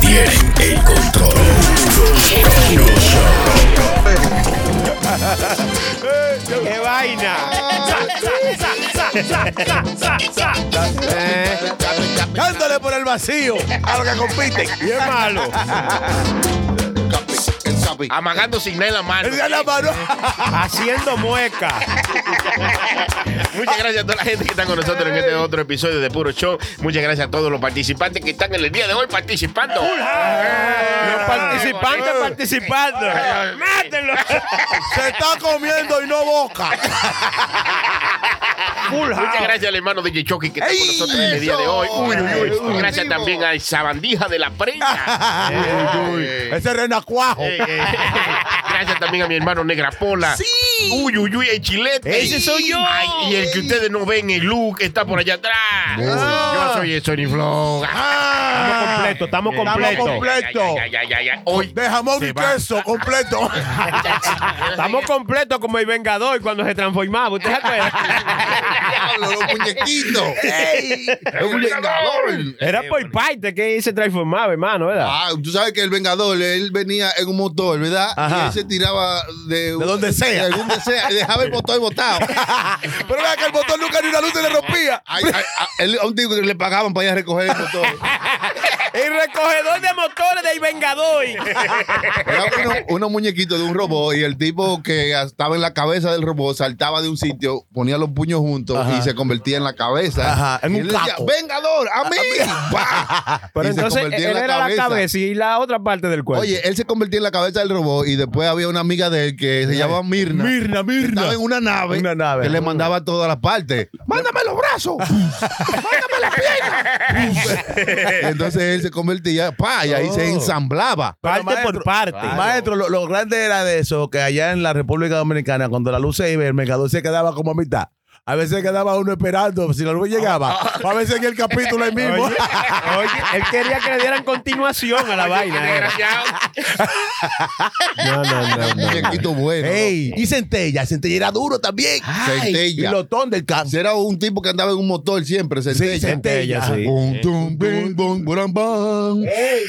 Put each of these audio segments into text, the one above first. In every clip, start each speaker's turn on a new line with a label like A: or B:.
A: tienen el control.
B: ¡Qué vaina! Eh,
C: Dándole por el vacío a los que compiten.
B: ¡Qué malo!
D: Amagando sin en la mano.
C: El de la mano.
B: Haciendo mueca.
D: Muchas gracias a toda la gente que está con nosotros en este otro episodio de Puro Show. Muchas gracias a todos los participantes que están en el día de hoy participando.
C: Eh.
B: Los participantes participando. ¡Mátenlo!
C: Se está comiendo y no boca.
B: Full house.
D: Muchas gracias al hermano de Choki que está con nosotros en el día de hoy.
C: Uy, uy, uy. Ah.
D: Gracias también a Sabandija de la Prensa. Eh,
C: Ese renacuajo.
D: eh, eh. Gracias también a mi hermano Negra Pola. Uy, uy, uy, el chilete.
B: Ese soy yo.
D: Ay, y el que ustedes no ven, el look, está por allá atrás. Yo soy el Sony Flow.
C: Ah.
B: Estamos completos, estamos
C: Estamos
B: completos.
C: completo.
D: Ay, ay, ay, ay, ay. Hoy.
C: De jamón y queso completo.
B: Estamos completos como el Vengador cuando se transformaba. ¿Usted se acuerda?
E: Diablo, los muñequitos. El Vengador.
B: Era por parte que se transformaba, hermano, ¿verdad?
E: Ah, tú sabes que el Vengador, él venía en un motor, ¿verdad?
B: Ajá.
E: Y él se tiraba de,
C: De donde sea.
E: De donde sea. Y dejaba el motor botado.
C: Pero vea que el botón nunca ni una luz se le rompía.
E: Ay, ay, ay, él- a un tipo que le pagaban para ir a recoger el motor.
B: El recogedor de motores del Vengador.
E: Era uno- unos muñequitos de un robot y el tipo que estaba en la cabeza del robot saltaba de un sitio, ponía los puños juntos y se convertía en la cabeza.
C: Ajá, en
E: Y
C: un
E: él decía,
C: capo.
E: Vengador, a mí. Pa.
B: Pero
E: Y se
B: entonces él
E: convertía en
B: era la cabeza y la otra parte del cuerpo.
E: Oye, él se convirtió en la cabeza del robot y después había una amiga de él que se llamaba Mirna.
C: Mirna,
E: que
C: Mirna.
E: Estaba en una nave,
C: Una nave.
E: que le mandaba a todas las partes. ¡Mándame los brazos! ¡Mándame las piernas! Y Entonces él se convertía, pa, y ahí se ensamblaba.
B: parte
C: Pero, maestro,
B: por parte.
C: Maestro, lo, lo grande era de eso, que allá en la República Dominicana, cuando la luz se iba, el mercador se quedaba como a mitad. A veces quedaba uno esperando si la luz llegaba. O a veces en el capítulo ahí mismo.
B: Ah, Oye, oye, él quería que le dieran continuación a la
C: eh.
B: vaina. eh. era.
D: Desgraciado.
B: No, no, no.
E: Un muñequito bueno.
C: Ey, y Centella, Centella era duro también.
E: Centella.
C: Y lotón del
E: Ese
C: cáncer.
E: Era un tipo que andaba en un motor siempre,
C: Sí,
E: centella.
C: Centella, sí.
E: Bum, tum, bum, bum, buram, bam.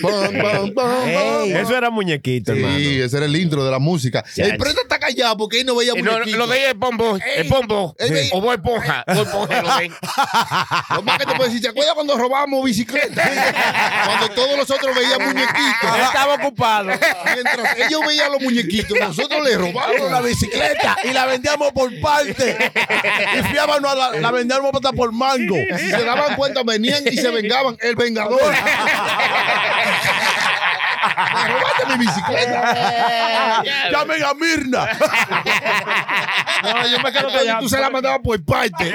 E: Bam, bam, bam,
B: Ey,
E: bam.
B: Eso era muñequito, hermano.
E: Sí, ese era el intro de la música. El prenda está callado porque él no veía
D: Eh, no, no,
E: muñequitos.
D: lo de ella es pombo. Es pombo.
E: Ey, ey.
D: O voy esponja. Voy esponja, lo ven.
E: Lo más que te puedo decir, ¿te acuerdas cuando robábamos bicicletas? cuando todos nosotros
B: Él
E: veíamos muñequitos.
B: estaba ocupado.
E: Mientras ellos veían los muñequitos, nosotros les robábamos
C: la
E: la
C: bicicleta y la vendíamos por parte. Y fiábamos a la, la vendíamos hasta por mango.
E: Si se daban cuenta, venían y se vengaban. El vengador. Me robaste mi bicicleta.
C: Llamen a Mirna.
E: No, yo me quedo callado. Tú se la mandabas por parte.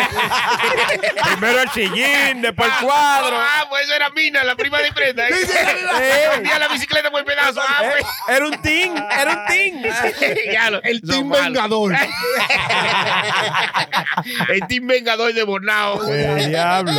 B: Primero el sillín, después el cuadro.
D: Ah, pues eso era Mina, la prima de prenda. ¿eh?
B: Ey.
D: Vendía la bicicleta por pedazo. Ah,
B: Eh,
D: pues.
B: Era un ting, era un ting.
D: Ya lo-
E: El
D: son
E: Team
D: malos.
E: Vengador.
D: El Team Vengador de Bornao.
B: diablo.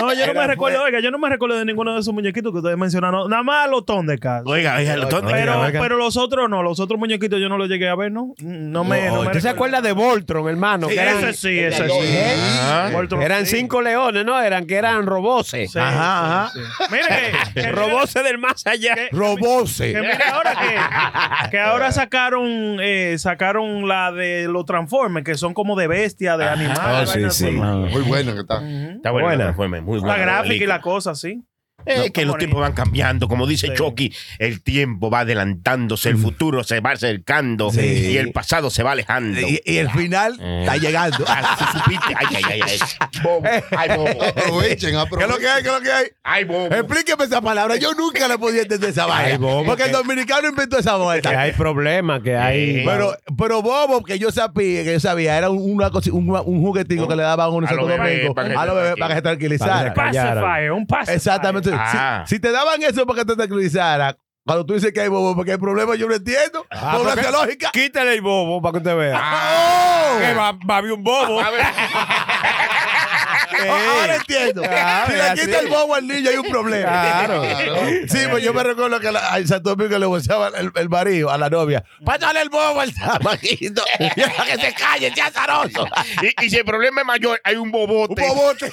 F: No, yo no me recuerdo, oiga, yo no me recuerdo de ninguno de esos muñequitos que ustedes mencionaron. Nada más los Thundercats.
B: Oiga, oiga, lo tonto.
F: Pero, pero los otros no, los otros muñequitos yo no los llegué a ver, ¿no? Mm, No me. no me
B: ¿Usted se
F: recuerdo.
B: acuerda de Voltron, hermano?
F: Sí,
B: Que eran- Ah.
F: ese sí, ese sí. Voltron,
B: Eran
F: sí.
B: cinco leones, ¿no? Eran que eran roboses.
F: Sí,
C: Ajá, ajá.
F: sí, sí. Mira que. que-
B: Roboses del más allá.
F: que-
C: Robose.
F: que mira ahora que, que ahora sacaron eh, sacaron la de los Transformers, que son como de bestia, de
B: Ah, Oh,
F: animal. vainas así.
E: Muy bueno que está.
D: Está
B: Buena.
D: buena. fue Muy buena.
F: La gráfica y
D: película.
F: la cosa, sí.
D: Eh, que los
F: bonito.
D: tiempos van cambiando, como dice
F: Sí.
D: Chucky, el tiempo va adelantándose, el futuro se va acercando
C: Sí.
D: y el pasado se va alejando.
C: Y, y el final está llegando.
D: Ah, ¿tú supiste? Ay, ay, ay, ay. Bobo. Ay, bobo.
E: Aprovechen,
C: ¿Qué es lo que
E: aprovechen.
C: hay? ¿Qué es lo que hay?
D: Ay, bobo.
C: Explíqueme esa palabra. Yo nunca la podía entender esa vaina.
B: bobo,
C: porque el
B: que-
C: dominicano inventó esa
B: Que
C: vuelta.
B: hay problemas, que hay.
C: Pero, pero bobo, que yo sabía, que yo sabía, era un, una cosi- un, un juguetito que le daban a uno
D: A los
C: Santo
D: bebés,
C: Domingo
D: para que
C: a los
D: se
C: bebés para que se tranquilizaran.
B: Para Callaron.
F: Pacifier, un pacifier.
C: Exactamente. Si-
D: Ah.
C: Si, te daban eso para que te tranquilizara, cuando tú dices que hay bobo, porque hay problema, yo lo entiendo.
B: Ah,
C: por
B: porque-
C: esa lógica.
B: Quítale el
D: Eh.
B: bobo para que usted vea.
C: ¡Oh!
B: Que va, va a haber un bobo.
D: A ver.
C: Ahora entiendo.
B: Claro,
C: si le
B: así.
C: quita el bobo al niño hay un problema.
B: Claro.
C: Sí, pues yo me recuerdo que la- al Santo Domingo le bolseaba el, el marido a la novia. Pásale el bobo al chamaquito. Mira que se calle, sea zaroso.
D: Y, y si el problema es mayor, hay un bobote.
C: Un bobote.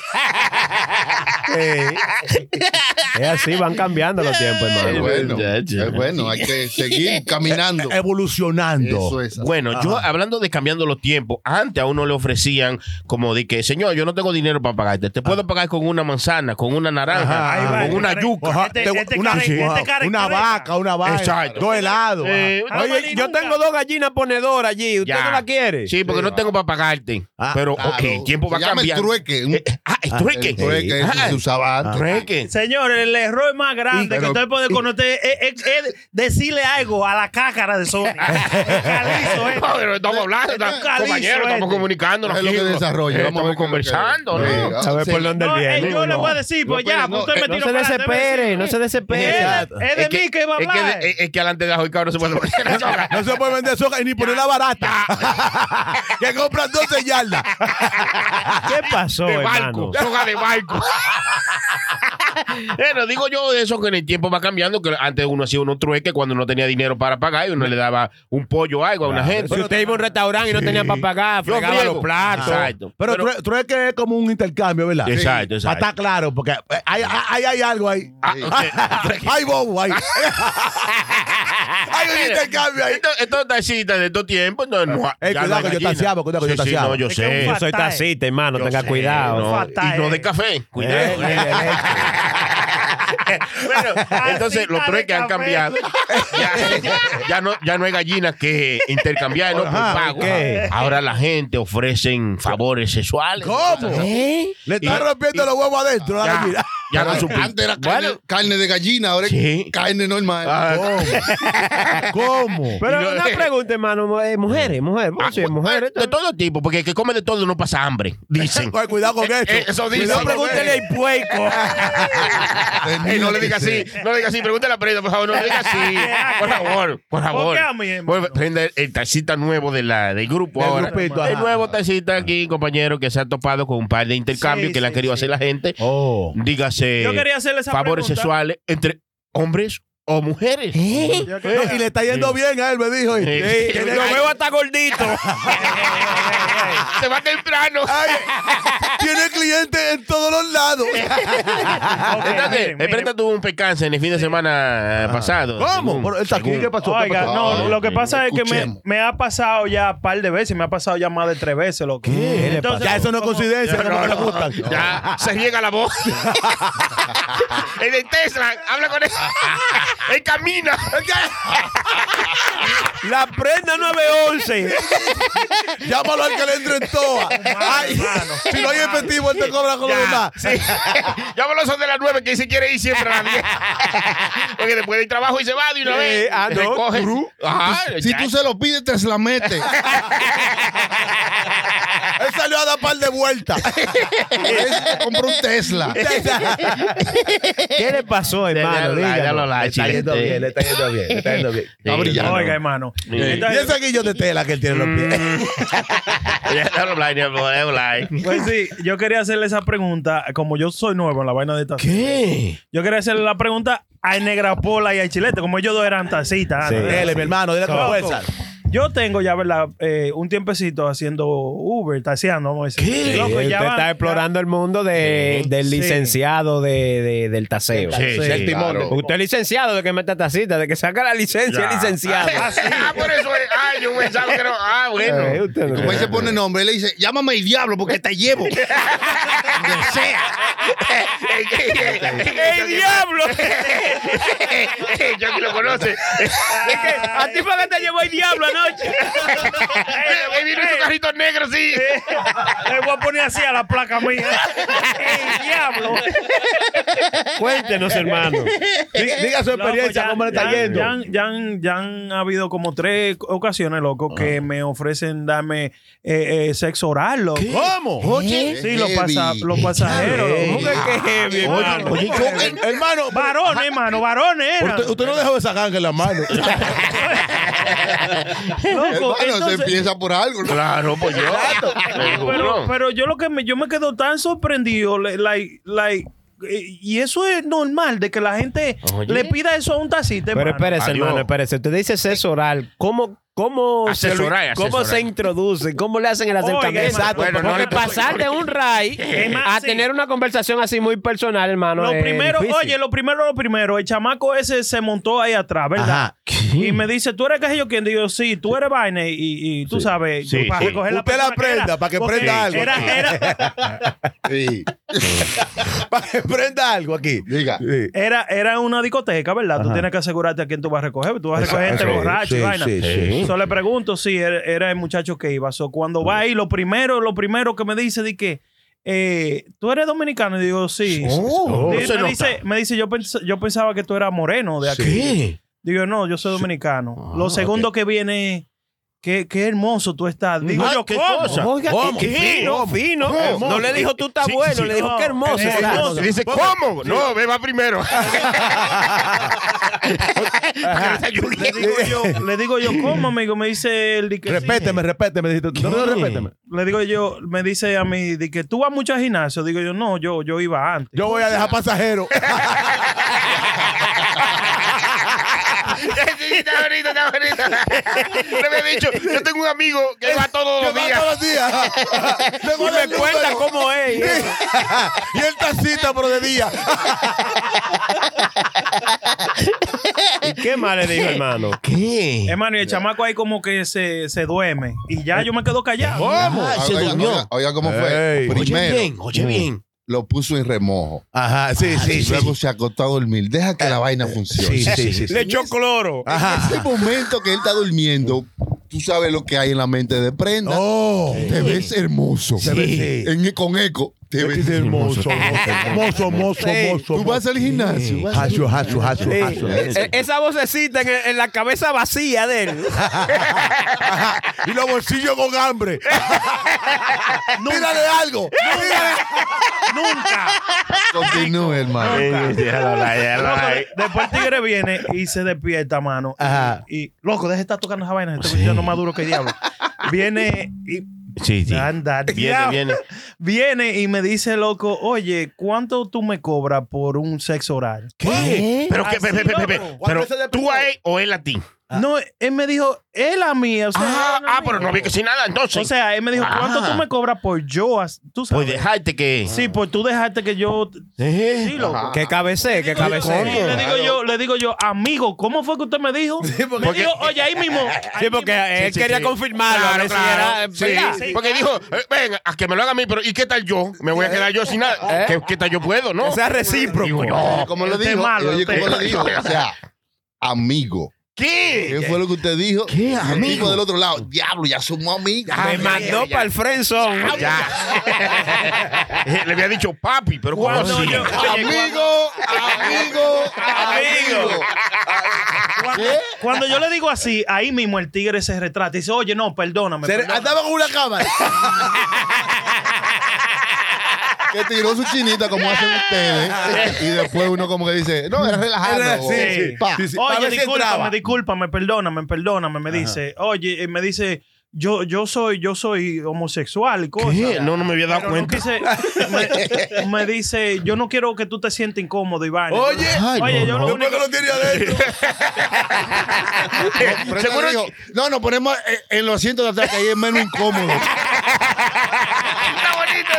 B: Es así, van cambiando los tiempos,
E: Es
B: hermano.
E: bueno,
D: Ya, ya.
E: es bueno, hay que seguir caminando.
C: Evolucionando.
E: Eso es. así.
D: Bueno, yo hablando de cambiando los tiempos, antes a uno le ofrecían como de que, señor, yo no tengo dinero para pagarte. Te
E: Ah.
D: puedo pagar con una manzana, con una naranja,
C: Ajá,
F: Ahí va,
D: con
F: este
D: una
F: care-
D: yuca.
C: Ajá,
F: Este-
C: tengo
F: este
C: una,
F: cara- este
C: ajá,
F: cara-
C: una
F: cara-
C: vaca, una vaca,
D: Exacto.
C: dos helados.
D: Eh,
C: ajá.
F: no
B: Oye,
F: valí
B: yo
F: nunca.
B: tengo dos gallinas ponedoras allí. ¿Usted
D: Ya.
B: no la quiere?
D: Sí, porque no tengo para pagarte.
C: Ah,
D: pero
E: Claro.
D: ok, el tiempo
E: Se
D: va
E: llama el
D: cambiando.
E: trueque. un-
D: Eh, ah, el trueque.
E: el trueque, eso
D: Ah,
E: se usaba antes.
D: trueque.
F: Señor, el error más grande
E: pero-
F: que usted puede conocer es, es- es decirle algo a la cácara de Sony. Calizo, eh.
D: No, pero estamos hablando, estamos,
F: Calizo
D: compañero, estamos
F: este.
D: comunicándonos.
E: Es lo
D: aquí,
E: que
D: ¿no?
E: desarrolla.
D: Eh,
E: Vamos a
D: Estamos
E: ver qué es lo que-
D: conversando,
E: Sí.
D: ¿no?
B: A ver
E: Sí.
B: por dónde
F: No,
B: él
F: eh,
B: viene.
F: yo le
B: no.
F: voy a decir, pues
E: No,
F: ya,
E: pero no,
F: usted me
E: eh,
B: No
F: tiró
B: se
F: para adelante,
B: desespere,
F: me
B: no se
F: decía,
B: desespere.
F: Es, de- es de mí que, iba a
D: es que,
F: hablar.
D: de- eh, es- es que adelante de hoy, cabrón, se puede poner soga.
C: No se puede vender soja y ni ponerla barata. que compran 12 yardas.
B: ¿Qué pasó,
D: de
B: hermano?
D: barco, soga de barco. Bueno, digo yo de eso que en el tiempo va cambiando, que antes uno hacía unos trueque cuando no tenía dinero para pagar y uno le daba un pollo o algo a una gente.
B: Si usted iba a un restaurante y no tenía para pagar,
D: Yo
B: fregaba
D: friego.
B: los platos.
D: Exacto.
C: Pero,
D: Pero-
C: tú es que es como un intercambio, ¿verdad?
D: Exacto,
C: Para
D: exacto.
C: estar claro, porque eh, hay, hay, hay algo ahí.
D: Ah,
C: hay bobo ahí. hay un intercambio ahí.
D: Esto- Estos taxistas de estos tiempos no, no,
C: Ey,
D: ya
C: cuidado
D: no hay
C: que yo
D: gallina.
C: taseaba, cuidado que yo
D: Sí, sí,
C: taseaba.
D: no, yo
F: Es que
D: sé.
F: un
B: Yo soy
F: Fatal.
B: tacita, hermano,
D: Yo
B: tenga
D: sé,
B: cuidado.
D: no.
F: Fatal.
D: y no de café.
B: Eh,
D: Cuidado.
B: eh, eh,
D: bueno, entonces
F: Tacita
D: los
F: de
D: trueques han
F: café.
D: cambiado. ya, ya no, ya no hay gallinas que intercambiar, no por
C: Ajá,
D: pago.
B: ¿qué?
D: Ahora la gente ofrecen favores sexuales.
C: ¿Cómo? Le
D: Y-
C: están rompiendo los huevos adentro.
D: Ya,
C: la mira.
D: ya no
E: Pero
D: supe.
E: Antes era carne,
D: Bueno.
E: carne de gallina, ahora es
D: Sí.
E: carne normal.
C: ¿Cómo? ¿Cómo?
D: Y no- Ah,
B: Pero una pregunta, hermano, eh, mujeres, mujeres,
F: pues,
B: vamos a decir, mujeres.
D: De todo tipo, porque el que come de todo no pasa hambre, dicen.
C: Ay, cuidado con
D: Eh,
C: esto.
D: eh, eso dice.
C: Cuidado, pregúntele al pueco.
D: Ey, Eh, no le digas así, no le digas así, pregúntale a Prenda, por favor, no le digas así. Por favor, por
F: ¿Por
D: favor.
F: qué a mí, hermano?
D: Bueno, Prenda el, el taxista nuevo de la, del grupo Ah.
C: Del
D: ahora.
C: grupito,
D: el
C: ajá.
D: nuevo taxista aquí, compañero, que se ha topado con un par de intercambios
F: Sí,
D: que le ha
F: sí,
D: querido
F: sí.
D: hacer la gente.
C: Oh.
D: Dígase
F: Yo quería hacerle esa
D: eh, favores
F: pregunta.
D: sexuales entre hombres o mujeres.
F: Yo
C: ¿Eh? No,
F: quería-
C: y le está yendo bien a él, me dijo. y-
D: Sí.
C: y- que le-
D: Lo veo
B: hasta gordito.
D: Se va temprano.
C: Ay, tiene clientes en todos los lados.
F: Ok,
D: Entonces,
F: miren,
D: el
F: miren.
D: Prenda tuvo un percance en el fin de semana eh, pasado.
C: ¿Cómo?
D: según-
C: Pero él está aquí,
D: según-
C: ¿qué pasó? ¿Qué
F: Oiga,
C: pasó?
F: no,
D: Ah,
F: lo que
D: ok.
F: pasa es que me,
E: Escuchemos.
F: me ha pasado ya un par de veces, me ha pasado ya más de tres veces, loco.
B: ¿Qué le
F: Entonces,
C: Ya eso no es
F: como-
C: coincidencia, como que le gustan.
D: Ya se riega la voz. el de Tesla, habla con él. él camina.
B: La prenda 911.
C: Llámalo al que le entre en toa. Ay,
F: hermano.
C: si no hay efectivo, él te cobra con lo demás.
D: Sí. Llámalo son de las 9 que se quiere ir siempre a las 10. Porque después del trabajo y se va de una
B: Sí,
D: vez.
B: ah, no,
D: recoge.
C: gurú.
D: Ajá,
E: Si
D: ya.
E: tú se lo pides, te la metes.
C: Él salió a dar par de vueltas.
E: Te compró un Tesla.
B: ¿Qué le pasó, hermano?
D: Ya, ya, ya, ya
B: Dígalo.
D: lo la,
C: Le está yendo
D: chiste.
C: bien, le está yendo bien, le está yendo bien.
D: Sí,
E: brillando.
F: Oiga, hermano.
D: Sí.
C: Y ese guillo de tela que él tiene en los pies.
D: Ya, déjalo hablar, ya, déjalo hablar.
F: Pues sí, yo quería hacerle esa pregunta, como yo soy nuevo en la vaina de esta. ¿Qué? Yo quería hacerle la pregunta a Negra Pola y a Chilete, como ellos dos eran tacitas.
B: Sí.
F: antes.
C: Dele, mi hermano, dile con
F: Loco,
C: fuerza.
F: Yo tengo ya, ¿verdad? Eh, un tiempecito haciendo Uber, taxiando, vamos a decir.
B: Sí,
F: Loco,
B: usted
F: ya van-
B: está
F: ya-
B: explorando el mundo de- del
F: Sí.
B: licenciado de, de- del taseo.
D: Sí, sí,
C: El timón.
E: claro.
B: Usted es licenciado de que meta tacita, de que saca la licencia,
D: Ya.
B: es licenciado.
D: Ah, sí. Ah, por eso es. Ay, yo pensaba que no. Ah,
B: Eh,
D: bueno.
B: usted no-
E: Como él se pone nombre, él le dice, llámame el diablo porque te llevo. Donde sea.
D: ¡El
B: diablo!
D: Yo que lo conoce.
B: ¿A ti para qué te llevó el diablo anoche?
D: Él vino en su carrito negro, sí.
F: Le voy a poner así a la placa mía. ¡El diablo!
B: Cuéntenos, hermano.
C: Diga diga su experiencia,
F: Loco, ya-
C: cómo le está
F: ya-
C: yendo.
F: Ya, han- ya han- ya han habido como tres ocasiones, loco, que me ofrecen darme eh, eh, sexo oral, loco.
C: ¿Cómo?
E: Oye,
F: Sí, los, pasa-
E: heavy.
F: los pasajeros.
B: Ey.
F: loco.
B: ¿Cómo que qué heavy,
D: Oye,
B: hermano?
D: oye,
C: Hermano,
F: Varones, hermano, varones. era.
C: Usted, usted no dejó esa ganga en la mano.
F: Loco,
E: Hermano,
F: entonces-
E: se empieza por algo. ¿no?
D: Claro, pues yo. Me
F: pero,
D: juro.
F: pero yo lo que me, yo me quedo tan sorprendido, le- like, like, eh, y eso es normal de que la gente
D: Oye.
F: le pida eso a un tacita.
B: Pero
F: hermano.
B: espérese,
D: Adiós.
B: hermano, espérese. Usted dice asesorar. ¿Cómo,
C: Ah,
B: cómo, se,
D: Asesorar,
B: cómo
D: asesorar.
B: se introducen? ¿Cómo le hacen el acercamiento?
F: Oiga, hermano,
B: Exacto.
D: bueno, no
B: porque
D: le-
B: pasar de un ray
F: más,
B: a
F: sí.
B: tener una conversación así muy personal, hermano.
F: lo
B: es
F: primero,
B: difícil.
F: oye, lo primero, lo primero, el chamaco ese se montó ahí atrás, ¿verdad?
C: Ajá.
F: Y me dice, ¿tú eres aquello quien? Digo, sí, tú eres vaina y, y tú sabes,
D: Sí,
F: para
D: sí.
F: recoger la
C: Usted
F: persona
C: la
F: que
C: prenda,
F: era,
C: para que
F: porque
C: prenda algo.
F: Era, era,
E: Sí.
C: Para que prenda algo aquí.
E: Diga.
C: Sí.
F: era, era una discoteca, ¿verdad? Tú
C: Ajá.
F: tienes que asegurarte a quién tú vas a recoger. Tú vas a
C: Exacto.
F: recoger gente
C: Sí,
F: borracha y
C: sí,
F: vaina.
C: sí, sí.
F: So, le pregunto si era, era el muchacho que iba. So, cuando va ahí, lo primero, lo primero que me dice, di que, eh, ¿tú eres dominicano? Y digo, sí.
B: Oh,
F: Di-
D: se
F: me,
D: nota.
F: dice, me dice, yo, pens- yo pensaba que tú eras moreno de aquí.
B: ¿Qué?
F: Digo, no, yo soy dominicano.
C: Ah,
F: lo segundo que viene es, qué, qué hermoso tú estás. Digo
D: Ay,
F: yo,
D: qué
F: ¿cómo?
D: cosa.
B: Ah, Oiga,
C: Ah, ¿Cómo?
B: qué fino, fino.
C: ¿Cómo?
B: No le dijo tú estás
D: Sí,
B: bueno,
D: sí,
B: le dijo
F: no.
B: qué hermoso.
F: Eh,
B: estás".
F: hermoso.
D: Dice, ¿cómo? No, ve, va primero.
F: Le digo yo, le digo yo, ¿cómo, amigo? Me dice él. di que sí.
C: Respéteme, respéteme. dijiste tú. No, no, respéteme.
F: Le digo yo, me dice a mí, di que tú vas mucho al gimnasio. Digo yo, no, yo, yo iba antes.
C: Yo voy a dejar pasajero.
D: Sí, está bonito, está bonito. Le había dicho, yo tengo un amigo que va todos los
C: Que va
D: días.
C: Todos los días.
B: Y me cuenta cómo es.
C: y el tacita, pero de día.
B: ¿Y qué más le dijo, hermano?
F: Hermano, y el chamaco ahí como que se, se duerme. Y ya yo me quedo callado.
D: Eh, ¿Cómo?
B: Ah,
E: Oiga, oiga, oiga, oiga cómo fue.
C: Ey.
E: Primero
B: oye bien.
E: lo puso en remojo.
C: Mm. Ajá, sí, sí, sí.
E: Luego se acostó a dormir. Deja que la vaina funcione.
C: Sí, sí, sí.
B: Le echó cloro.
C: Ajá.
E: Ese momento que él está durmiendo, tú sabes lo que hay en la mente de prenda.
C: Oh,
E: Te ves hermoso.
C: se ve, sí.
E: En- con eco. Te
C: Te
E: ves
C: ves hermoso, hermoso, hermoso, hermoso, hermoso.
E: Tú vas al gimnasio. vas al-
C: Hacho, hacho, hacho,
D: Ah,
B: Sí.
C: hacho.
B: E- Esa vocecita en, en la cabeza vacía de él.
C: Y los bolsillos con hambre. Mírale algo.
F: Nunca.
E: Continúe, hermano.
F: Después el tigre viene y se despierta, mano. Y-
C: Ajá.
F: Y, loco, deja de estar tocando esa vaina. este Estoy escuchando más duro que diablo. Viene y.
D: Sí,
F: Anda,
D: Viene,
F: diablo.
D: viene.
F: Viene y me dice, loco, oye, ¿cuánto tú me cobras por un sexo oral?
C: ¿Qué?
D: Pero, que,
F: Así,
D: pe- pe- pe-
F: loco.
D: pe- pero
C: ¿Cuánto se le
D: tú
C: pegó?
D: a él o él a ti.
F: No, él me dijo, él a mí. O sea,
D: Ah,
F: él a
D: ah,
F: mí.
D: pero no vi que sin nada,
F: O
D: entonces.
F: sea, él me dijo, ¿cuánto
D: Ah.
F: tú me cobras por yo? as- Tú sabes.
D: Pues dejarte que.
F: Sí, pues tú dejaste que yo. Sí, loco.
E: Ajá.
B: Que ¿Eh? cabecé, que
F: Sí,
B: cabecé.
F: le digo yo, le digo yo, amigo, ¿cómo fue que usted me dijo? me dijo, oye, ahí mismo.
B: Sí, porque eh, él
D: Sí, sí,
B: quería
D: sí.
B: confirmarlo. a
D: Claro,
B: ver si
D: claro.
B: era,
D: Sí,
B: ¿verdad?
D: sí, Porque dijo, eh, venga, a que me lo haga a mí, pero ¿y qué tal yo? Me voy a quedar yo sin nada. ¿Qué, qué tal yo puedo, no?
B: Que sea recíproco.
D: Digo yo,
E: Como lo
F: Este es
E: dijo.
F: malo,
E: Oye,
F: este
E: como
F: es
E: lo
F: malo.
E: dijo. O sea, amigo. ¿Qué
D: ¿Qué?
E: fue lo que usted dijo?
D: ¿Qué,
E: Y el
D: amigo?
E: tipo del otro lado. Diablo, ya somos amigos.
D: Ya,
B: Me
D: ya,
B: mandó
D: ya,
B: para el frenzón.
D: Ya. Le había dicho papi, pero ¿cómo
F: Cuando
D: así?
F: yo, oye,
E: Amigo, amigo, amigo.
F: cuando, cuando yo le digo así, ahí mismo el tigre se retrata y dice, oye, no, perdóname.
C: Se-
F: perdóname".
C: Andaba con una cámara.
E: Que tiró su chinita como hacen ustedes. Y después uno como que dice, Ah, no, es relajado.
C: Sí,
F: sí.
E: Pa.
C: Sí, sí. A
F: Oye,
C: ver si entraba.
F: discúlpame, discúlpame, perdóname, perdóname, me dice. Oye, eh, me dice, yo, yo soy, yo soy homosexual y cosas.
D: ¿Qué? No, no me había dado
F: Pero no
D: cuenta.
F: quise- me, me dice, yo no quiero que tú te sientas incómodo, Iván.
C: Oye,
E: Ay,
F: Oye, yo
E: no,
F: lo
E: no.
C: después que lo tiene adentro.
E: Pero
D: Seguro-
E: él dijo, no, nos ponemos eh, en los asientos de atrás que ahí es menos incómodo.
D: Está bonito.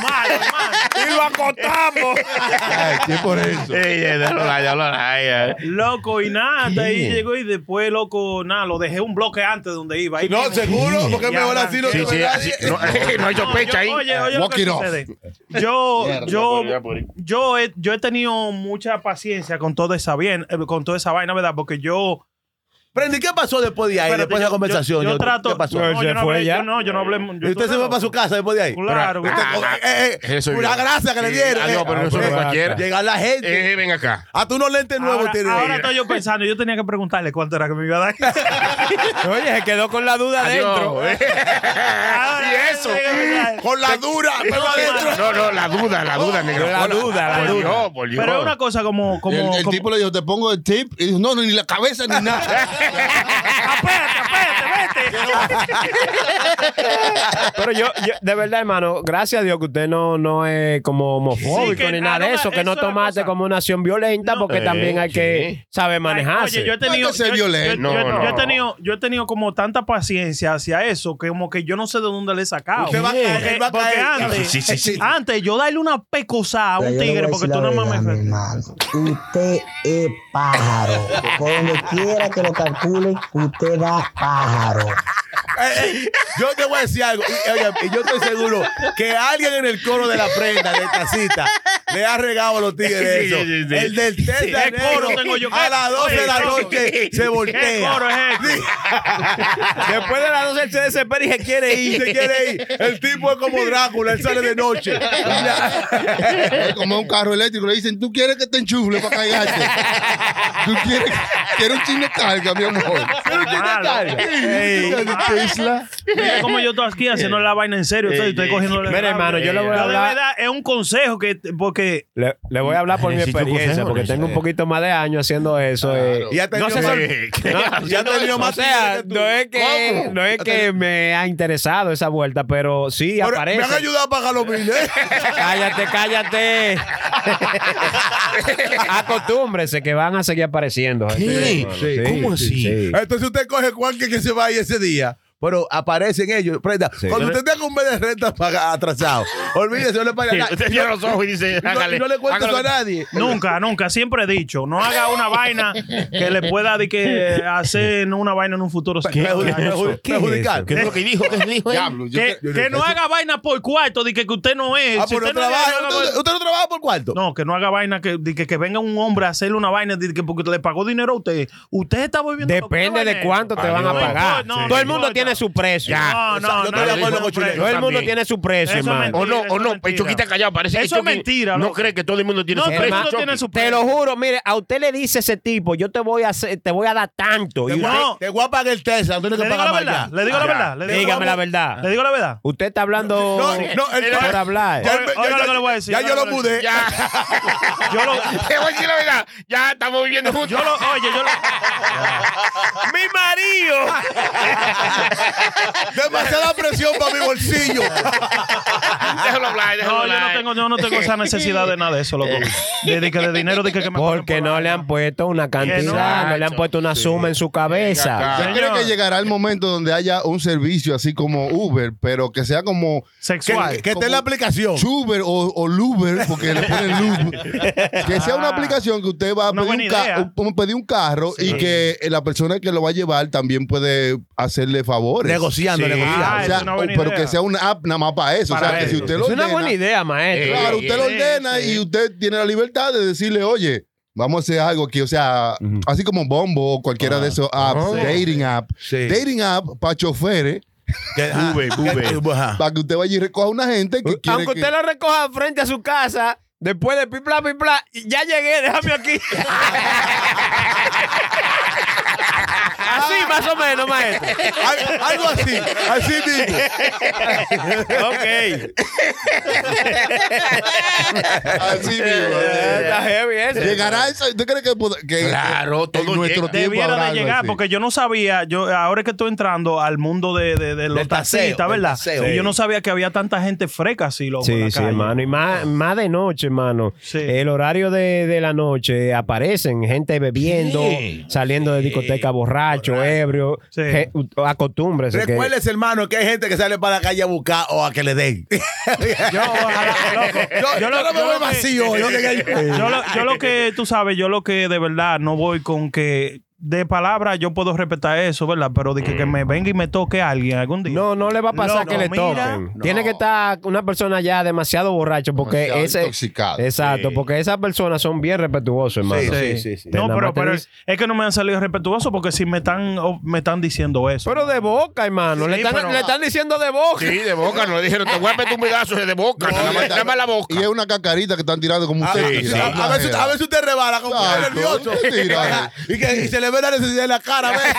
F: Mal, mal.
B: Y lo acotamos.
E: Ay, ¿qué por eso?
D: Ey, ey, eh, déjalo ahí, déjalo ahí, eh.
F: Loco, y nada, hasta ahí llegó y después, loco, nada, lo dejé un bloque antes de donde iba. Ahí
C: No,
F: mismo.
C: seguro, porque es
F: Ya,
C: mejor así no
D: Sí,
C: se
D: sí,
C: ve
D: así-
C: nadie.
D: no, no hay sospecha ahí.
F: Ah, Yo- Oye, oye, lo
E: Walk
F: que
E: it off.
F: sucede. Yo,
E: Mierda,
F: yo,
D: ya por ahí.
F: yo, he, yo he tenido mucha paciencia con toda esa bien, eh, con toda esa vaina, ¿verdad? Porque yo
C: Prendi, ¿qué pasó después de ahí?
F: Espérate,
C: después de
F: yo-
C: la conversación.
F: Yo, yo
C: Yo-
F: trato.
C: ¿Qué pasó?
F: No,
B: Se
F: yo no
B: fue
F: hablé.
B: ya.
F: Yo no, yo no hablé. yo-
C: ¿Y
F: tú
C: usted se fue
F: no.
C: para su casa después de ahí?
F: Claro.
D: Pero-
F: usted-
D: Ah,
C: Eh, eh,
D: Eso
C: una
D: yo.
C: gracia que le dieron.
D: Ah, no,
C: eh.
D: pero eso no
B: Ah,
D: es
B: pero
D: cualquiera.
C: Llegar la gente.
D: Eh, ven acá.
B: Ah,
C: Hasta unos lentes nuevos
F: Ahora,
C: tiene.
F: ahora estoy yo pensando, yo tenía que preguntarle cuánto era que me iba a dar.
B: Oye, se quedó con la duda adentro.
D: Adiós. eh.
F: Ahora,
D: ¿Y eso?
C: Con la dura, pero adentro.
D: No, no, la duda, la duda, negro.
B: La duda, la
D: Por
B: duda.
D: Dios, por Dios.
F: Pero es una cosa como. como,
E: el, el
F: como-
E: tipo le dijo, te pongo el tip. Y dijo, no, ni la cabeza ni nada.
F: Apérate, apérate, vete.
B: Pero yo, yo, de verdad, hermano, gracias a Dios que usted no, no es como homofóbico
F: Sí, que-
B: ni nada
F: ah,
B: de
F: no,
B: eso, que
F: eso
B: no
F: es la
B: tomaste
F: cosa.
B: como una acción violenta,
F: No.
B: porque
D: Eh,
B: también hay que saber manejarse.
F: Oye, yo he tenido.
E: que ser
F: yo- yo-
E: violento.
F: yo- yo-
D: No,
F: yo he
D: no.
F: tenido, yo he tenido como tanta paciencia hacia eso que como que yo no sé de dónde le he sacado.
C: Usted va a caer,
F: Porque-
C: él va a
F: porque
C: caer.
F: antes,
D: Sí, sí, sí, sí.
F: antes yo darle una pecosada a
A: Pero
F: un
A: yo le
F: tigre
A: voy a
F: porque
A: decir
F: tú
A: la
F: no mames.
A: verdad, mi hermano. Usted es pájaro. Por donde quiera que lo calcule, usted da pájaro.
C: Eh, eh, yo te voy a decir algo. Y, oye, y yo estoy seguro que alguien en el coro de la prenda, de casita, le ha regado a los tigres
D: Sí,
C: eso.
D: sí, sí.
C: El del
F: Sí,
C: Teta
F: el coro tengo yo.
C: a las 12 de la
F: Oye, ¿Qué
C: noche se
F: coro
C: voltea.
F: es este?
B: Después de las 12 él se desespera y se quiere
C: Y
B: ir.
C: se quiere ir. El tipo es como Drácula, él sale de noche.
E: Es como un carro eléctrico. Le dicen, ¿tú quieres que te enchufle para cargarte? ¿Tú quieres, quieres un chin de carga, mi amor?
F: Malo.
E: Sí, de Tesla.
F: Mira cómo yo estoy aquí haciendo la vaina en serio. Estoy, estoy
D: Ey,
F: cogiendo
D: ey,
F: la
B: mira,
F: rabia.
B: hermano, yo le voy a
F: Pero
B: hablar-
F: De verdad, es un consejo que. Porque.
B: Le, le voy a hablar por mi
D: Necesito
B: experiencia,
D: consejos,
B: porque tengo un
D: necesito.
B: poquito más de años haciendo eso. eh.
C: Y ha
B: No
C: tenido
B: se sor-
D: Eh, ¿qué?
B: No,
C: Ya ha tenido
B: o
C: más
B: sea,
C: tigres que tú.
B: no es que,
C: ¿Cómo?
B: no es que me ha interesado esa vuelta, pero sí
C: Pero
B: aparece.
C: Me han ayudado a pagar los mil, ¿eh?
B: Cállate, cállate. Acostúmbrense que van a seguir apareciendo.
D: ¿Qué? ¿Cómo así?
B: Eh,
C: Entonces usted coge cualquier que se vaya ese día. Pero aparecen ellos, prenda. Cuando usted tenga un mes de renta paga- atrasado, olvídese, no le paga
D: Sí,
C: nada.
D: Usted
C: Y no-
D: cierra los ojos y dice,
C: y no, y
D: hágale.
C: no le cuento eso a
D: hágalo.
C: nadie.
F: Nunca, nunca, siempre he dicho, no haga una vaina que le pueda de que hacer una vaina en un futuro.
C: Perjudicar. perjudicar.
D: ¿Qué es lo que dijo? ¿Qué dijo? él?
E: Diablo, yo
F: Pues, Que,
E: te- yo-
F: que no haga vaina por cuarto, de que, que usted no es.
C: Ah,
F: Si
C: pues no
F: usted no es,
C: trabaja. uh.
F: no haga
C: ¿Usted,
F: vaina-
C: usted no trabaja por cuarto?
F: No, que no haga vaina, que, de que, que venga un hombre a hacerle una vaina de que porque le pagó dinero a usted. Usted está volviendo
B: Depende de cuánto te van a
D: No
B: pagar.
F: importa, Ah, no,
B: Todo el
F: no
B: mundo
F: importa.
B: tiene su precio.
F: No, no,
C: yo
F: no. no,
C: estoy de acuerdo
F: no,
C: con
F: no,
C: Chuleta.
B: Todo el mundo
D: también.
B: tiene su precio,
F: Eso es
B: hermano.
D: O no,
F: Eso
D: o no,
F: es mentira.
D: el Chucky está callado. Parece que
F: Eso es
D: Chucky
F: mentira,
D: No
F: loco.
D: cree que todo el mundo tiene
F: No,
D: su
F: todo el
D: precio.
F: mundo
D: Chucky.
F: tiene su
B: Te lo juro, mire, a usted le dice ese tipo, yo te voy a hacer- te voy a dar tanto.
C: Te,
B: Y
C: voy a-
F: No.
C: te voy a pagar el Tesla, no tienes
F: Le
C: que
F: digo
C: pagar
F: la
C: más
F: verdad,
C: ya.
F: le digo la verdad. le digo
B: dígame la
F: verdad.
B: verdad.
F: Le digo la verdad.
B: Usted está hablando
C: No, no, el-
B: por hablar.
C: Ya,
F: Oiga,
C: ya-
F: oiga lo que le voy a
C: ya-
F: decir,
C: ya
F: oiga
C: yo
F: lo
C: lo
F: que le voy a
C: mudé.
D: Ya.
F: Yo lo,
D: Te voy a decir la verdad. Ya estamos viviendo juntos.
F: yo lo, oye, yo lo.
B: ¡Mi marido!
C: Demasiada presión para mi bolsillo.
D: Déjalo hablar, déjalo
F: No, yo no
D: hablar.
F: tengo, yo no tengo esa necesidad de nada de eso, loco. De, de que de dinero, de que, que me
B: Eh. Porque
F: paguen por
B: no
F: la-
B: le han puesto una cantidad,
D: no.
B: no le han puesto una suma en su cabeza.
E: ¿Usted cree que llegará el momento donde haya un servicio así como Uber, pero que sea como
C: que,
F: sexual.
C: que esté en la
F: Oh.
C: aplicación.
E: Chuber o, o Luber, porque le ponen Lub. Que sea una
F: Ah.
E: aplicación que usted va a
F: Una
E: pedir un, ca-
F: buena idea.
E: un- pedir un carro y que eh, la persona que lo va a llevar también puede hacerle favores.
C: Negociando,
D: Sí.
C: negociando.
E: O
F: Ah,
E: sea,
F: es una buena
E: pero
F: idea.
E: que sea una app nada más para eso.
F: Para
E: o sea, que
F: eso.
E: si usted
B: Es
E: lo
B: una
E: ordena-
B: buena idea, maestro.
C: Eh,
E: Claro,
D: Sí,
E: usted lo
F: sí,
E: ordena
F: sí.
E: y usted tiene la libertad de decirle, oye, vamos a hacer algo aquí. O sea, así como Bombo o cualquiera
F: Ah.
E: de esos apps,
F: Oh.
D: Sí.
E: dating app.
C: Sí.
E: Dating app para choferes,
C: Que- ajá,
D: Uber,
C: que- ajá.
E: para que usted vaya y recoja a una gente que quiere
B: Aunque
E: que-
B: usted lo recoja frente a su casa, después de pipla, pipla, ya llegué, déjame aquí. Así más o menos, maestro.
C: Al- Algo así, así mismo.
B: ok.
E: Así mismo.
B: Está heavy eso.
E: Llegará eso. ¿Usted cree que, pod- que
D: Claro,
E: en
D: todo
E: nuestro tiempo
D: llega.
F: Debiera
E: habrá
F: de
E: algo
F: llegar,
E: así?
F: porque yo no sabía, yo ahora es que estoy entrando al mundo de, de, de los
C: Del taseo,
F: taxistas,
C: del
F: ¿verdad?
C: taseo.
F: Y Yo no sabía que había tanta gente freca así, loco. en la
B: Sí, sí,
F: calle. Ah.
B: hermano. Y más, más de noche, hermano.
F: Sí.
B: El horario de, de la noche aparecen gente bebiendo, saliendo de discoteca borracho, ebrio.
F: Sí.
B: Ge- Acostúmbrese. que-
C: Recuerdes, hermano, que hay gente que sale para la calle a buscar o a que le den.
F: Yo, ojalá, loco.
C: Yo,
F: Eh, Yo lo-
C: no me
F: yo
C: voy
F: lo que-
C: vacío. yo llegué ahí.
F: Yo lo, yo lo que tú sabes, yo lo que de verdad no voy con que de palabra yo puedo respetar eso, ¿verdad? Pero de que, que me venga y me toque a alguien algún día.
B: No, no le va a pasar
F: No,
B: que
F: no,
B: le
F: mira.
B: toquen.
E: No.
B: Tiene que estar una persona ya demasiado borracho porque
E: Demasiado
B: ese
E: intoxicado.
B: Exacto, porque esas personas son bien respetuosas, hermano.
F: Sí.
B: Te
F: No,
B: nada
F: pero,
B: más te
F: pero
B: dice-
F: es que no me han salido respetuoso porque si me están, oh, me están diciendo eso.
B: Pero de boca, hermano. le,
F: Sí,
B: están,
F: pero-
B: le están diciendo de boca.
D: Sí, de boca, no le dijeron, te voy a meter un pedazo de boca,
E: No,
D: nada,
E: le
D: más,
E: están-
D: nada más la boca. Ah,
E: Y es una cascarita que están tirando como
C: A,
E: usted.
D: sí,
E: tira.
C: Ah, a- a veces, a veces usted rebala como que
E: Exacto.
C: está nervioso.
E: Tira.
C: Ajá. y, que, y se le ve la necesidad en la cara a veces.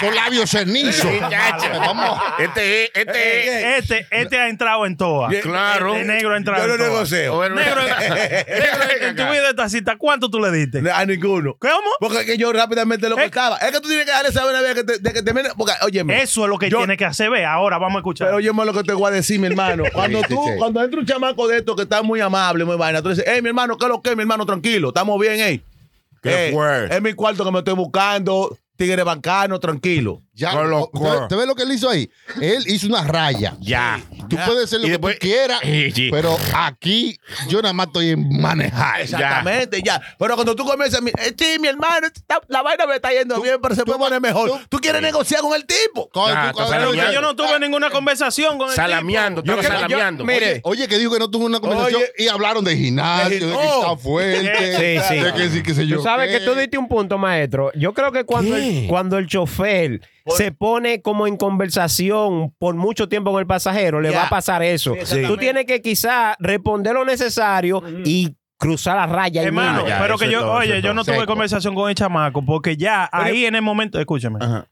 E: Son labios cenizos.
D: Muchacho.
E: Vamos.
D: Este es, este es.
B: eh,
F: Este, este ha entrado en toa.
C: Yo-
D: Claro.
F: Este negro ha entrado
C: Yo no
F: en toa.
C: negocio
D: Bueno,
F: Negro,
D: eh,
F: negro, en tu vida esta cita, ¿cuánto tú le diste?
C: a ninguno.
F: ¿Cómo?
C: Porque es que yo rápidamente lo
D: Eh.
F: Es-
C: cortaba. Es que tú tienes que darle saber una vez que te, de que te viene- Porque, óyeme.
F: Eso es lo que
C: yo-
F: tiene que hacer. Ve, ahora vamos a escuchar.
C: Pero óyeme lo que te voy a decir, mi hermano. Cuando
E: Sí, sí,
C: tú,
E: sí.
C: cuando entra un chamaco de estos que está muy amable, muy vaina, tú dices, hey, mi hermano, ¿qué es lo que, mi hermano? Tranquilo, estamos bien, hey.
D: ¿Qué
C: Eh,
D: fue?
C: Es mi cuarto que me estoy buscando. Tigre bancano, tranquilo.
E: Ya,
D: Con los
E: ¿usted,
D: cuernos.
E: usted ve lo que él hizo ahí? Él hizo una raya.
D: Ya.
E: Tú puedes ser lo
D: Y
E: que
D: después-
E: tú quieras,
D: Sí, sí.
E: pero aquí yo nada más estoy en manejar.
C: Exactamente, ya. Pero cuando tú comienzas, mi- eh, sí, mi hermano, esta- la vaina me está yendo bien, pero se puede poner mejor.
E: tú-
C: tú quieres negociar con el tipo.
E: Coño,
D: Ya,
E: tú-
D: está
F: Pero
E: oye,
F: usted, yo no tuve ninguna conversación con el
D: Salameando,
F: tipo.
D: estaba
B: creo- yo-
D: salameando.
B: mire,
E: Oye, que dijo que no tuvo una conversación
C: Oye.
E: y hablaron de gimnasio, de que
C: Oh.
E: está fuerte,
B: Sí, sí.
E: de que sí, que sé yo.
B: Tú sabes
E: qué.
B: que tú diste un punto, maestro. Yo creo que cuando, el, cuando el chofer se pone como en conversación por mucho tiempo con el pasajero, le
C: Ya.
B: va a pasar eso. Tú tienes que quizás responder lo necesario y cruzar la raya. ahí
F: Hermano,
B: mismo.
D: ya,
F: pero
D: eso
F: que
D: es
F: yo,
D: todo, eso
F: oye,
D: es
F: yo no
E: todo.
F: tuve
E: Seco.
F: conversación con el chamaco porque ya ahí en el momento, escúchame,
C: ah.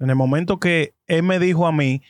F: en el momento que él me dijo a mí,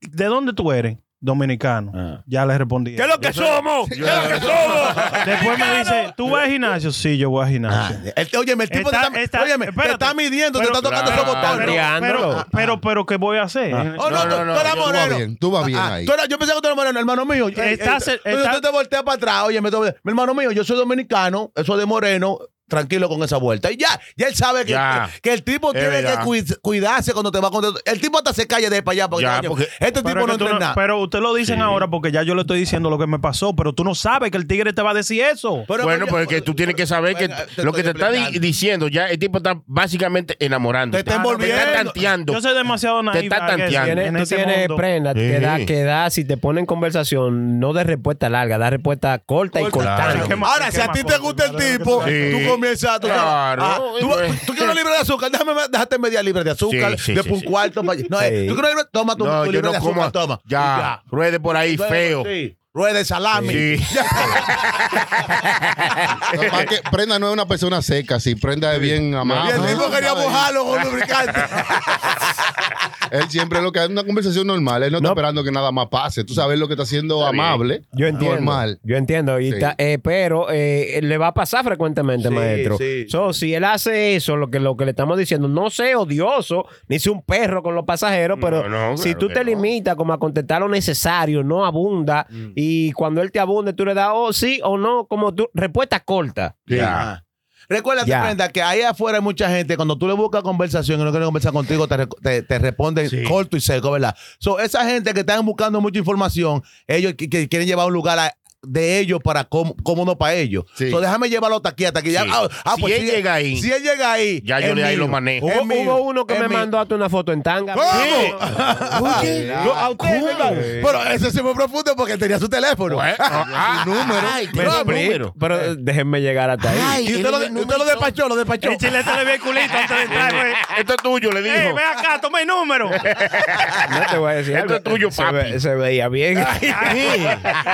F: ¿de dónde tú eres? Dominicano. Ya le respondí.
D: lo que somos? ¿Qué es lo que somos?
F: Después me dice, ¿tú vas al gimnasio? Sí, yo voy al gimnasio.
C: El, Ah, este, óyeme, el tipo
F: Está-
C: te, está,
F: está-
C: óyeme, te
F: espérate.
C: está midiendo, te
F: Pero-
C: está tocando
D: Claro.
C: esos botones.
F: Pero,
B: Tanteándolo.
F: pero, pero, pero, ¿qué voy a hacer?
C: Oh, no,
D: No,
C: tú-
D: no, no, yo-
C: tú eras
E: Tú vas
C: moreno.
E: bien, tú vas bien
C: Ah,
E: ahí.
C: tú eras- yo pensé que tú eras moreno, hermano mío. Eh,
F: Estás-
C: eh, entonces
F: estás-
C: tú te volteas para atrás. Oye, me tomo- mi hermano mío, yo soy dominicano, eso de moreno, tranquilo con esa vuelta. Y ya, ya él sabe que, eh,
D: Ya.
C: que el tipo
D: Es
C: tiene que
D: verdad.
C: cuid- cuidarse cuando te va a contestar. El tipo hasta se calla de ahí para allá. Porque,
D: Ya,
C: coño,
D: porque-
F: Pero,
C: este tipo no
F: es que tú
C: entiende
F: no-
C: nada.
F: pero usted lo dicen ahora porque ya yo le estoy diciendo lo que me pasó, pero tú no sabes que el tigre te va a decir eso.
C: Pero-
D: Bueno,
C: pero-
D: pues que tú tienes que saber que
C: Venga,
D: lo que te
C: estoy
D: está di-
C: explicando.
D: diciendo ya, el tipo está básicamente enamorando.
C: Te está envolviendo.
D: Te está tanteando.
F: Yo soy demasiado naive.
D: está tanteando.
F: en
B: Tienes- tú
F: ese
B: tienes
F: mundo.
B: prenda
D: Sí.
B: que, da, que da, si te pone en conversación, no de respuesta larga, da respuesta corta y
F: Claro.
B: cortante.
F: ¿Qué más-
C: Ahora,
F: qué
C: si a
F: más
C: ti te
F: cosas,
C: gusta el
F: madre,
C: tipo,
D: que tú-
C: tú
D: Sí.
C: comienzas a tocar.
D: Claro.
C: Ah, tú,
D: Pues.
C: tú quieres una libra de azúcar, déjame, déjate media libra de azúcar,
D: Sí, sí,
C: después
D: sí,
C: un cuarto. pa' allí. No, eh,
B: Sí.
C: tú quieres una libra, toma tu,
D: No,
C: tu
D: yo
C: libra
D: no
C: de azúcar,
D: como.
C: toma.
D: Ya, ruede por ahí feo.
C: Sí. Rueda de salami.
D: Sí.
E: Nada más que Prenda no es una persona seca, si Prenda es bien
C: Y el
E: amable.
C: tipo quería
E: ¿sabes?
C: mojarlo con lubricante.
E: Él siempre lo que es una conversación normal, él no, está
B: No.
E: esperando que nada más pase. Tú sabes lo que está haciendo
D: bien.
E: amable.
B: Yo entiendo.
E: Normal.
B: Yo entiendo. y
E: Sí.
B: ta- eh, pero eh, le va a pasar frecuentemente,
C: Sí,
B: maestro.
C: sí.
B: So, si él hace eso, lo que, lo que le estamos diciendo, no sea odioso, ni sea un perro con los pasajeros, pero
D: no,
B: si
D: claro
B: tú
D: que
B: te
D: no.
B: limitas como a contestar lo necesario, no abunda, y cuando él te abunde, tú le das oh, sí o no, como tú, respuesta corta.
C: Ya. Recuerda,
B: Ya.
C: Prenda, Ah. que ahí afuera hay mucha gente, cuando tú le buscas conversación y no quieren conversar contigo, te, rec- te, te responden corto y seco, ¿verdad? So, esa gente que están buscando mucha información, ellos que, que quieren llevar a un lugar a- de ellos para cómo, cómodo para ellos.
E: Sí.
C: So, déjame llevarlo hasta aquí, hasta aquí. Ya-
D: Sí.
C: ah, ah,
D: Si
C: pues,
D: él llega ahí,
C: Si él llega ahí.
D: ya yo
C: es
D: de ahí
C: mío.
D: lo manejo.
C: Es
B: Hubo,
C: mío,
B: hubo uno que
C: es
B: me
C: mío.
B: mandó hasta una foto en tanga.
C: ¿Cómo?
E: Lo- a usted,
C: ¿verdad? Pero ese se fue profundo porque tenía su teléfono.
D: Bueno, ah,
C: número.
B: Me
C: No,
B: explico,
D: número.
B: Pero eh, déjenme llegar hasta ahí.
C: y usted lo, usted lo despachó, lo despachó.
F: El chilete le ve el culito antes de entrar, güey.
D: eh, Esto es tuyo, le
F: Ey,
D: dijo.
F: ve acá, toma el número.
B: No te voy a decir
D: Esto
B: algo.
D: es tuyo,
B: Se
D: papi.
B: ve- se veía bien.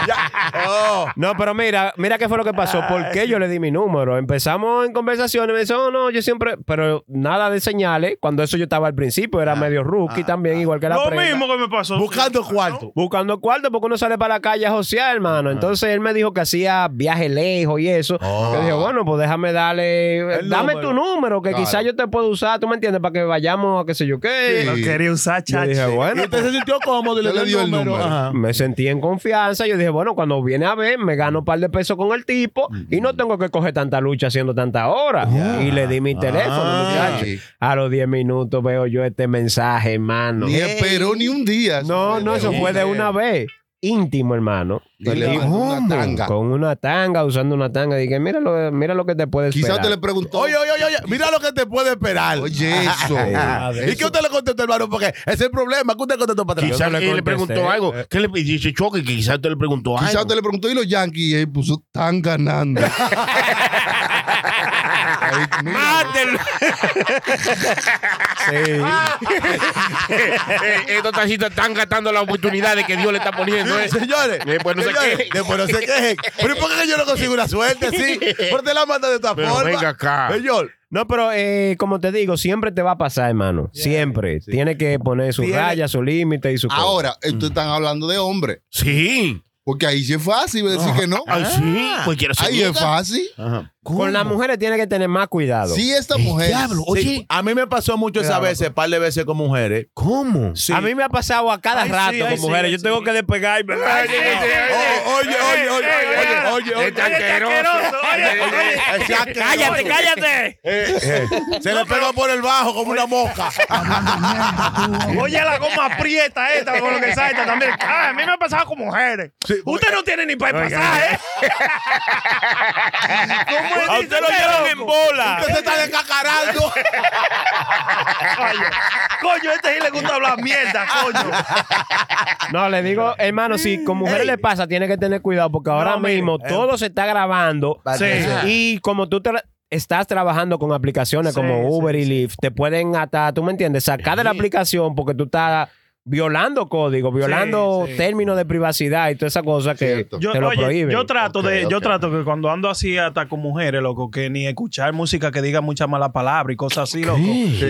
B: No, pero mira, mira qué fue lo que pasó. ¿Por qué yo le di mi número? Empezamos en conversaciones, me dice, oh, no, yo siempre, pero nada de señales. Cuando eso yo estaba al principio, era medio rookie también, igual que la
F: Lo
B: prenda.
F: mismo que me pasó.
C: Buscando cuarto.
B: Buscando cuarto porque uno sale para la calle a josear, hermano. Entonces él me dijo que hacía viaje lejos y eso. Yo dije, bueno, pues déjame darle,
C: El
B: dame
C: número.
B: tu número, que
E: Claro.
B: quizás yo te puedo usar, tú me entiendes, para que vayamos a qué sé yo qué.
F: No
E: Sí.
F: quería usar
B: Yo
F: chachi.
B: dije, bueno, pues".
C: Y usted se sintió cómodo y le
E: Usted
C: dio
E: le dio
C: el
E: el
C: número.
E: número.
C: Ajá.
B: Me sentí en confianza. Yo dije, bueno, cuando viene a ver, me gano un par de pesos con el tipo y no tengo que coger tanta lucha haciendo tanta hora. Y le di mi teléfono,
C: Ah.
B: muchacho. A los 10 minutos veo yo este mensaje, hermano.
E: Ni esperó ni un día.
B: No, no, eso fue de una vez. íntimo, hermano.
E: Y le mandó una tanga.
B: Con una tanga, usando una tanga. Dije, mira lo, mira lo que te puede
E: Quizás
B: esperar.
E: usted le preguntó.
C: Oye, oye, oye, oye, mira lo que te puede esperar.
E: Oye, eso.
D: Ah,
C: ¿Y qué usted le contestó, hermano? Porque ese es el problema. ¿Qué usted contestó para atrás?
D: Quizás
B: no le
D: él le preguntó
B: contesté.
D: algo. ¿Qué le dice Choque? Quizás usted le preguntó
E: Quizás
D: algo.
E: usted le preguntó y los Yankees y él puso tan ganando. Ahí, mira,
D: Eh, Estos taxistas están gastando la oportunidad de que Dios le está poniendo. ¿eh?
C: Señores,
D: Eh, pues no se
C: señores,
D: quejen.
C: después no se quejen. Pero ¿y ¿por qué yo no consigo una suerte así? ¿Por qué la manda de esta
D: Pero
C: forma?
D: venga acá.
C: Señor,
B: No, pero eh, como te digo, siempre te va a pasar, hermano. siempre. Tiene que poner su
C: Tiene-
B: raya, su límite y su... cosa.
E: Ahora, ustedes están hablando de hombre.
D: Sí.
E: Porque ahí sí es fácil decir que no.
D: Ay, sí. Cualquiera se
E: Ahí es
D: equivoca.
E: fácil.
B: Con las mujeres tiene que tener más cuidado.
E: Sí, esta mujer.
D: Diablo. Oye,
C: sí, a mí me pasó mucho esas veces, par de veces con mujeres.
D: ¿cómo?
C: Sí.
B: A mí me ha pasado a cada
F: Ay, sí,
B: rato
F: ay,
B: con
F: sí,
B: mujeres.
F: ay,
B: Yo
F: sí.
B: tengo que despegarme.
C: Oh, oye, oye, oye, oye, oye, oye,
D: Este asqueroso.
B: ¡Cállate, cállate!
C: Eh, Se le pegó por el bajo como una mosca.
F: Oye, la goma aprieta esta con lo que salta también. Ah, a mí me ha pasado con mujeres. Usted no tiene ni para el pasaje. ¿Cómo es?
C: A usted lo llevan en bola. Usted se está descacarando.
F: Coño, a este sí le gusta hablar mierda, coño.
B: No, le digo, hermano, si con mujeres le pasa, tiene que tener cuidado porque ahora
F: No, mire,
B: mismo todo se está grabando. Eh,
F: Sí.
B: Y como tú te estás trabajando con aplicaciones
F: Sí,
B: como
F: sí,
B: Uber y Lyft, te pueden hasta, tú me entiendes, sacar de la aplicación porque tú estás violando códigos, violando
F: sí.
B: términos de privacidad y toda esa cosa que
E: Cierto.
B: te
F: Yo,
B: lo
F: oye,
B: prohíben.
F: yo trato
E: Ok,
F: de, yo
E: ok.
F: trato que cuando ando así hasta con mujeres, loco, que ni escuchar música que diga mucha mala palabra y cosas así, loco.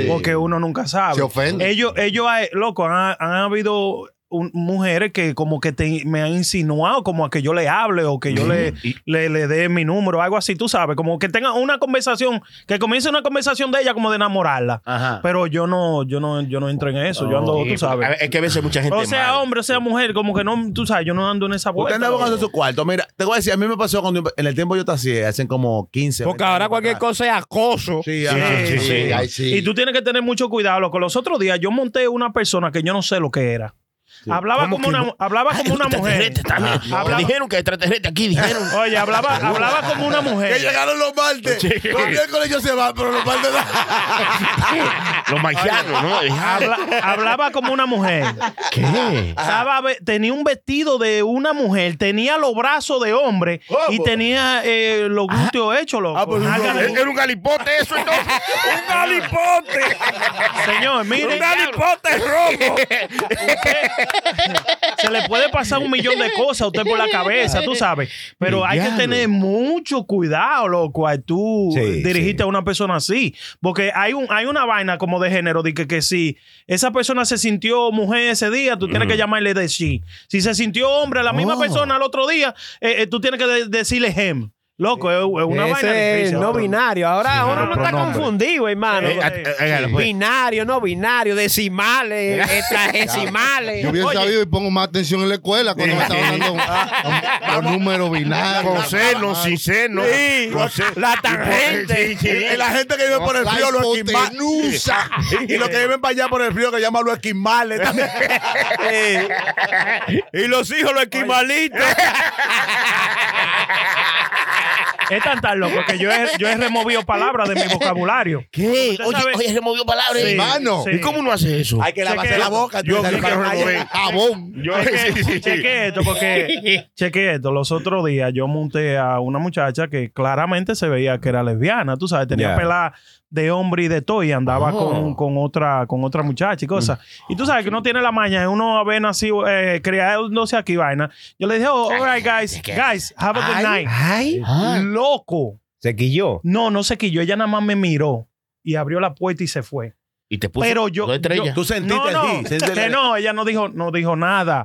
F: Porque uno nunca sabe.
E: Se ofende.
F: Ellos, ellos, eh, loco, han, han habido un- mujeres que como que te- me han insinuado como a que yo le hable o que yo le, le, le dé mi número, algo así, tú sabes, como que tengan una conversación, que comience una conversación de ella como de enamorarla.
D: Ajá.
F: Pero yo no, yo no, yo no entro en eso, yo ando, tú
D: A
F: sabes.
D: ver, Es que a veces mucha gente.
F: O sea
D: mal.
F: hombre, o sea mujer, como que no, tú sabes, yo no ando en esa
C: Usted
F: vuelta.
C: anda buscando
F: loco.
C: su cuarto. Mira, te voy a decir, a mí me pasó cuando en el tiempo yo te hacía, hacen como 15.
B: porque
C: 20
B: ahora
C: años
B: cualquier
C: atrás.
B: cosa es acoso.
C: Sí, ajá.
E: Sí,
D: Sí, sí.
E: ahí sí.
F: Y tú tienes que tener mucho cuidado, loco. Los otros días yo monté una persona que yo no sé lo que era. Hablaba como una, hablaba como una mujer.
D: Extraterrestre también.
F: Ah,
D: Te
F: hablaba-
D: dijeron que extraterrestre aquí dijeron.
F: Oye, hablaba, hablaba como una
C: Que
F: mujer.
C: llegaron los martes. Los miércoles yo se van, pero los martes no.
F: Ah,
D: Los marcianos, ¿no?
F: Habla- hablaba como una mujer.
D: ¿Qué?
F: Estaba ve- tenía un vestido de una mujer, tenía los brazos de hombre y
C: ¿Cómo?
F: tenía eh, los glúteos hechos, loco.
C: Ah, pues,
F: Nalga de-
D: Era un galipote eso, entonces. ¡Un galipote!
F: Señor, mire,
D: galipote rojo!
F: se le puede pasar un millón de cosas a usted por la cabeza, tú sabes. Pero hay que
D: Diablo.
F: tener mucho cuidado, loco, al tú
B: Sí,
F: dirigirte
B: sí.
F: a una persona así. Porque hay, un, hay una vaina como de género, de que, que si esa persona se sintió mujer ese día, tú
B: Mm.
F: tienes que llamarle de sí. Si se sintió hombre, la
B: Oh.
F: misma persona al otro día, eh, eh, tú tienes que de- decirle hem. Loco, es, es una vaina
B: Ese es
F: difícil,
B: no
F: loco.
B: binario. Ahora, ahora uno está
F: pronombre.
B: confundido, hermano.
F: Eh,
D: pues.
B: Binario, no binario, decimales,
E: Yo
B: extragesimales.
E: hubiera
F: Oye.
E: sabido y pongo más atención en la escuela cuando me estaba dando los números
D: Con
E: binarios.
D: seno, sin seno.
B: Sí,
D: con seno.
B: la tangente.
D: Sí, Eh, sí, sí.
C: Y la gente que vive por el
E: La
C: frío, los esquimales.
E: hipotenusa.
C: Y los que viven para allá por el frío, que llaman los esquimales también.
B: eh. y los hijos, los esquimalitos.
F: Es tan tan loco que yo he, yo he removido palabras de mi vocabulario.
D: ¿Qué?
F: Usted
D: Oye,
F: sabe-
D: oye, removió palabras.
F: Sí,
E: hermano.
F: sí.
D: ¿eh? ¿Y cómo no hace eso?
C: Hay que lavarse la boca.
D: Yo vi que renové.
E: Jabón.
D: Yo
F: Cheque,
D: sí, sí, sí.
F: cheque esto, porque cheque esto. Los otros días yo monté a una muchacha que claramente se veía que era lesbiana, tú sabes, tenía
B: Ya.
F: pelada de hombre y de todo y andaba
D: Oh.
F: con, con otra con otra muchacha y cosas.
C: Mm.
F: Y tú sabes que uno tiene la maña, uno haber nacido, eh, criándose aquí, vaina. Yo le dije, oh, all right, guys, guys, have a good night.
B: Ay,
D: ah.
F: Loco.
B: se quilló.
F: No, no sé qué, yo ella nada más me miró y abrió la puerta y se fue.
D: Y te puso
F: Pero yo-
D: dos estrellas.
C: Tú sentiste
F: No,
C: el
F: no,
C: hit, sentiste
F: que
C: el-
F: no, ella no dijo, no dijo nada.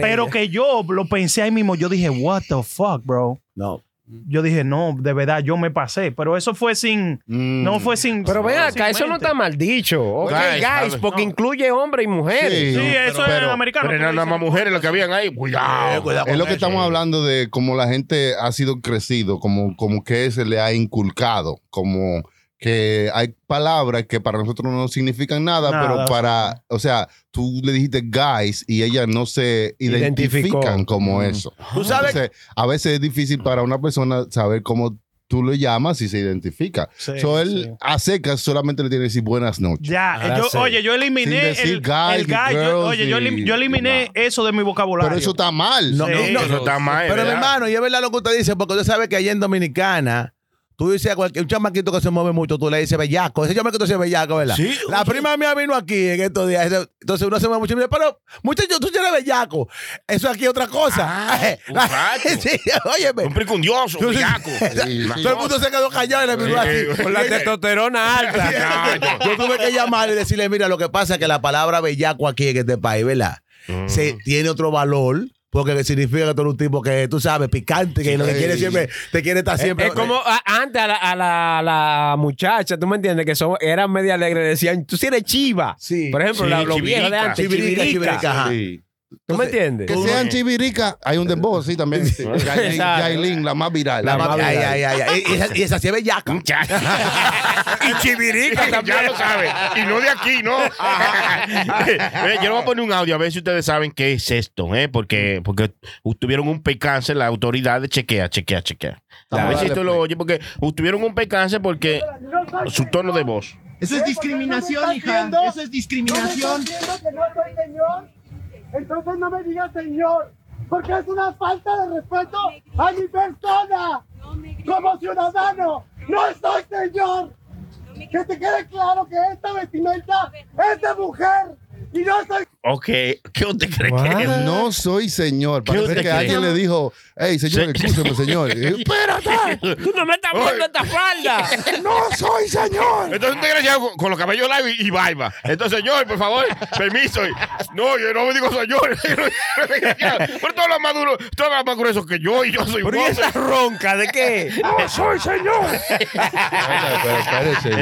F: Pero que yo lo pensé ahí mismo, yo dije, what the fuck, bro.
C: No.
F: Yo dije, no, de verdad, yo me pasé. Pero eso fue sin, no fue sin.
B: Mm. Pero ven
F: sin
B: acá, eso no
F: mente.
B: está mal dicho. Ok,
D: Guys,
B: guys,
D: no.
B: porque incluye hombres y mujeres.
E: Sí,
F: Sí,
E: pero-
F: eso es
E: pero-
F: americano.
D: Pero eran nada más mujeres las que habían ahí.
C: Eh,
D: Cuidado.
C: cuidado con
E: Es lo que
C: eso.
E: estamos hablando de cómo la gente ha sido crecido, como, como que se le ha inculcado, como que hay palabras que para nosotros no significan nada,
F: Nada,
E: pero
F: sí.
E: para, o sea, tú le dijiste guys y ellas no se
B: Identificó.
E: identifican como eso.
C: Tú sabes-
E: Entonces, a veces es difícil para una persona saber cómo tú lo llamas y se identifica.
F: Sí,
E: so, él
F: sí.
E: a secas solamente le tiene que decir buenas noches.
F: Ya,
B: Ahora
F: yo-
B: sí.
F: oye, yo eliminé
E: Sin decir
F: el,
E: guys
F: el
E: y
F: guy, yo-
E: girls
F: oye, yo, elim-
E: y-
F: yo eliminé
E: no.
F: eso de mi vocabulario.
E: Pero eso está mal.
C: No,
F: Sí.
C: no, no.
D: Eso está mal.
C: Pero mi
D: ¿verdad?
C: hermano, y es verdad lo que usted dice, porque usted sabe que allá en Dominicana, tú dices a cualquier un chamaquito que se mueve mucho, tú le dices bellaco. Ese chamaquito se dice bellaco, ¿verdad?
D: Sí,
C: La prima mía vino aquí en estos días. Entonces uno se mueve mucho y me dice, pero muchacho, tú eres bellaco. Eso aquí es otra cosa.
D: Ah, exacto.
C: sí, óyeme.
D: Un pricundioso, un
C: Sí, sí.
D: bellaco.
C: Todo el mundo se quedó callado en el video
D: Sí,
C: así.
B: Con la testosterona alta.
C: Yo tuve que llamar y decirle, mira, lo que pasa es que la palabra bellaco aquí en este país, ¿verdad? Se, tiene otro valor. Porque significa que tú eres un tipo que tú sabes, picante, que lo que
E: Sí.
C: quiere siempre, te quiere estar siempre.
B: Es como a- antes a la, a la- la muchacha, ¿tú me entiendes? Que son, eran media alegre, decían, tú sí eres chiva.
C: Sí.
B: Por ejemplo,
D: Sí,
B: la, los
D: chivirica.
B: viejos de antes,
C: Chivirica,
B: chivirica.
C: chivirica, ajá.
E: Sí.
B: ¿Tú me entiendes?
E: Que sean chiviricas, hay un dembow así también. Yailin,
B: Exacto.
E: Yailin, la más viral.
C: La
B: más
C: mami- ay,
B: viral.
C: ay, ay, ay. Y esa, y esa sí es bellaca.
D: Mm. y chivirica Ya lo sabe. Y no de aquí, no. Ve, Yo le voy a poner un audio a ver si ustedes saben qué es esto, ¿eh? Porque, porque tuvieron un percance la autoridad de chequea, chequea, chequea. A ver si esto lo oye, porque tuvieron un percance porque su tono de voz.
G: Eso es discriminación, hija. Eso es discriminación.
H: que no soy señor? Entonces no me digas señor, porque es una falta de respeto a mi persona. Como ciudadano, no soy señor. Que te quede claro que esta vestimenta es de mujer y no soy
D: Ok, ¿qué usted cree que es?
E: No soy señor. Parece
D: usted
E: que
D: cree?
E: alguien le dijo, hey, señor,
D: Sí.
E: escúcheme, señor. Y, ¡Espérate!
B: Tú no me estás poniendo esta falda.
E: ¡No soy señor!
D: Entonces un desgraciado con, con los cabellos largos y, y barba. Entonces, señor, por favor, permiso. Y, no, yo no me digo señor. Pero todos los más duros, todos los más gruesos que yo y yo soy
B: ¿Por qué
D: guapo.
B: esa ronca? ¿De qué?
D: ¡No soy señor!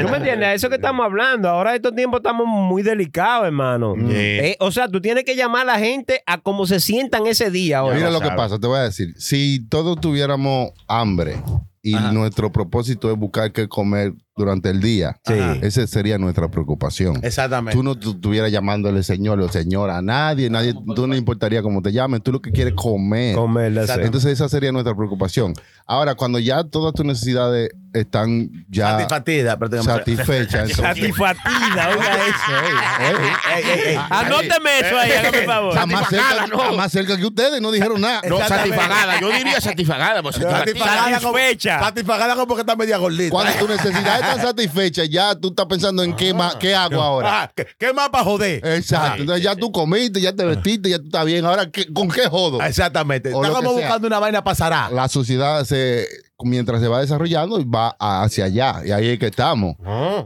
B: ¿Tú me entiendes? A eso que estamos hablando. Ahora estos tiempos estamos muy delicados, hermano.
E: Mm.
B: Eh, o sea, tú tienes que llamar a la gente a cómo se sientan ese día. ahora.
E: Mira lo que
D: sabe.
E: pasa, te voy a decir. Si todos tuviéramos hambre y nuestro propósito es buscar qué comer durante el día, esa sería nuestra preocupación.
C: Exactamente.
E: Tú no tu- estuvieras llamándole señor o señora a nadie, nadie, tú no importaría cómo te llamen, tú lo que quieres es comer.
B: Comerla, sí.
E: Entonces esa sería nuestra preocupación. Ahora, cuando ya todas tus necesidades están ya
C: Satisfacida, prácticamente.
E: satisfechas, entonces-
B: Satisfacida, oiga eso.
C: Ey, ey, ey.
B: Anóteme eso ahí, hágame el favor.
E: Está más, cerca,
D: Satisfagada, no.
E: está más cerca que ustedes, no dijeron nada.
D: No,
C: Exactamente.
D: satisfagada. Yo diría satisfagada. Pues, satisfagada.
C: Satisfagada como-
B: Satisfecha.
C: Satisfagada como porque está media gordita.
E: Cuando tus necesidades están satisfechas, ya tú estás pensando en qué, más, qué hago ahora. Eh,
C: Ah, ¿qué, qué más para joder?
E: Exacto. Entonces ya tú comiste, ya te vestiste, ya tú estás bien. Ahora, ¿qué- ¿con qué jodo?
C: Ah, Exactamente.
E: O lo
C: Estábamos
E: que sea.
C: buscando una vaina pasará.
E: La sociedad, se, mientras se va desarrollando, va a- hacia allá. Y ahí es que estamos.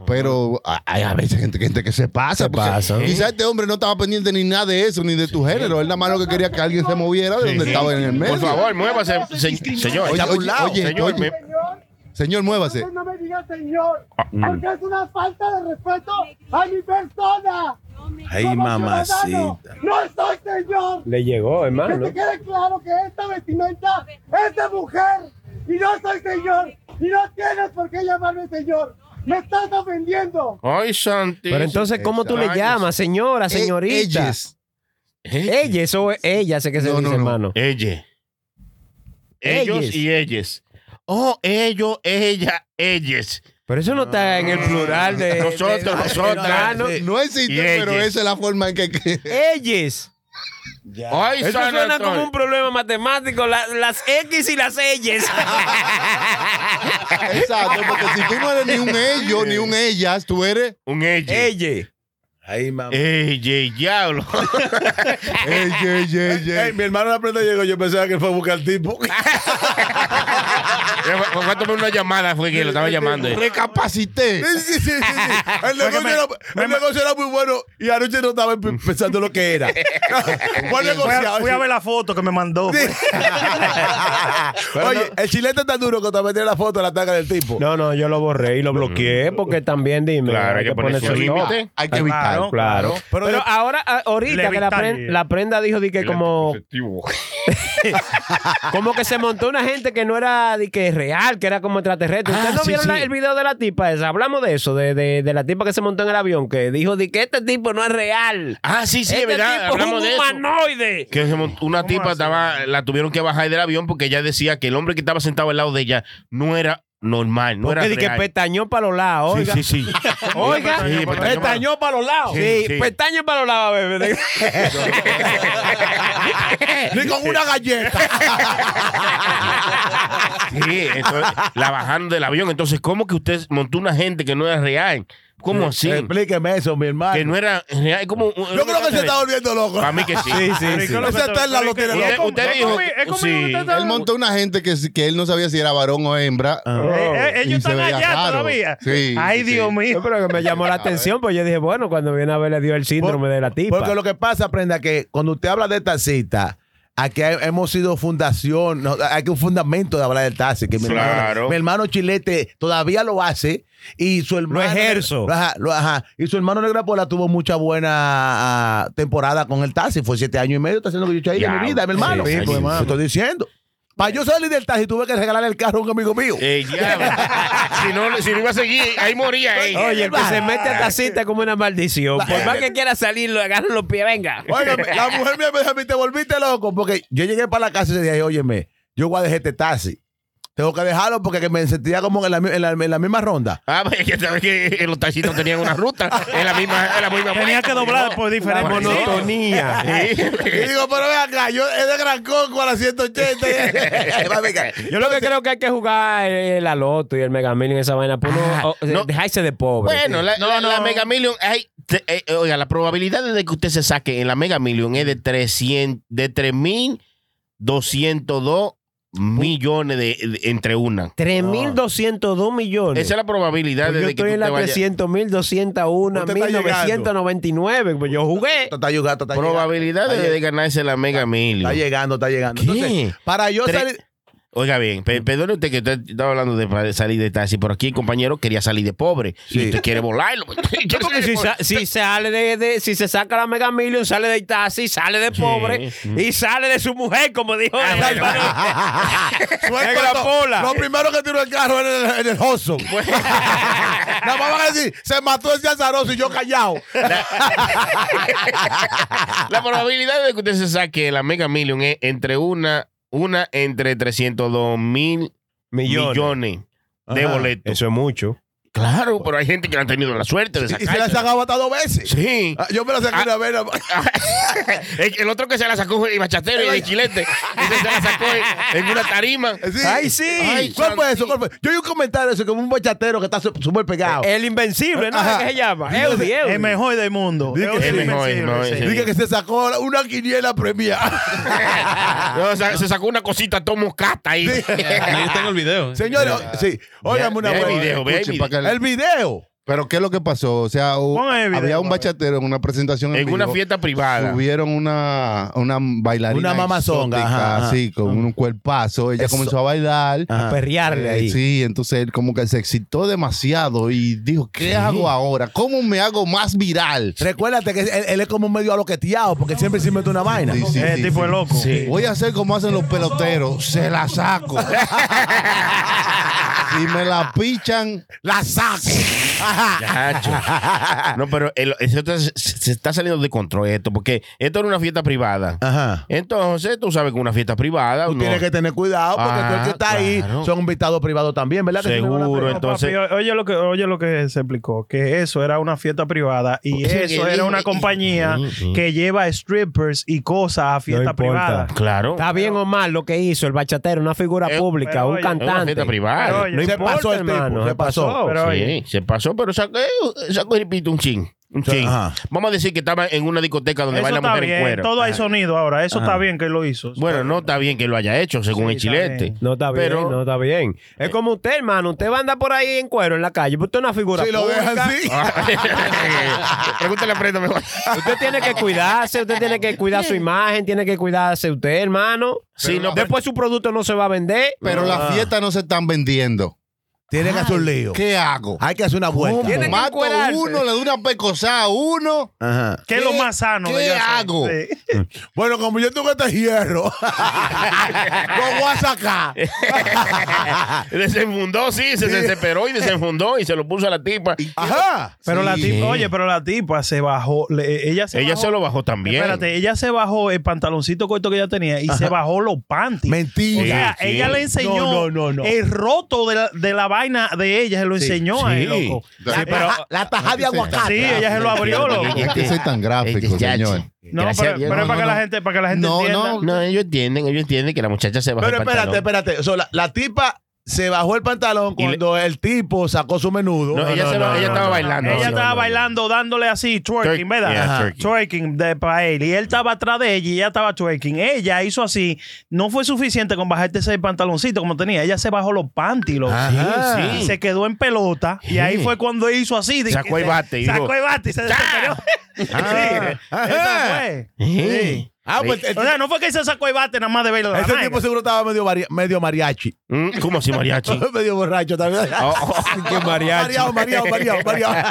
E: Pero a- hay a veces gente, gente que se pasa. porque Quizás este hombre no estaba pendiente ni nada de eso, ni de tu género. Él nada más lo que quería que alguien se moviera de donde estaba en el medio.
D: Por favor, muévase, se- señor.
E: Oye,
C: Está
E: oye,
C: burlado.
E: oye,
D: señor,
E: oye,
D: me-
H: señor.
E: señor, muévase.
H: Entonces no me digas señor,
C: Ah, mm.
H: porque es una falta de respeto a mi persona.
C: Ay,
H: Como ciudadano,
C: mamacita.
H: No soy señor.
B: Le llegó,
H: Que
B: hermano.
H: te quede claro que esta vestimenta es de mujer y no soy señor y no tienes por qué llamarme señor. Me estás ofendiendo.
D: Ay, Santi.
B: Pero entonces, ¿cómo tú le
D: Ay,
B: llamas? Señora, señorita.
E: Eh, Ellas.
D: Eh,
B: Ella, eso es ella, sé que se
E: No,
B: dice,
E: no, no.
B: hermano.
D: Ella. Ellos
B: Ellas.
D: y ellas. Oh, ellos, ella, ellas.
B: Pero eso no está en el plural de.
D: Ah. Nosotros, Ah,
B: de-
D: nosotras.
B: hermano.
D: Sí.
E: No existe,
D: Y ellas.
E: pero esa es la forma en que- que
B: Ellas.
D: Ay,
B: Eso
D: San
B: suena
D: Antonio.
B: como un problema matemático. la- las X y las Y's.
E: Exacto, porque si tú no eres ni un ellos ni un ellas, tú eres
D: Un ella.
B: Ella.
C: Ay, mamá.
D: Ella, diablo.
E: ella, ella, ella.
C: Ey, mi hermano la prenda llegó. Yo pensaba que él fue a buscar al tipo.
D: Eh, Fue fue a tomar una llamada, fue que lo
E: Este
D: estaba llamando. eh.
E: Recapacité.
C: Sí, sí, sí, sí, sí. El negocio, era, el negocio era muy bueno y anoche no estaba pe- pensando lo que era.
F: Fui
C: Buen negociado.
F: a, fui a ver la foto que me mandó. pues.
C: Oye, el chilete está duro que te metió la foto de la taca del tipo.
B: No, no, yo lo borré y lo bloqueé porque también dime.
D: Mm. Claro, hay que poner su
B: su
D: límite.
B: toque.
E: Hay que evitar
B: Claro, claro. Pero,
F: Pero de-
B: ahora, a- ahorita que la,
F: Levitar.
B: pren- la prenda dijo de que como,
E: Este
B: como que se montó una gente que no era de que real, que era como extraterrestre. ¿Ustedes no vieron la- el video de la tipa esa? Hablamos de eso, de, de, de la tipa que se montó en el avión, que dijo de que este tipo no es real.
D: Ah, sí, sí,
B: este
D: es verdad.
B: tipo es
D: Hablamos
B: un
D: de eso.
B: humanoide.
D: Que se mont- una
F: ¿Cómo
D: tipa
F: así?
D: estaba, la tuvieron que bajar del avión porque ella decía que el hombre que estaba sentado al lado de ella no era normal, no era
B: Porque di que
D: real.
B: pestañó para los lados, oiga.
D: Sí, sí, sí.
B: Oiga,
D: Sí, pestañó para-
B: pestañó para los lados.
D: Sí,
B: Sí,
D: sí.
B: pestañó para los lados, bebé.
C: Ni con una galleta.
D: Sí, entonces, la bajaron del avión. Entonces, ¿cómo que usted montó una gente que no era real? ¿Cómo así?
C: eh, Explíqueme eso, mi hermano.
D: Que no era real. Es como,
E: Yo creo que se está volviendo loco.
D: Para mí que sí.
E: Esa tela lo tiene
D: Usted,
E: loco.
D: usted dijo. sí.
E: Él montó una gente que, que él no sabía si era varón o hembra.
F: Eh, eh,
E: Y
F: ellos
E: se
F: están
E: veía
F: allá
E: raro.
F: todavía.
E: Sí,
F: Ay,
E: sí,
F: Dios
E: sí.
F: mío.
B: Pero que me llamó la atención, pues yo dije, bueno, cuando viene a ver le dio el síndrome de la tipa.
C: Porque lo que pasa, Prenda, que cuando usted habla de tacita, aquí hay- hemos sido fundación, no, hay que un fundamento de hablar del taxi. Que mi,
D: Claro.
C: hermano, mi hermano Chilete todavía lo hace y su hermano.
B: ejerzo.
C: Ajá, lo- ajá. Y su hermano Negra Pola tuvo mucha buena ah, temporada con el taxi. Fue siete años y medio, está haciendo lo que yo he hecho ahí en mi vida, mi hermano.
D: Sí,
C: Te
D: pues, hermano.
C: estoy diciendo. Para yo salir del taxi tuve que regalarle el carro a un amigo mío.
D: Eh, ya. si, no, si no iba a seguir, ahí moría. Ahí.
B: Oye, el que se mete a tacita es como una maldición. Por más que quiera salir, lo agarran los pies, venga.
C: Óigame, la mujer mía me dijo a mí, te volviste loco, porque yo llegué para la casa y dije, óyeme, yo voy a dejar este taxi. Tengo que dejarlo porque que me sentía como en la, mi- en la- en la misma ronda.
D: Ah, pues ya sabes que los taxistas tenían una ruta. En la misma. En la misma
F: Tenía
D: vuelta,
F: que doblar
D: ¿no?
F: por
B: La
F: diferentes sitios.
B: monotonía.
D: Sí.
C: Y digo, pero ven acá, yo es de Gran Conco a las 180.
B: Yo lo que creo que hay que jugar es la loto y el Mega Million, esa vaina. Pues uno,
D: Ah,
B: o-
D: no.
B: dejarse de pobre.
D: Bueno, la, la- la Mega Million, ay, te- eh, eh, oiga, la probabilidad de que usted se saque en la Mega Million es de 300, de 3.202 millones de, de- entre una.
B: 3.202 millones.
D: Esa es la probabilidad
B: Pues yo
D: de que tú
B: estoy en
D: te
B: la
D: vayas.
B: 300.201,
C: Usted está llegando.
B: 1.999. Pues yo jugué.
C: Está llegando, está llegando.
D: Probabilidad de, de ganarse la Mega
C: Está
D: Million.
C: llegando, está llegando.
D: ¿Qué?
C: Entonces, para yo
D: Tres-
C: salir.
D: Oiga bien,
B: Mm.
D: pe- perdone usted que usted estaba hablando de pa- salir de taxi, pero aquí el compañero quería salir de pobre. Y
C: Sí.
D: usted quiere volarlo.
B: Sí, porque si, sa- si sale de, de- si se saca la Mega Million, sale de taxi, sale de pobre
D: Mm.
B: y sale de su mujer, como dijo
D: Ah,
B: el hermano. Negra
C: lo-
B: Pola.
C: Lo primero que tiró el carro en el, en el Hudson. Nada más van a decir, se mató ese azaroso y yo callado.
D: La probabilidad de que usted se saque la Mega Million es entre una, una entre 302 mil millones, de
C: Ajá.
D: boletos.
B: es mucho.
D: Claro, pero hay gente que no ha tenido la suerte de
C: Y se la
D: sacar.
C: sacaba hasta dos veces.
D: Sí.
C: Ah, Yo me la saqué
D: Ah.
C: una vez. nada más.
D: El, el otro que se la sacó fue el bachatero y el chilete. Ese se la sacó en- en una tarima.
C: Sí.
B: Ay, sí.
D: Ay,
C: ¿Cuál fue
D: Santi.
C: eso? ¿Cuál fue? Yo vi un comentario de eso, como un bachatero que está su- súper pegado.
B: El invencible, ¿no?
C: Ajá.
B: ¿Qué se llama? Eudi, Eudi.
F: El mejor del mundo.
C: Dije que
F: Es
C: sí.
F: invencible,
D: Es mejor,
F: sí.
D: no,
C: Dije que se sacó la- una quiniela premiada.
D: No, sa- se sacó una cosita todo moscata ahí.
I: yo tengo el video.
C: Señores, sí. Óigame una
D: Ve el
C: vez.
D: video, ve el
E: Escuchen, pa'
D: video.
E: que-
C: El video.
E: Pero ¿qué es lo que pasó? O sea, hu-
F: Pon el video,
E: había un
F: a ver.
E: bachatero en una presentación
D: En una
E: vivo.
D: fiesta privada.
E: Subieron una, una bailarina.
C: Una mamazonga,
E: exótica,
C: ajá, ajá.
E: Así, con un cuerpazo. Ella
C: Eso.
E: comenzó a bailar.
B: A perrearle
E: Eh,
B: ahí.
E: sí, entonces él como que se excitó demasiado y dijo, ¿qué hago ahora? ¿Cómo me hago más viral?
C: Recuérdate que él, él es como medio aloqueteado porque siempre se mete una vaina.
E: Sí, sí,
F: Ese
E: sí,
F: tipo
E: sí.
F: es loco.
E: Voy a hacer como hacen los peloteros, se la saco. Si me la pichan,
C: La saco. Ajá.
D: Chacho. No, pero el- eso está- se, se está saliendo de control esto, porque esto era una fiesta privada.
C: Ajá.
D: Entonces, tú sabes que una fiesta privada.
C: Tú
D: uno-
C: tienes que tener cuidado porque
D: Ah,
C: todo el que está
D: claro.
C: ahí son invitados privados también, ¿verdad? que tienen una
D: Seguro,
C: pena?
F: No,
D: entonces-
F: papi, o- oye, lo que, oye lo que se explicó, que eso era una fiesta privada
D: Sí,
F: y eso
D: que-
F: era una compañía que lleva strippers y cosas a fiesta
B: importa.
F: privada.
D: Claro.
B: Está bien o mal lo que hizo el bachatero, una figura
D: Oh, Eh,
B: pública,
F: pero
B: un
F: oye,
D: Es una
B: cantante.
D: fiesta privada.
F: Pero oye,
B: No
C: Se
B: importa,
C: pasó el tipo,
B: hermano.
C: se
B: se
C: pasó.
B: pasó.
F: Pero
D: Sí,
F: oye,
D: se pasó, pero sacó, sacó el pito un chin. Un chin.
C: Ajá.
D: Vamos a decir que estaba en una discoteca donde
F: eso
D: baila
F: está
D: mujer en
F: bien.
D: cuero.
F: Todo hay sonido ahora. Eso está bien que lo hizo.
D: Bueno, no está bien que lo haya hecho, según
F: Sí,
D: el
F: está
D: chilete.
F: bien.
B: No está bien,
D: Pero-
B: no está bien. Es como usted, hermano. Usted va a andar por ahí en cuero en la calle, pero usted es una figura
C: Si lo
B: pública.
C: dejan así.
D: Ah. Pregúntale a Prenda mejor.
B: Usted tiene que cuidarse, usted tiene que cuidar su imagen, tiene que cuidarse usted, hermano.
D: Sí, no,
B: Después su producto no se va a vender.
D: ah.
E: pero las fiestas no se están vendiendo.
C: Tiene que hacer un lío.
E: ¿Qué hago?
C: Hay que hacer una vuelta.
B: Tiene que
E: Mato a
B: encuerarse.
E: uno, le doy una pecosada a uno.
D: Ah,
C: Ajá.
F: ¿Qué es lo más sano? de
E: ¿Qué
F: yo hacer?
E: hago?
F: Sí.
C: Bueno, como yo tengo este hierro, lo
D: ah,
C: voy a sacar.
D: Desenfundó, sí, se desesperó y desenfundó y se lo puso a la tipa.
C: Ajá.
F: Pero la
D: Sí.
F: tipa, oye, pero la tipa se bajó. le- ella se
D: Ella
F: bajó,
D: se lo bajó también.
F: Espérate, ella se bajó el pantaloncito corto que ella tenía y se bajó los panties. O
C: Mentira.
F: sea,
D: Sí, sí.
F: ella le enseñó
C: No, no, no, no.
F: el roto de la, de la vaina de ella, se lo enseñó a él,
D: Sí.
F: loco.
E: Sí,
F: La-
E: pero-
F: la-
A: La
D: ah,
A: tajada de aguacate.
F: sí, ella se lo abrió, loco.
E: ¿Por qué soy tan gráfico, señor?
D: eh,
F: No, pero, pero es para que la gente, para que la gente
D: No,
F: entienda.
D: no, no, ellos entienden, ellos entienden que la muchacha se bajó
C: Pero
D: el
C: espérate,
D: pantalón.
C: espérate. O sea, la, la tipa se bajó el pantalón
D: Y le-
C: cuando el tipo sacó su menudo.
D: No, ella, se
C: no,
D: va- ella
C: no,
D: estaba
C: no.
D: bailando.
F: ella
D: Sí,
F: estaba
D: no, no.
F: bailando, dándole así, twerking,
D: Twerk-
F: ¿verdad?
D: yeah,
F: Ajá.
D: twerking.
F: twerking de, para él. Y él estaba atrás de ella y ella estaba twerking. Ella hizo así. No fue suficiente con bajarte ese pantaloncito como tenía. Ella se bajó los panties, loco.
C: Ajá.
D: Sí,
F: Y se quedó en pelota. Y ahí
D: Sí.
F: fue cuando hizo así. de-
D: Sacó el bate y
F: Sacó
D: dijo,
F: el bate y se desesperó.
C: Ah.
F: sí.
C: Ajá.
F: Esa fue.
D: Sí.
C: Ah, pues
F: O
C: el-
F: sea, no fue que se sacó el bate nada más de verlo. la
C: ese
F: vaina.
C: tipo seguro estaba medio, varia- medio mariachi.
D: Mm, ¿Cómo así, mariachi?
C: medio borracho también.
D: Oh, oh.
B: Qué mariachi.
C: Mariado, mariado, mariado, mariado.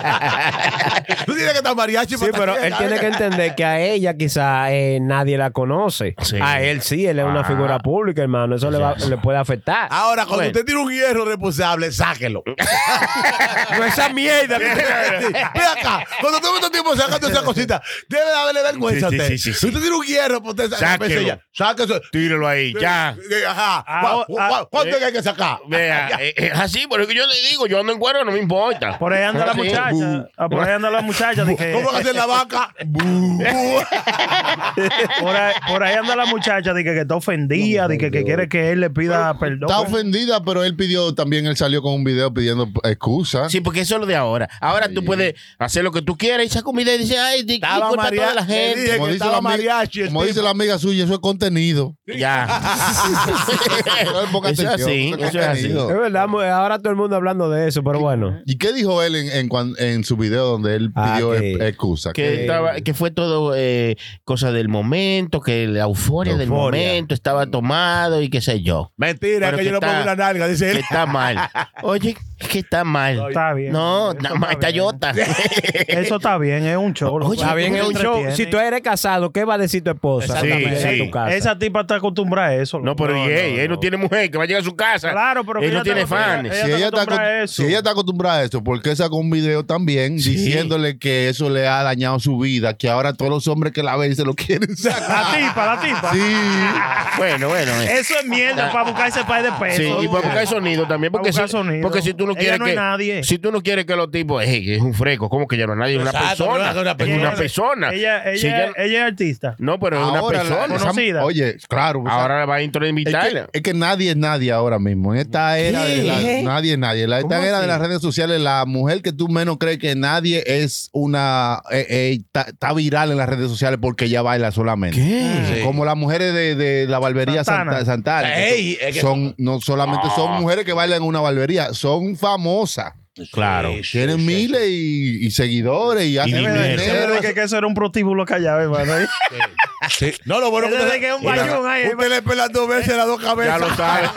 C: Tú tienes que estar mariachi
B: Sí,
C: para
B: pero
C: estar
B: él
C: bien,
B: tiene que
C: ¿sabes?
B: entender que a ella quizá eh, nadie la conoce.
D: Sí.
B: A él sí, él es una
D: Ah.
B: figura pública, hermano. Eso le, va- le puede afectar.
C: Ahora, cuando
B: Bueno.
C: usted tiene un hierro responsable, sáquelo.
B: No esa mierda. que usted-
C: Ve acá, cuando tú ves a un tipo sacando esa cosita, debe de haberle vergüenza
D: Sí, sí,
C: a usted.
D: sí, sí, sí.
C: Si usted tiene un hierro, pues usted saca
D: Sáquelo.
C: ya. Sáquese.
D: Tírelo ahí, ya.
C: Eh, Ajá.
F: Ahora-
C: ¿Cu- cu- ¿Cuánto
D: eh.
C: es que hay que sacar?
D: Vea, eh, es así, por eso que yo le digo, yo ando en cuero, no me importa.
F: Por ahí anda la
D: Sí.
F: muchacha. Ah, Por ahí anda la muchacha. de que-
C: ¿Cómo que hacer la vaca? Bu- bu-
F: por, ahí, por ahí anda la muchacha. de que, que está ofendida. de que, que quiere que él le pida perdón.
E: Está
D: pues.
E: ofendida, pero él pidió, también él salió con un video pidiendo excusas.
D: Sí, porque eso es lo de ahora. Ahora tú puedes hacer lo que tú quieras y esa comida y dice, ay, di-
C: Estaba
D: disculpa a toda
C: maria-
D: la
C: le
D: gente.
C: dije que estaba
E: ami-
C: mariachi el
E: como dice
C: tipo.
E: la amiga suya, eso es contenido.
D: Ya.
E: Ponga
D: Eso es
E: atención,
D: así,
E: eso es
D: eso es así.
E: contenido.
B: Es verdad, mu- ahora todo el mundo hablando de eso, pero bueno.
E: ¿Y qué dijo él en, en, cuan- en su video donde él
B: Ah,
E: pidió
B: que-
E: ex- excusa?
D: Que, estaba, que fue todo eh, cosa del momento, que la euforia,
C: La
D: del
C: euforia.
D: momento estaba tomado y qué sé yo.
C: Mentira,
D: Pero
C: que
D: que
C: yo no
D: está-
C: pongo una nalga, dice
D: Que
C: él.
D: está mal. Oye, que está mal.
F: Está bien.
D: No,
F: Eso
D: nada más
F: está
D: está
F: bien.
D: Yota.
F: Eso está bien, es un show.
D: Oye,
B: Está bien,
D: ¿cómo
B: es un
D: te
B: show.
F: entretiene?
B: Si tú eres casado, ¿qué va a decir tu esposa?
D: Sí,
B: Exactamente,
D: sí.
B: en tu casa.
F: Esa tipa está acostumbrada a eso.
D: No, pero
F: loco.
D: y él, él no tiene mujer, que va a llegar a su casa.
F: Claro, pero que
D: él no
F: ella
D: tiene
F: está acostumbrada-
D: fans.
E: si, ella está
F: acostumbrada a
E: acostum-
F: eso.
E: si ella está acostumbrada a esto, ¿por qué sacó un video también
D: Sí.
E: diciéndole que eso le ha dañado su vida? Que ahora todos los hombres que la ven se lo quieren
F: La
E: sacar.
F: tipa, la tipa.
D: Bueno, bueno. eh.
F: Eso es mierda para buscar ese par de pesos.
D: Sí, y para buscar sonido también.
F: Para
D: Porque,
F: buscar
D: si,
F: sonido.
D: porque si tú no
F: Ella
D: quieres
F: no
D: que.
F: es nadie.
D: Si tú no quieres que los tipos. "Ey, es un fresco. ¿Cómo que ya no es nadie? Es una
C: Exacto, no
D: persona.
C: es una
D: Es una
C: persona.
D: persona.
F: Ella, ella,
D: Si ya-
F: ella es artista.
D: no, pero es una
E: Ahora la-
D: persona.
E: esa-
F: Conocida.
E: oye, claro. o sea,
D: Ahora la va a invitar.
E: es, que, es que nadie es nadie ahora mismo. En esta era de la- nadie es nadie. En la- esta era de las redes sociales, la mujer que tú menos crees que nadie es una eh, eh, está está viral en las redes sociales porque ella baila solamente.
C: Sí.
E: Como las mujeres de, de la barbería
F: Santana.
E: Santa- Santana. que
C: Ey, es que- Ah.
E: son, no solamente son mujeres que bailan en una barbería, son famosas.
D: claro.
C: Sí, sí,
E: Tienen
C: sí,
E: miles y, y seguidores y hacen
D: dinero.
F: Se me
E: dinero.
F: da que, que eso era un protíbulo callado, hermano. ¿eh?
C: sí. No, lo bueno que
F: Ese
C: usted,
F: de que es un bayún ahí,
C: usted le pela dos veces las dos
D: Ya lo
C: cabezas.
D: sabe.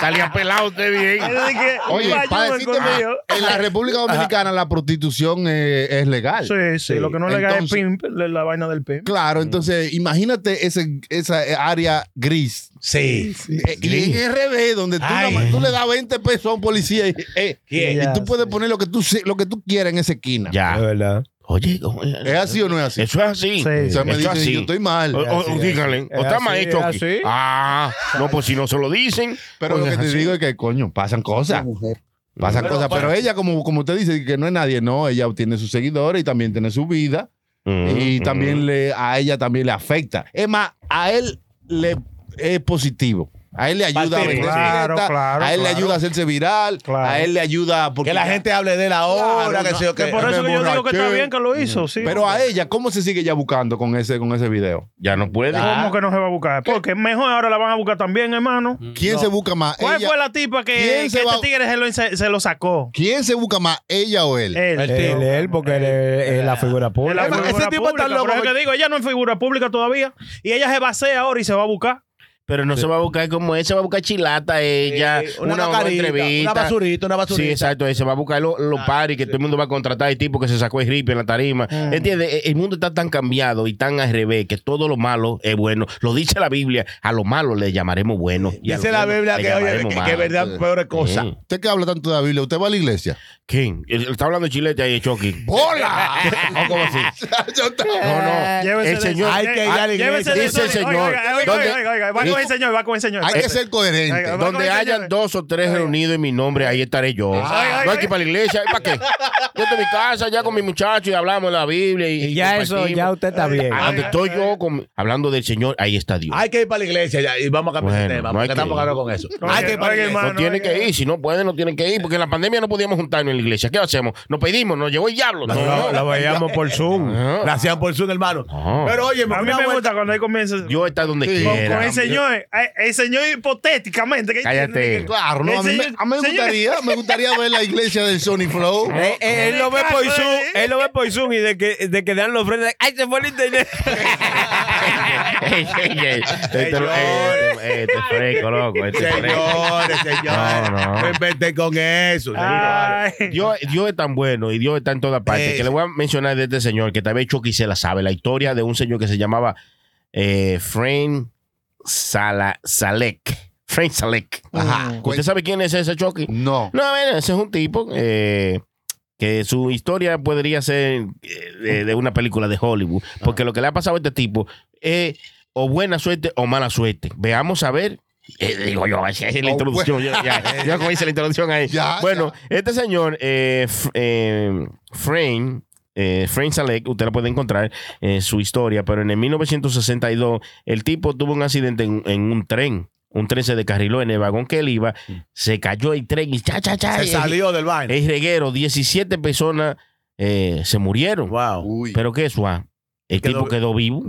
D: Salía pelado usted bien.
F: Eso de que un
E: Oye,
F: bayún
E: para decirte más,
F: escondido.
E: en la República Dominicana la prostitución eh, es legal.
F: Sí, sí, lo que no le cae es
E: Entonces-
F: pimp, le- la vaina del pimp.
E: Claro,
C: Mm.
E: entonces imagínate ese, esa área gris.
C: Sí.
E: Eh, Y en RB, donde tú, nada
C: Ay.
E: más- tú le das 20 pesos a un policía y, eh,
C: ¿Quién?
E: y
F: Ya,
E: tú puedes
F: sí.
E: poner lo que tú, se- lo que tú quieras en esa esquina.
B: Es
D: Ya.
B: verdad.
D: Oye, ¿cómo es?
E: ¿Es así o no es así?
D: eso es así.
F: Sí.
E: o sea, me
D: eso
E: dicen,
D: así.
E: yo estoy mal.
D: O, o-
B: Es así,
D: o díganle,
B: es
D: o está
B: así,
D: mal hecho
B: es
D: aquí.
B: así.
D: Ah, no, pues si no se lo dicen.
E: Pero lo
D: pues
E: que
D: es
E: te
D: así.
E: digo es que, coño, pasan cosas. Pasan
C: Pero,
E: cosas.
C: pero-
E: Pero ella, como, como usted dice, que no es nadie, no, ella tiene sus seguidores y también tiene su vida. y
D: Mm,
E: también
D: mm.
E: le, a ella también le afecta. Es más, a él le es positivo. A él le ayuda a
C: Partido.
E: vender
F: Claro,
E: fiesta,
F: claro,
E: a él le
F: claro.
E: ayuda a hacerse viral,
F: Claro.
E: a él le ayuda porque
C: Que la gente hable de la hora,
E: Claro,
C: que
E: no,
C: sé yo
F: Que
C: qué.
F: por eso que yo digo que está
E: emborraché.
F: bien que lo hizo, sí.
E: Pero a ella, ¿cómo se sigue ya buscando con ese, con ese video?
D: Ya no puede.
C: ah.
F: ¿Cómo que no se va a buscar? Porque mejor ahora la van a buscar también, hermano.
C: Mm.
E: ¿Quién se busca más?
F: ¿Cuál
E: Ella-
F: fue la tipa que,
E: ¿Quién
F: que
E: se
F: este
E: va-
F: tigre se lo, se- se lo sacó?
E: ¿Quién se busca más, ella o
C: Eh.
E: él?
F: Él.
B: Él, él, porque él es, es la figura
F: Es la
B: pública.
C: Además,
F: figura
C: ese tipo está
F: pública,
C: loco
F: Por eso
C: porque-
F: que digo, ella no es figura pública todavía. Y ella se va a hacer ahora y se va a buscar.
D: Pero no se va a buscar como él, se va a buscar chilata ella,
C: Eh,
D: una,
C: una
D: buena
C: mascarita,
D: entrevista.
C: una Ah, basurita, una basurita.
D: Sí, exacto, él se va a buscar lo- los paris que todo el mundo va a contratar, el tipo que se sacó el rip en la tarima. ¿Entiendes? E, El- El mundo está tan cambiado y tan al revés que todo lo malo es bueno. Lo dice la Biblia, a lo malo le llamaremos bueno. y a lo
C: Dice la
D: bueno
C: Biblia
D: le
C: que, oye,
D: llamaremos
C: que,
D: malo.
C: que verdad, peores cosas.
D: Mm.
E: ¿Usted que habla tanto de la Biblia? ¿Usted va a la iglesia?
D: ¿Quién? Él- él Está hablando de chilete ahí, Chucky.
E: ¡Hola!
D: ¿O cómo así? No, no. Eh, el
F: Llévese de- Ah,
D: señor.
C: Hay que ir a la
F: Llévese
C: iglesia.
F: de
D: Dice el
F: Sony.
D: señor.
F: Oiga, oiga, oiga,
D: ¿Dónde-
F: oiga, oiga, va con el señor, va con el señor.
E: Hay que ser coherente.
F: Oiga,
D: Donde hayan dos o tres reunidos en mi nombre, ahí estaré yo.
F: Ay, ay,
D: no hay que
F: ay.
D: ir para la iglesia. ¿Para qué? Yo estoy en mi casa ya con mi muchacho y hablamos de la Biblia. Y,
B: Y ya eso,
D: compartimos.
B: ya usted está bien.
D: Ah, Donde estoy yo con- hablando del Señor, ahí está Dios.
C: Hay que ir para la iglesia ya, y vamos a cambiar
D: Bueno,
C: el tema,
D: no hay
C: porque
D: que ir.
C: estamos claros con eso.
F: Oiga,
C: hay que ir para la
F: oiga,
C: iglesia.
D: no
F: hermano,
D: tiene
F: oiga.
D: que ir, si no pueden, no tienen que ir, porque en la pandemia no podíamos juntarnos en la iglesia. ¿Qué hacemos? Nos pedimos, nos llegó el diablo. No,
B: Lo, lo veíamos por Zoom.
D: no.
C: Gracias por su hermano.
D: No.
C: Pero oye,
F: A mí
C: una
F: me
C: vuelta-
F: gusta cuando él comienza con,
D: Dios está donde
E: Sí.
D: quiera.
F: con el señor, eh, el señor hipotéticamente. que
D: Cállate.
E: Claro, no, a mí, me- a mí me gustaría, me gustaría ver la iglesia del Sony Flow.
B: Eh, eh, él lo ve por
F: Ay,
B: Zoom,
F: ay.
B: él lo ve por Zoom y de que, de que dan los frenes, ¡ay, se fue el internet!
D: Ey, ey, ey. Este
C: Señor.
D: eh, este fresco, loco. Este fresco.
C: Señores, señores,
D: No, no.
C: no inventen con eso. señores.
F: Ay.
D: Dios, Dios es tan bueno y Dios está en todas partes.
C: Eh,
D: que le voy a mencionar de este señor que tal vez Chucky se la sabe. La historia de un señor que se llamaba eh, Frank Sala, Salek. Frank Salek.
E: Ajá.
D: ¿Usted sabe quién es ese Chucky?
E: No.
D: No, bueno, ese es un tipo eh, que su historia podría ser eh, de, de una película de Hollywood. Porque lo que le ha pasado a este tipo es o buena suerte o mala suerte. Veamos a ver. Eh, digo yo, esa es la
E: Oh,
D: introducción. yo- ya, ya como hice la introducción ahí.
C: Ah,
E: Ya,
D: bueno,
E: ya.
D: este señor, eh, F- eh, Frame. eh, Frame Salek, usted la puede encontrar en su historia, pero en el 1962 el tipo tuvo un accidente en, en un tren. Un tren se descarriló en el vagón que él iba, se cayó el tren y cha, cha, cha.
C: Se
D: el-
C: salió del baño.
D: El reguero, 17 personas eh, se murieron.
C: Wow.
E: Uy.
D: Pero qué eso, ah, el
C: Quedó-
D: tipo quedó vivo.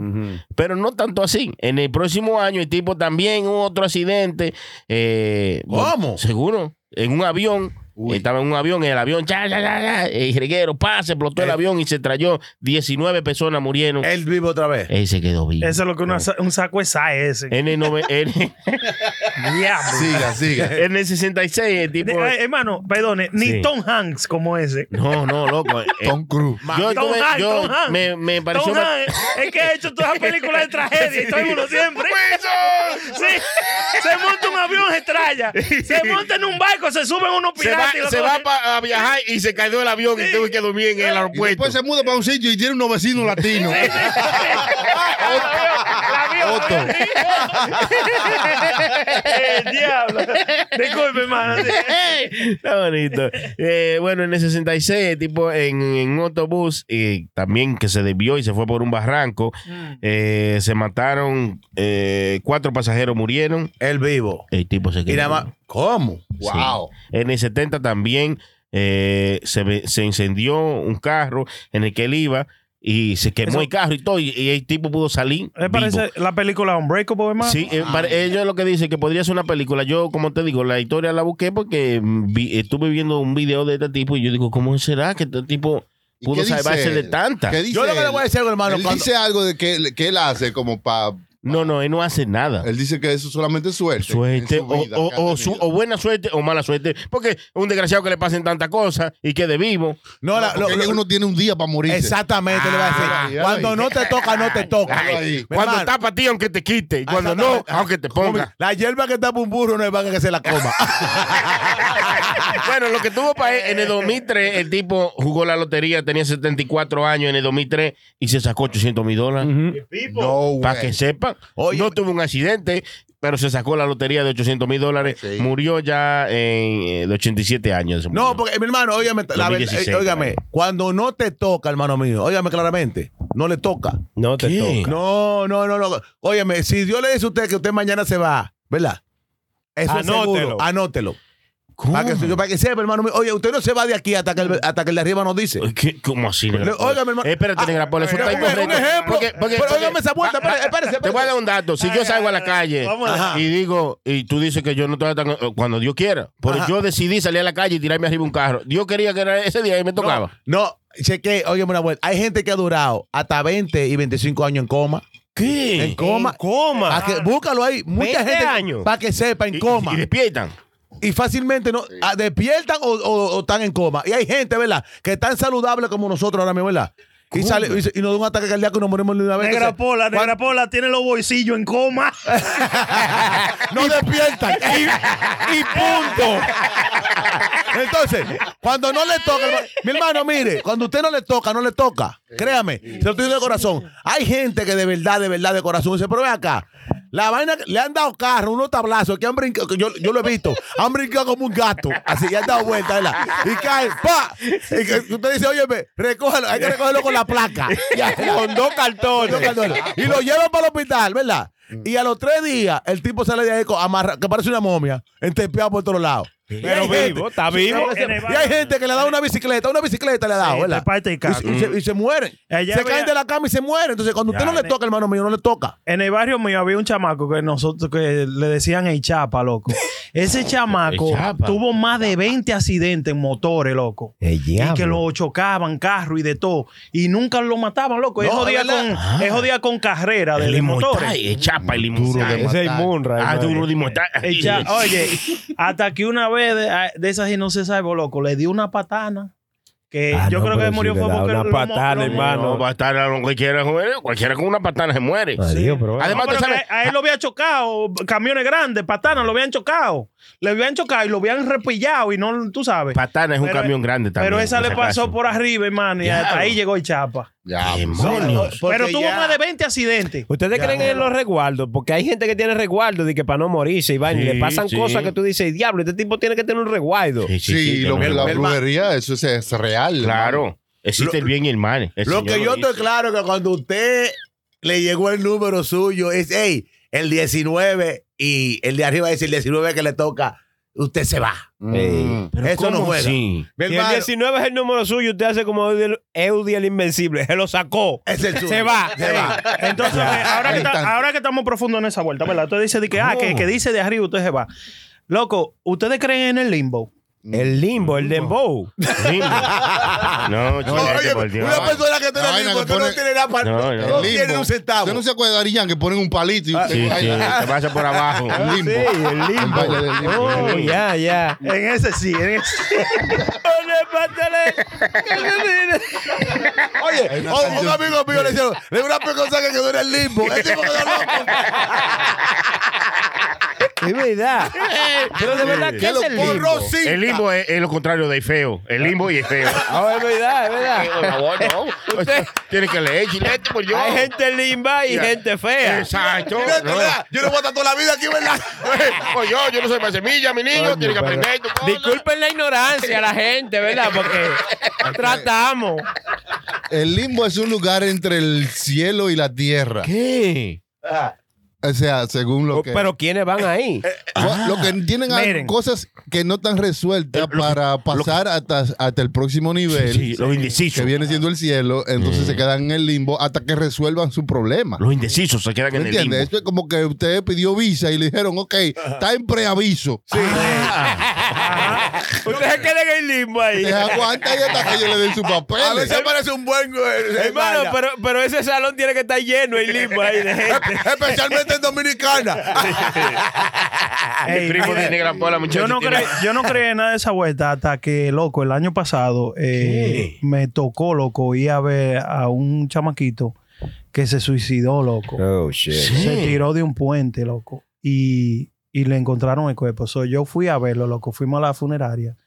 D: Pero no tanto así. En el próximo año, el tipo también hubo otro accidente. eh,
C: ¿Cómo?
D: Seguro. En un avión.
E: Uy.
D: Estaba en un avión, en el avión, ya, ya, ya, ya, el reguero, pa, se explotó el
C: Eh.
D: avión y se trayó. 19 personas murieron.
C: Él vive otra vez.
D: Él se quedó vivo.
F: Eso es lo que una sa- un saco es ese.
D: En el, nove- en,
F: Diablo.
E: Siga, siga.
D: en el 66, el tipo.
F: De- ay, hermano, perdone, ni
D: pues. Sí.
F: Tom Hanks como ese.
D: No, no, loco. eh,
E: Tom Cruise.
D: yo
F: Ah, Tom
D: tuve-
F: Hanks,
D: yo-
F: Tom Hanks.
D: me, me pareció.
F: Tom
D: ba-
F: Hanks es que ha hecho todas las películas de tragedia y todo el mundo siempre. Sí, se monta un avión, se estrella. Se monta en un barco, se suben unos
D: se va,
F: piratas. y lo
D: se va
F: cogen.
D: pa- a viajar y se cayó el avión y tuve que dormir en el
E: Y
D: aeropuerto.
E: después se muda para un sitio y tiene unos vecinos latinos.
F: Otto. El diablo. Disculpe, hermano. sí.
D: Está bonito. Eh, bueno, en el 66, tipo en, en un autobús eh, también que se desvió y se fue por un barranco.
F: Mm.
D: eh, se mataron, eh, cuatro pasajeros murieron.
C: Él vivo.
D: El tipo se
C: Y
D: quedó.
C: nada más. ¿Cómo?
E: Wow.
D: En el 70 también eh, se, ve- se incendió un carro en el que él iba y se quemó
F: Eso-
D: el carro y todo. Y, y el tipo pudo salir.
F: Me
D: vivo.
F: parece la película Unbreakable, hermano.
D: Sí, eh,
E: Ah,
D: para- ellos lo que dicen que podría ser una película. Yo, como te digo, la historia la busqué porque mm, vi- estuve viendo un video de este tipo y yo digo, ¿cómo será que este tipo
E: ¿Y
D: pudo
E: qué dice
D: salvarse de
E: él?
D: tanta?
E: ¿Qué dice
C: Yo lo que le
E: él?
C: voy a decir algo, hermano.
E: Él
C: cuando-
E: dice algo de que, que él hace como para...
D: No, no, él no hace nada.
E: Él dice que eso solamente es suerte.
D: Suerte,
E: en su
D: o,
E: vida
D: o-
E: que ha
D: o su-
E: tenido.
D: o buena suerte o mala suerte. Porque un desgraciado que le pasen tantas cosas y quede vivo.
C: No, la-
E: Porque
C: lo-
E: es que
C: lo-
E: uno tiene un día para morirse.
C: Exactamente, le voy a
E: Ay,
C: decir.
E: ay.
C: Cuando no te toca, no te toca.
E: Ay,
C: Mi
D: Cuando
C: hermano,
D: está para ti, aunque te quite. Y
E: Ah,
D: cuando no,
C: exactamente.
D: aunque te ponga.
C: La hierba que está para un burro no es para que se la coma.
E: Ah,
D: bueno, lo que tuvo para él, en el 2003, el tipo jugó la lotería, tenía 74 años en el 2003 y se sacó 800 mil dólares.
E: No, güey.
D: Para que sepan,
C: Oye.
D: no tuvo un accidente, pero se sacó la lotería de 800 mil dólares.
E: Sí.
D: Murió ya eh, de 87 años. se
C: No,
D: murió.
C: porque mi hermano, óigame, la verdad,
D: 2016,
C: eh, óigame,
D: claro.
C: cuando no te toca, hermano mío, óigame claramente, no le toca.
B: No te
D: ¿Qué?
B: toca.
C: No, no, no, no. Óyeme, si Dios le dice a usted que usted mañana se va, ¿verdad? Eso
B: Anótelo.
C: es seguro. Anótelo. Para que, para que sepa, hermano mío. Oye, usted no se va de aquí hasta que el, hasta que el de arriba nos dice.
D: ¿Qué? ¿Cómo así? Negra
C: Le-
D: Pola?
C: óigame, hermano.
D: Eh, Espérate,
C: Ah,
D: Negra Pola, eso
C: Pero
D: está
C: un, un
D: incorrecto.
C: ejemplo.
D: Porque- porque-
C: pero
D: porque-
C: óigame esa vuelta. Espérese, espérese.
D: Te voy a
C: espérese.
D: dar un dato. Si yo salgo a la calle
F: Vamos a-
D: y digo, y tú dices que yo no estoy tan. eh, Cuando Dios quiera. Pero
C: Ajá.
D: yo decidí salir a la calle y tirarme arriba un carro. Dios quería que era ese día y me tocaba.
C: No, cheque, óigame una vuelta. Hay gente que ha durado hasta 20 y 25 años en coma.
D: ¿Qué?
C: En coma.
B: coma.
C: Pa' que- búscalo ahí. Mucha
B: 20
C: gente.
B: años.
C: Para que sepa, en
D: Y-
C: coma.
D: Y, despiertan.
C: y fácilmente no ah, despiertan o, o- o están en coma. Y hay gente, ¿verdad? Que tan saludable como nosotros ahora mismo, ¿verdad? Y, sale, y, se- y nos da un ataque cardíaco y nos morimos de una vez.
J: Negra
C: Que se-
J: Pola, Negra Pola tiene los bolsillos en coma.
C: no despiertan. Y, y punto. Entonces, cuando no le toca, hermano- mi hermano, mire, cuando usted no le toca, no le toca. Créame, se lo estoy diciendo de corazón. Hay gente que de verdad, de verdad, de corazón dice, pero ve acá. La vaina, que- le han dado carro, unos tablazos que han brincado, que yo, yo lo he visto, han brincado como un gato, así, y han dado vuelta, ¿verdad? Y caen, ¡pa! Y que usted dice, oye, recógelo, hay que recogerlo con la placa. Ya, con dos cartones. Y lo llevan para el hospital, ¿verdad? Mm. Y a los tres días, el tipo sale de ahí con- amarra, que parece una momia, entepeado por todos lados. Y
B: Pero
C: hay
B: vivo,
C: gente-
B: está vivo.
C: Claro que sí. Y hay gente que le da una bicicleta, una bicicleta le ha dado,
J: Sí,
C: ¿verdad?
J: te parte y
C: y, se- y se, y se mueren.
F: Allá
C: se
F: había-
C: caen de la cama y se mueren. Entonces, cuando usted
F: Ya,
C: no le
F: ne-
C: toca, hermano mío, no le toca.
F: En el barrio mío había un chamaco que nosotros que le decían el chapa, loco. Ese chamaco
D: El Chapa.
F: tuvo más de 20 accidentes en motores, loco. Y que lo chocaban, carro y de todo. Y nunca lo mataban, loco. es,
C: No,
F: jodía
C: ¿verdad?
F: con,
B: Ah.
F: es jodía con carrera de,
D: El
F: de motores.
D: Limotay, el chapa, el
E: Duro de
D: Limotay.
E: matar.
B: Ese es Munra.
D: Ah,
B: hermano.
D: duro de Limotay.
F: El cha- oye, hasta que una vez de, a- de esas y no se sabe, loco, le dio una patana. Que
B: Ah,
F: yo
B: no,
F: creo que
B: pero
F: murió
B: si le
F: fue
B: da
F: porque
B: una
F: lo mo-
B: patada,
F: lo mo-
B: hermano.
D: Ah, No, patana, no, cualquiera, joven, cualquiera con una patana se muere.
B: Adiós, pero bueno.
D: Además,
F: No,
D: tú
F: pero
D: sabes,
F: que a él lo había chocado, camiones grandes, patanas, lo habían chocado. Le habían chocado y lo habían repillado y no, tú sabes.
D: patana es un
F: Pero-
D: camión grande también.
F: pero esa
D: por
F: le
D: si
F: pasó
D: acaso.
F: por arriba, hermano, y
D: Claro.
F: hasta ahí llegó el chapa.
E: Ya,
D: Demonios.
C: Porque
F: pero tuvo
C: ya-
F: más de 20 accidentes.
B: ¿Ustedes creen en los resguardos? Porque hay gente que tiene resguardos de que para no morirse y van y
D: Sí,
B: le pasan
D: sí.
B: cosas que tú dices, diablo, este tipo tiene que tener un resguardo.
E: Sí,
D: Sí, sí, sí,
E: lo,
D: tenemos-
E: la
C: el-
E: brujería, eso es, es real. hermano.
D: Claro. Existe el bien y el mal. El
C: Lo
D: Señor
C: que yo
D: dice.
C: estoy claro que cuando usted le llegó el número suyo es, hey, el 19 y el de arriba es el 19 que le toca, usted se va.
E: Mm.
D: Pero
C: Eso no
D: ¿cómo
C: juega.
D: así?
C: Mi
B: Si el
C: hermano,
B: 19 es el número suyo, usted hace como Eudi el- Eudi el Invencible. Se lo sacó.
C: es el suyo.
B: Se va.
C: Se va.
F: Entonces, eh, ahora, que
E: Ahí
F: ta-
E: está.
F: ahora que estamos profundos en esa vuelta, ¿verdad? Usted dice de que, ah, que, que dice de arriba, usted se va. Loco, ¿ustedes creen en el limbo?
B: El limbo, el dembow.
D: Limbo. No,
C: Oye,
D: chulete, por Dios.
C: una persona que
E: La
C: tiene
E: vaina
C: limbo,
E: que
C: que no
E: pone-
C: tiene nada para
D: No, no.
C: no,
E: El
C: tiene
E: limbo.
C: un centavo.
E: Usted no se acuerda de Arillán que ponen un palito y usted
D: Sí, sí, te pasa por abajo.
E: El limbo.
B: Ah, el limbo.
E: El baile del limbo.
B: Oh, ya, ya.
F: En ese sí, en ese.
C: Oye, o- un amigo mío le dijeron, le una cosa que quedó en el limbo. Ese tipo quedó loco.
B: Es verdad. Pero de verdad, ¿qué
C: Que
B: es
C: lo
B: el limbo?
C: borró cinta.
D: El limbo es, es lo contrario de feo. El limbo y es feo.
B: Ah, es verdad, es
D: Por
B: verdad.
D: favor, no.
B: Usted-
D: Tiene que leer, chilete, por Dios.
B: Hay gente limba y
D: Ya.
B: gente fea.
D: Exacto.
C: Mira,
D: No.
C: ¿verdad? Yo no voy a estar toda la vida aquí, ¿verdad?
D: Pues yo, yo no soy para semilla, mi niño. Tiene que aprender. tu cosa.
B: Disculpen la ignorancia a la gente, ¿verdad? Porque tratamos.
E: El limbo es un lugar entre el cielo y la tierra.
B: ¿Qué?
E: O sea, según lo que.
B: Oh, Pero ah, ¿quiénes van ahí?
E: Lo- lo que tienen a-
F: Miren.
E: cosas que no están
D: Eh,
E: resueltas para pasar hasta, hasta el próximo nivel.
D: Sí, los Mm.
E: que
D: indecisos.
E: viene siendo el cielo, entonces se quedan en el limbo hasta que resuelvan su problema.
D: Los indecisos se quedan
E: ¿Me
D: en el limbo.
E: entiendes? Esto es como que usted pidió visa y le dijeron, ok, está en preaviso. Ah,
B: eh. Ah. Ustedes se quedan en el limbo ahí.
E: Te aguanta y hasta que yo le den su papel.
C: A veces aparece un buen. eh,
B: Hermano,
C: vaina.
B: pero, pero ese salón tiene que estar lleno el limbo ahí de gente.
C: Especialmente en Dominicana.
D: Mi
F: Ey,
D: Ah, primo de negra pola, muchacho.
F: Yo no,
D: tiene-
F: cre- yo no creí en nada de esa vuelta hasta que, loco, el año pasado eh, me tocó, loco, ir a ver a un chamaquito que se suicidó, loco.
B: Oh, shit.
F: Se tiró de un puente, loco. Y, y le encontraron el cuerpo. So, yo fui a verlo, loco. Fuimos a la funeraria.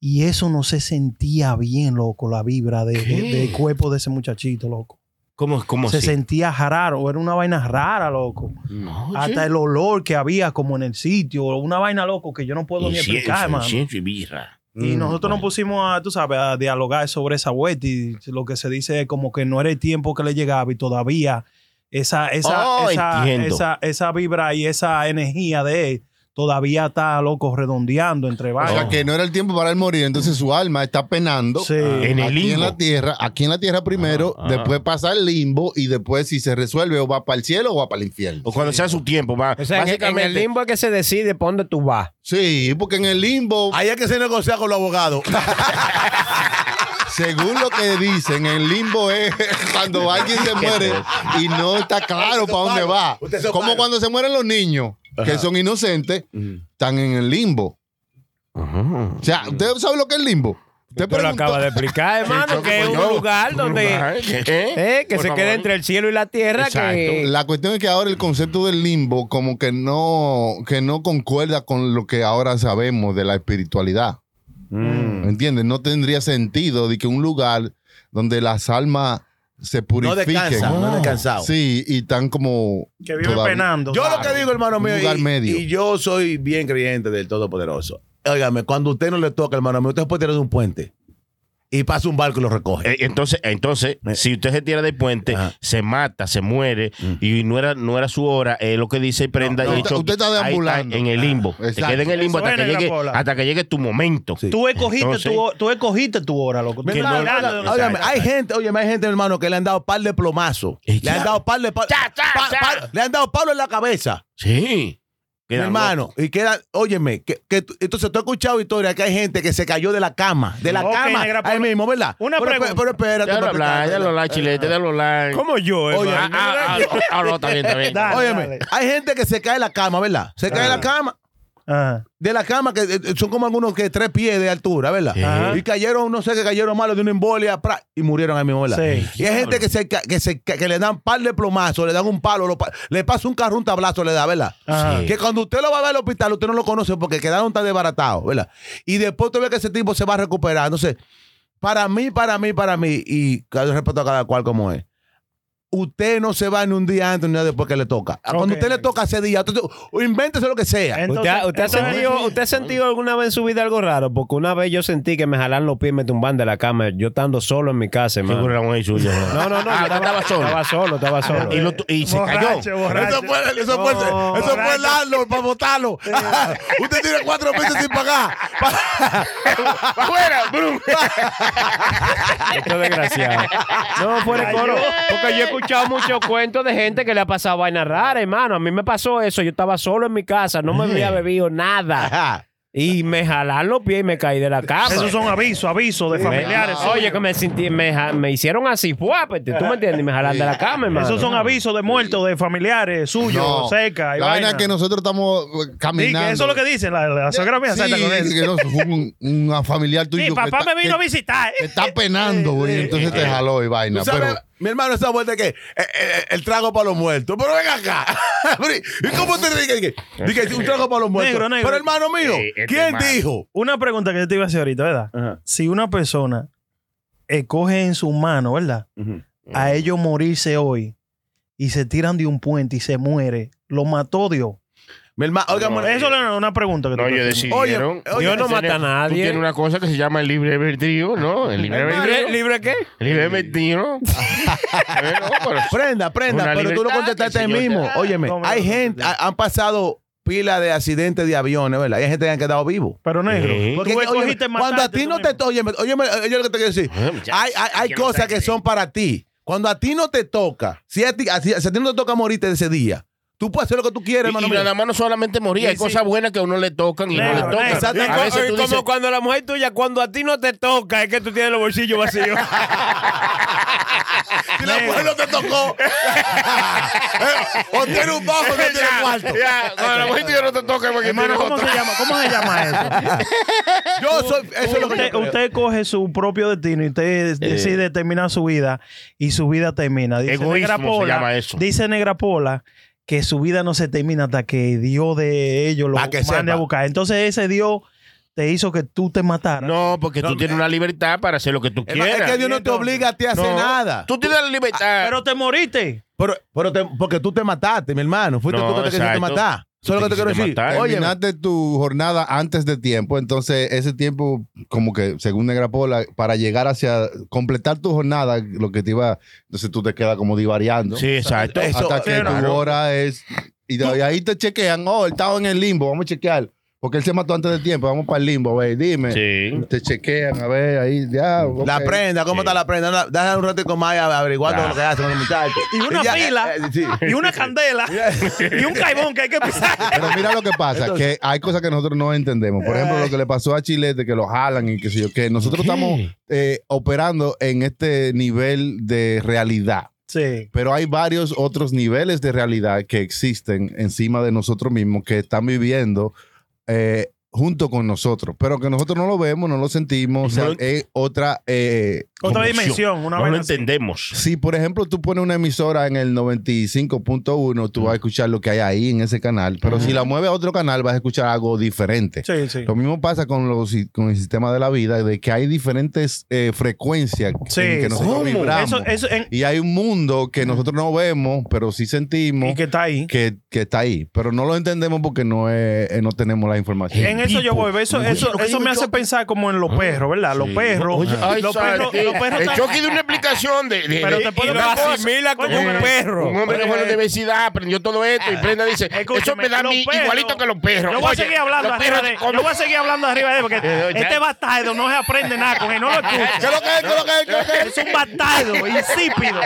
F: Y eso no se sentía bien, loco, la vibra de-
D: ¿Qué?
F: de- del cuerpo de ese muchachito, loco.
D: ¿Cómo, cómo
F: se
D: así?
F: sentía raro, era una vaina rara, loco.
D: No,
F: Hasta el olor que había como en el sitio, una vaina loco que yo no puedo ni explicar, hermano.
D: incienso y birra.
F: Y
C: Mm.
F: nosotros nos pusimos a, tú sabes, a dialogar sobre esa vuelta y lo que se dice es como que no era el tiempo que le llegaba y todavía esa, esa,
D: Oh,
F: esa,
D: entiendo.
F: esa, esa vibra y esa energía de él todavía está loco redondeando entre
E: O
F: vainas.
E: sea, que no era el tiempo para él morir, entonces su alma está penando.
F: Sí.
C: ah,
D: En el
E: Aquí en
D: limbo.
E: la tierra, aquí en la tierra primero,
D: Ah, ah.
E: después pasa el limbo y después si se resuelve o va para el cielo o va para el infierno.
D: O cuando sea su tiempo, va.
B: O sea, en el- en
D: Básicamente,
B: el limbo es que se decide por dónde tú vas.
E: Sí, porque en el limbo
C: Ahí es que se negocia con los abogados.
E: Según lo que dicen, el limbo es cuando alguien se muere y no está claro para dónde va.
C: Usted se
E: Como
C: para.
E: cuando se mueren los niños, que son inocentes, están en el limbo. O sea, ¿usted sabe lo que es el limbo? Usted
B: Tú lo
E: preguntó-
B: acaba de explicar, hermano, que es un
D: Yo,
B: lugar donde
D: lugar, ¿eh?
B: eh, que
D: Por
B: se
D: favor.
B: queda entre el cielo y la tierra. Que,
E: La cuestión es que ahora el concepto del limbo como que no, que no concuerda con lo que ahora sabemos de la espiritualidad.
B: Mm.
E: ¿Me ¿Entiendes? No tendría sentido de que un lugar donde las almas se
C: No
E: purifiquen.
C: descansan, no descansado.
E: Sí, y están como...
F: Que viven
E: todavía-
F: penando.
C: Yo lo que digo, hermano
E: Un
C: mío,
E: lugar
C: y,
E: medio.
C: y yo soy bien creyente del Todopoderoso. Óigame, cuando usted no le toca, hermano mío, usted puede tirar de un puente y pasa un barco y lo recoge.
D: Eh, Entonces, entonces si usted se tira del puente,
C: Ajá.
D: se mata, se muere y no era, no era su hora, es lo que dice Prenda.
E: No, no,
D: y
E: usted-
D: Chucky,
E: usted está
D: ahí
E: deambulando.
D: en el limbo.
E: Ah,
D: Te
E: exacto.
D: queda en el limbo
F: Eso
D: hasta que,
F: era la
D: llegue,
F: bola.
D: hasta que llegue tu momento.
F: Tú escogiste,
D: Entonces-
F: tu, tú escogiste tu hora, loco. Tú
D: Que
F: estás
D: no-
F: hablando de-
D: Exacto.
C: Óigame, hay gente, oye, hay gente, hermano, que le han dado par de plomazos.
D: Eh,
C: Le han
D: ya.
C: dado par de pal-
D: Ya, ya,
C: pa-
D: ya.
C: pa- le han dado palo en la cabeza.
D: Sí.
C: Mi
D: Queda
C: hermano, y queda, óyeme, que, que tú- entonces tú has escuchado historia que hay gente que se cayó de la cama, de la
F: Ok,
C: cama,
F: negra,
C: ahí
F: pero-
C: mismo, ¿verdad?
F: Una
C: pero,
F: pregunta.
C: Pero, pero espérate,
D: Ya lo
C: para
D: hablar, ya
C: explicarte.
D: lo hablar, chilete, ya lo hablar.
B: como yo,
C: Oye,
B: hermano.
D: Ah, ah, ah, ah, no, está bien, está bien.
F: Dale,
C: Óyeme,
F: dale.
C: hay gente que se cae de la cama, ¿verdad? Se cae de la cama,
F: Ajá.
C: de la cama, que eh, son como algunos que tres pies de altura, ¿verdad?
F: Ajá.
C: Y cayeron, no sé qué, cayeron malos de una embolia pra, y murieron ahí mismo, ¿verdad?
F: Sí.
C: Y hay gente que, se, ca- que, se, ca- que le dan par de plomazos, le dan un palo, lo pa- le pasa un carro, un tablazo, le da, ¿verdad?
F: Ajá.
C: Que cuando usted lo va a ver al hospital, usted no lo conoce porque quedaron tan desbaratados, ¿verdad? Y después usted ve que ese tipo se va recuperando. Entonces, para mí, para mí, para mí, y cada respeto a cada cual como es, usted no se va ni un día antes ni un día después que le toca. Cuando
F: Ok.
C: usted le toca ese día, entonces, o invéntese lo que sea.
B: ¿Usted, ha- usted ha
F: entonces-
B: sentido, ¿Usted ha sentido alguna vez en su vida algo raro? Porque una vez yo sentí que me jalan los pies y me tumban de la cama, yo estando solo en mi casa, hermano.
D: Seguro la mujer suya.
B: No, no, no.
D: Ah,
B: yo
D: usted estaba solo. Ah,
B: Estaba solo, estaba solo.
D: Y, lo tu- y se cayó.
F: Borracho, borracho.
C: fue, eso fue,
B: No,
C: eso fue el Arnold para votarlo. usted tiene cuatro meses sin pagar.
D: ¡Afuera! brum.
B: Esto es desgraciado. No, fuera de coro. Porque yo he escuchado muchos cuentos de gente que le ha pasado vainas raras, hermano. A mí me pasó eso. Yo estaba solo en mi casa, no me había bebido nada. Y me jalaron los pies y me caí de la cama.
F: Esos son avisos, avisos de
B: Me-
F: familiares.
B: Oye, que me sentí, me, ja- me hicieron así, fuapete, tú me entiendes, y me jalaron de la cama, hermano.
F: Esos son avisos de muertos, de familiares suyos,
E: No.
F: seca. Y
E: La vaina es que
F: no.
E: nosotros estamos eh, caminando.
F: eso es lo que dice la, la suegra mía.
E: Sí,
F: salta con eso.
E: que no, fue un, un familiar tuyo
F: Mi
E: que
F: papá
E: está-
F: me vino a
E: que-
F: visitar.
E: que está penando, güey, y entonces te jaló y vaina.
C: Tú sabes,
E: Pero
C: mi hermano, esa vuelta que eh, eh, el trago para los muertos. Pero ven acá. ¿Y cómo te dije? Dije, dije, un trago para los muertos.
F: Negro, negro.
C: Pero hermano mío,
D: Sí, este
C: ¿quién
D: man.
C: dijo?
F: Una pregunta que yo te iba a hacer ahorita, ¿verdad? Si una persona escoge en su mano, ¿verdad? A ellos morirse hoy y se tiran de un puente y se muere, lo mató Dios.
C: Mi hermano, oiga,
D: No,
C: mon-
F: Eso era una pregunta que te
D: No,
F: iba a
D: yo
F: hacer.
D: decidieron.
C: Oye, oye,
B: Dios no
D: Tú tienes-
B: mata a nadie.
D: Tú tienes una cosa que se llama el libre albedrío, ¿no? El libre
B: ¿Libre,
D: albedrío.
B: ¿Libre qué?
D: Libre albedrío. Eh, no, pero-
C: prenda, prenda,
D: Una
C: pero tú lo
D: libertad
C: contestaste
D: que el
C: ahí
D: Señor te
C: mismo.
D: da.
C: Óyeme,
F: No, me
C: hay
F: lo
C: gente, ha- han pasado pila de accidentes de aviones, ¿verdad? Hay gente que han quedado vivos.
F: Pero negro,
D: Sí.
F: tú
C: Porque, óyeme,
F: escogiste este
C: cuando a
F: matarte
C: ti
F: tú
C: no te
F: mismo.
C: toca, óyeme, óyeme, óyeme lo que te quiero decir.
D: Eh, muchacho,
C: hay, hay, hay
D: ¿qué
C: cosas
D: mensaje?
C: que son para ti. Cuando a ti no te toca, si a ti, a ti- si a ti no te toca morirte de ese día, tú puedes hacer lo que tú quieras,
D: Y,
C: hermano.
D: y
C: mío.
D: nada más no solamente morir, hay cosas buenas que a uno le tocan y no le
F: Claro,
D: tocan.
C: exacto.
D: A veces Ah, tú
B: como
D: dices,
B: cuando la mujer tuya, cuando a ti no te toca, es que tú tienes los bolsillos vacíos.
C: Si la mujer no te tocó, Eh, o tiene un bajo o no tiene cuarto.
D: ya, cuando la mujer tuya "Ah, no te toca porque
F: Hermano,
D: tiene
F: ¿cómo
D: otro.
F: se llama? ¿Cómo se llama eso?
C: Yo soy, eso es lo que yo
F: usted,
C: creo.
F: usted coge su propio destino y usted
D: Eh.
F: decide terminar su vida y su vida termina. Dice
D: Egoísmo
F: Negra
D: se
F: Pola,
D: llama eso.
F: Dice Negra Pola que su vida no se termina hasta que Dios de ellos lo
C: Pa' que
F: mande
C: sepa.
F: a buscar. Entonces ese Dios te hizo que tú te mataras.
D: No, eh. porque
C: No,
D: tú
F: eh,
D: tienes una libertad para hacer lo que tú
C: Hermano,
D: quieras.
C: Es que Dios no te obliga a ti a hacer
D: No,
C: nada.
D: Tú tienes la libertad.
F: Ah, Pero te moriste.
C: Pero, pero te- porque tú te mataste, mi hermano. Fuiste
D: No,
C: tú que te quisiste
D: exacto.
C: matar. Eso es lo que te quiero
D: quisiste
C: decir.
D: matar.
C: Oye,
E: terminaste tu jornada antes de tiempo, entonces ese tiempo, como que según Negra Pola, para llegar hacia completar tu jornada, lo que te iba, entonces tú te quedas como divariando.
D: Sí, exacto.
C: eso-
E: hasta que
C: claro.
E: tu hora es. Y de ahí te chequean, oh, él estaba en el limbo, vamos a chequear. Porque él se mató antes del tiempo. Vamos para el limbo, güey. Dime.
D: Sí.
E: Te chequean, a ver, ahí, ya.
C: La
E: ok.
C: prenda, ¿cómo está la prenda? Anda, Déjale un ratito más y averiguando
D: Ya.
C: lo que hacen los muchachos.
J: Y una
C: ya,
J: pila.
C: eh, eh, sí.
J: Y una candela. y un caibón que hay
B: Ah,
J: que pisar.
E: Pero mira lo que pasa, que hay cosas que nosotros no entendemos. Por ejemplo, lo que le pasó a Chile de que lo jalan y qué sé yo, que nosotros estamos eh, operando en este nivel de realidad.
J: Sí.
E: Pero hay varios otros niveles de realidad que existen encima de nosotros mismos que están viviendo eh, junto con nosotros, pero que nosotros no lo vemos, no lo sentimos.
D: No
E: o sea,
D: lo-
E: es otra. eh,
F: Otra
D: Conmoción.
F: dimensión, una
D: No lo
F: vaina así.
D: entendemos.
E: si, por ejemplo, tú pones una emisora en el 95.1, tú vas a escuchar lo que hay ahí en ese canal, pero si la mueves a otro canal, vas a escuchar algo diferente.
F: Sí, sí.
E: Lo mismo pasa con, los, con el sistema de la vida, de que hay diferentes eh, frecuencias
F: Sí,
E: en que nosotros
F: ¿cómo?
E: vibramos.
F: Eso, eso en-
E: Y hay un mundo que nosotros no vemos, pero sí sentimos
F: y que está ahí.
E: que, que está ahí. Pero no lo entendemos porque no, es- eh, no tenemos la información.
F: En eso yo voy. Eso, eso, eso me hace pensar como en los perros, ¿verdad? Los perros.
D: Ay,
F: los
D: sabe,
F: perros, los perros
D: el
F: están-
D: Chucky dio una explicación de, de-
F: Pero
D: de-
F: te puedo
D: y
F: dar
D: una cosa.
F: asimila como un
D: Eh,
F: perro.
D: Un hombre que fue a la universidad aprendió todo esto y Prenda dice, eso
F: Escúchame,
D: me da a
F: los
D: mí
F: perros-
D: igualito que los perros.
F: Yo voy a
D: Oye,
F: seguir hablando
D: los
F: arriba
D: perros
F: de él.
D: comen-
F: Yo voy a seguir hablando arriba de él porque
D: Eh, ya.
F: este bastardo no se aprende nada con él. No lo escucha.
E: ¿Qué es lo que es? ¿Qué es lo que es? ¿Qué es lo que es?
F: Es un bastardo, insípido.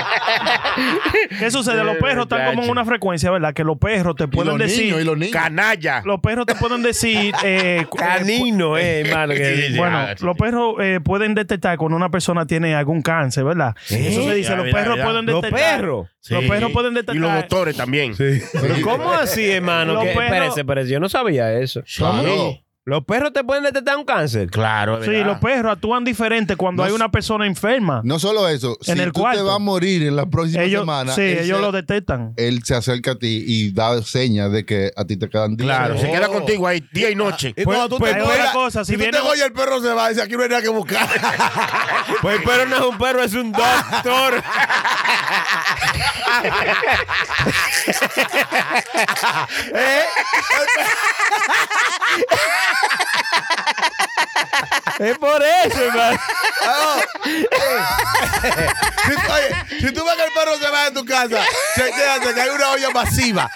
F: ¿Qué sucede? Los perros están como en una frecuencia, ¿verdad? Que los perros te pueden decir.
E: los niños.
D: Canalla.
F: Los perros te pueden decir. eh, cu- eh,
B: Canino, eh, hermano. que-
D: Sí, sí, sí.
F: Bueno,
D: Ah, sí,
F: los
D: sí.
F: perros eh, pueden detectar cuando una persona tiene algún cáncer, ¿verdad? Eso se dice,
D: Ya,
F: los
D: mira,
F: perros
D: ya.
F: pueden
B: Los
F: detectar.
B: perros.
F: Los
D: Sí.
F: perros pueden detectar.
D: Y los doctores también.
B: ¿Pero ¿Cómo así, hermano?
F: Los
B: Que-
F: perros-
B: Espérese, espérese, yo no sabía eso.
E: Claro.
B: ¿Los perros te pueden detectar un cáncer?
D: Claro, es
F: Sí,
D: verdad.
F: los perros actúan diferente cuando
E: No
F: hay
E: s-
F: una persona enferma.
E: No solo eso, si
F: En el
E: tú
F: cuarto.
E: te vas a morir en la próxima
F: ellos,
E: semana,
F: sí,
E: él
F: ellos
E: se-
F: lo detectan.
E: él se acerca a ti y da señas de que a ti te quedan días.
D: Claro, se
C: Oh.
D: queda contigo ahí día y noche.
C: Y
F: Pues-
C: cuando tú
F: pues
C: te
F: otra
C: cuelgas-
F: cosa, si
C: tú
F: viene-
C: te coges, el perro se va y dice, aquí no hay nada que buscar.
B: Pues el perro no es un perro, es un doctor. es por eso, hermano.
C: Si- oye, si tú ves que el perro se va de tu casa, chequéate que hay una olla masiva.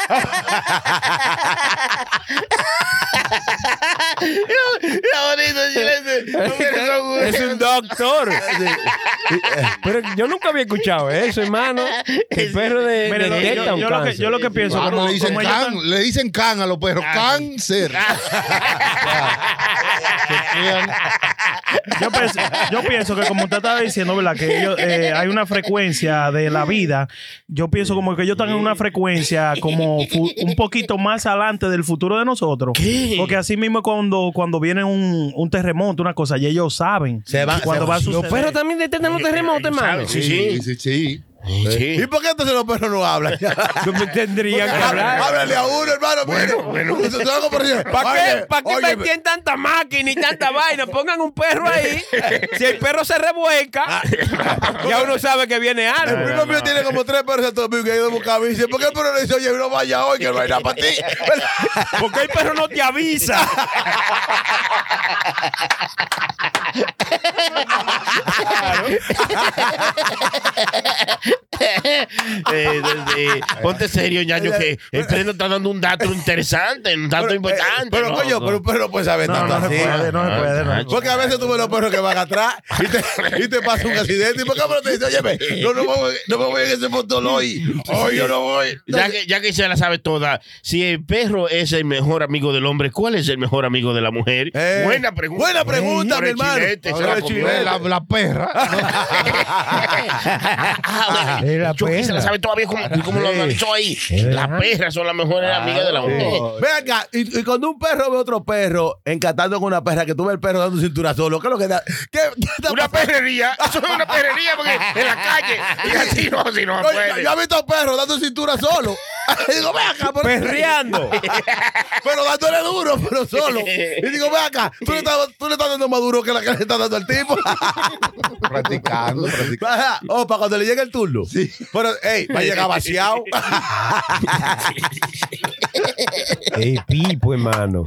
B: Es un doctor. Pero yo nunca había escuchado eso, hermano. Que el perro de,
F: Mira, lo-
B: detecta
F: yo,
B: un
F: yo lo que,
B: cáncer.
F: yo lo que pienso,
E: Ah,
F: como,
E: le, dicen
F: como ellos
E: can,
F: están-
E: le dicen can a los perros, cáncer.
F: yo, pienso, yo pienso que como usted estaba diciendo, ¿verdad? Que ellos, eh, hay una frecuencia de la vida. Yo pienso como que ellos están en una frecuencia como fu- un poquito más adelante del futuro de nosotros. Porque así mismo cuando, cuando viene un, un terremoto, una cosa, y ellos saben
C: Se van-
F: cuando
C: se
F: va a
C: van.
F: suceder.
B: Los perros también detectan los terremotos, hermano.
D: Sí, sí.
E: sí, sí.
D: Sí.
C: ¿Y por qué entonces los perros no hablan?
B: No me tendrían que hablar.
E: Ah,
C: Háblale Ah, a uno, hermano. Bueno, bueno.
B: ¿Para qué, ¿Para qué metían tanta máquina y tanta vaina? Pongan un perro ahí. Si el perro se
C: Ah.
B: revuelca, ya uno sabe que viene
C: El
B: algo.
C: primo mío tiene como tres perros en Santo Domingo que ha ido a buscar a mí. Dice, ¿por qué el perro le dice, oye, no vaya hoy, que no hay nada para ti? eh.
B: Porque el perro no te avisa.
D: Eh, eh, eh, ponte serio, ñaño, que el prenda está dando un dato interesante, un dato importante.
C: Pero,
D: ¿no?
C: coño,
D: No.
C: pero un perro no puede saber
F: No, no
C: tanto
F: se
C: así.
F: puede, no se puede. no.
C: Porque a veces tú ves los perros que van atrás y te, y te pasa un accidente. ¿Y por qué el perro te dice, oye, ve, no, no, me voy- no me voy en ese portón hoy? Hoy yo no voy.
D: Ya que, ya que se la sabe toda, si el perro es el mejor amigo del hombre, ¿cuál es el mejor amigo de la mujer?
C: Eh,
D: buena pregunta.
C: buena pregunta,
D: Pero
C: mi
D: el
C: hermano.
D: chilete se
C: Pero
D: la
C: el
D: comió.
C: chilete.
E: La, la perra.
D: Ah, bueno,
B: la
D: Chucky se
B: perra.
D: la sabe todavía como, como lo analizó ahí. Las perras son las mejores
B: Ah,
D: amigas de la mujer.
C: Ve acá, y, y cuando un perro ve otro perro encantando con una perra, que tú ves el perro dando cintura solo, ¿qué es lo que da? ¿Qué, qué está
D: Una
C: pasando?
D: perrería, eso es una perrería porque en la calle. Y así no, así no
C: Oye,
D: puede.
C: yo he visto perros dando cintura solo. Y digo, ve acá, pero,
B: Perreando.
C: pero dándole duro, pero solo. Y digo, ve acá, tú le estás, tú le estás dando más duro que la que le está dando el tipo.
E: practicando, practicando.
C: Ajá. O oh, para cuando le llegue el turno. Pero, ey, va a llegar vaciado. Eh,
B: Ey, Pipo, hermano.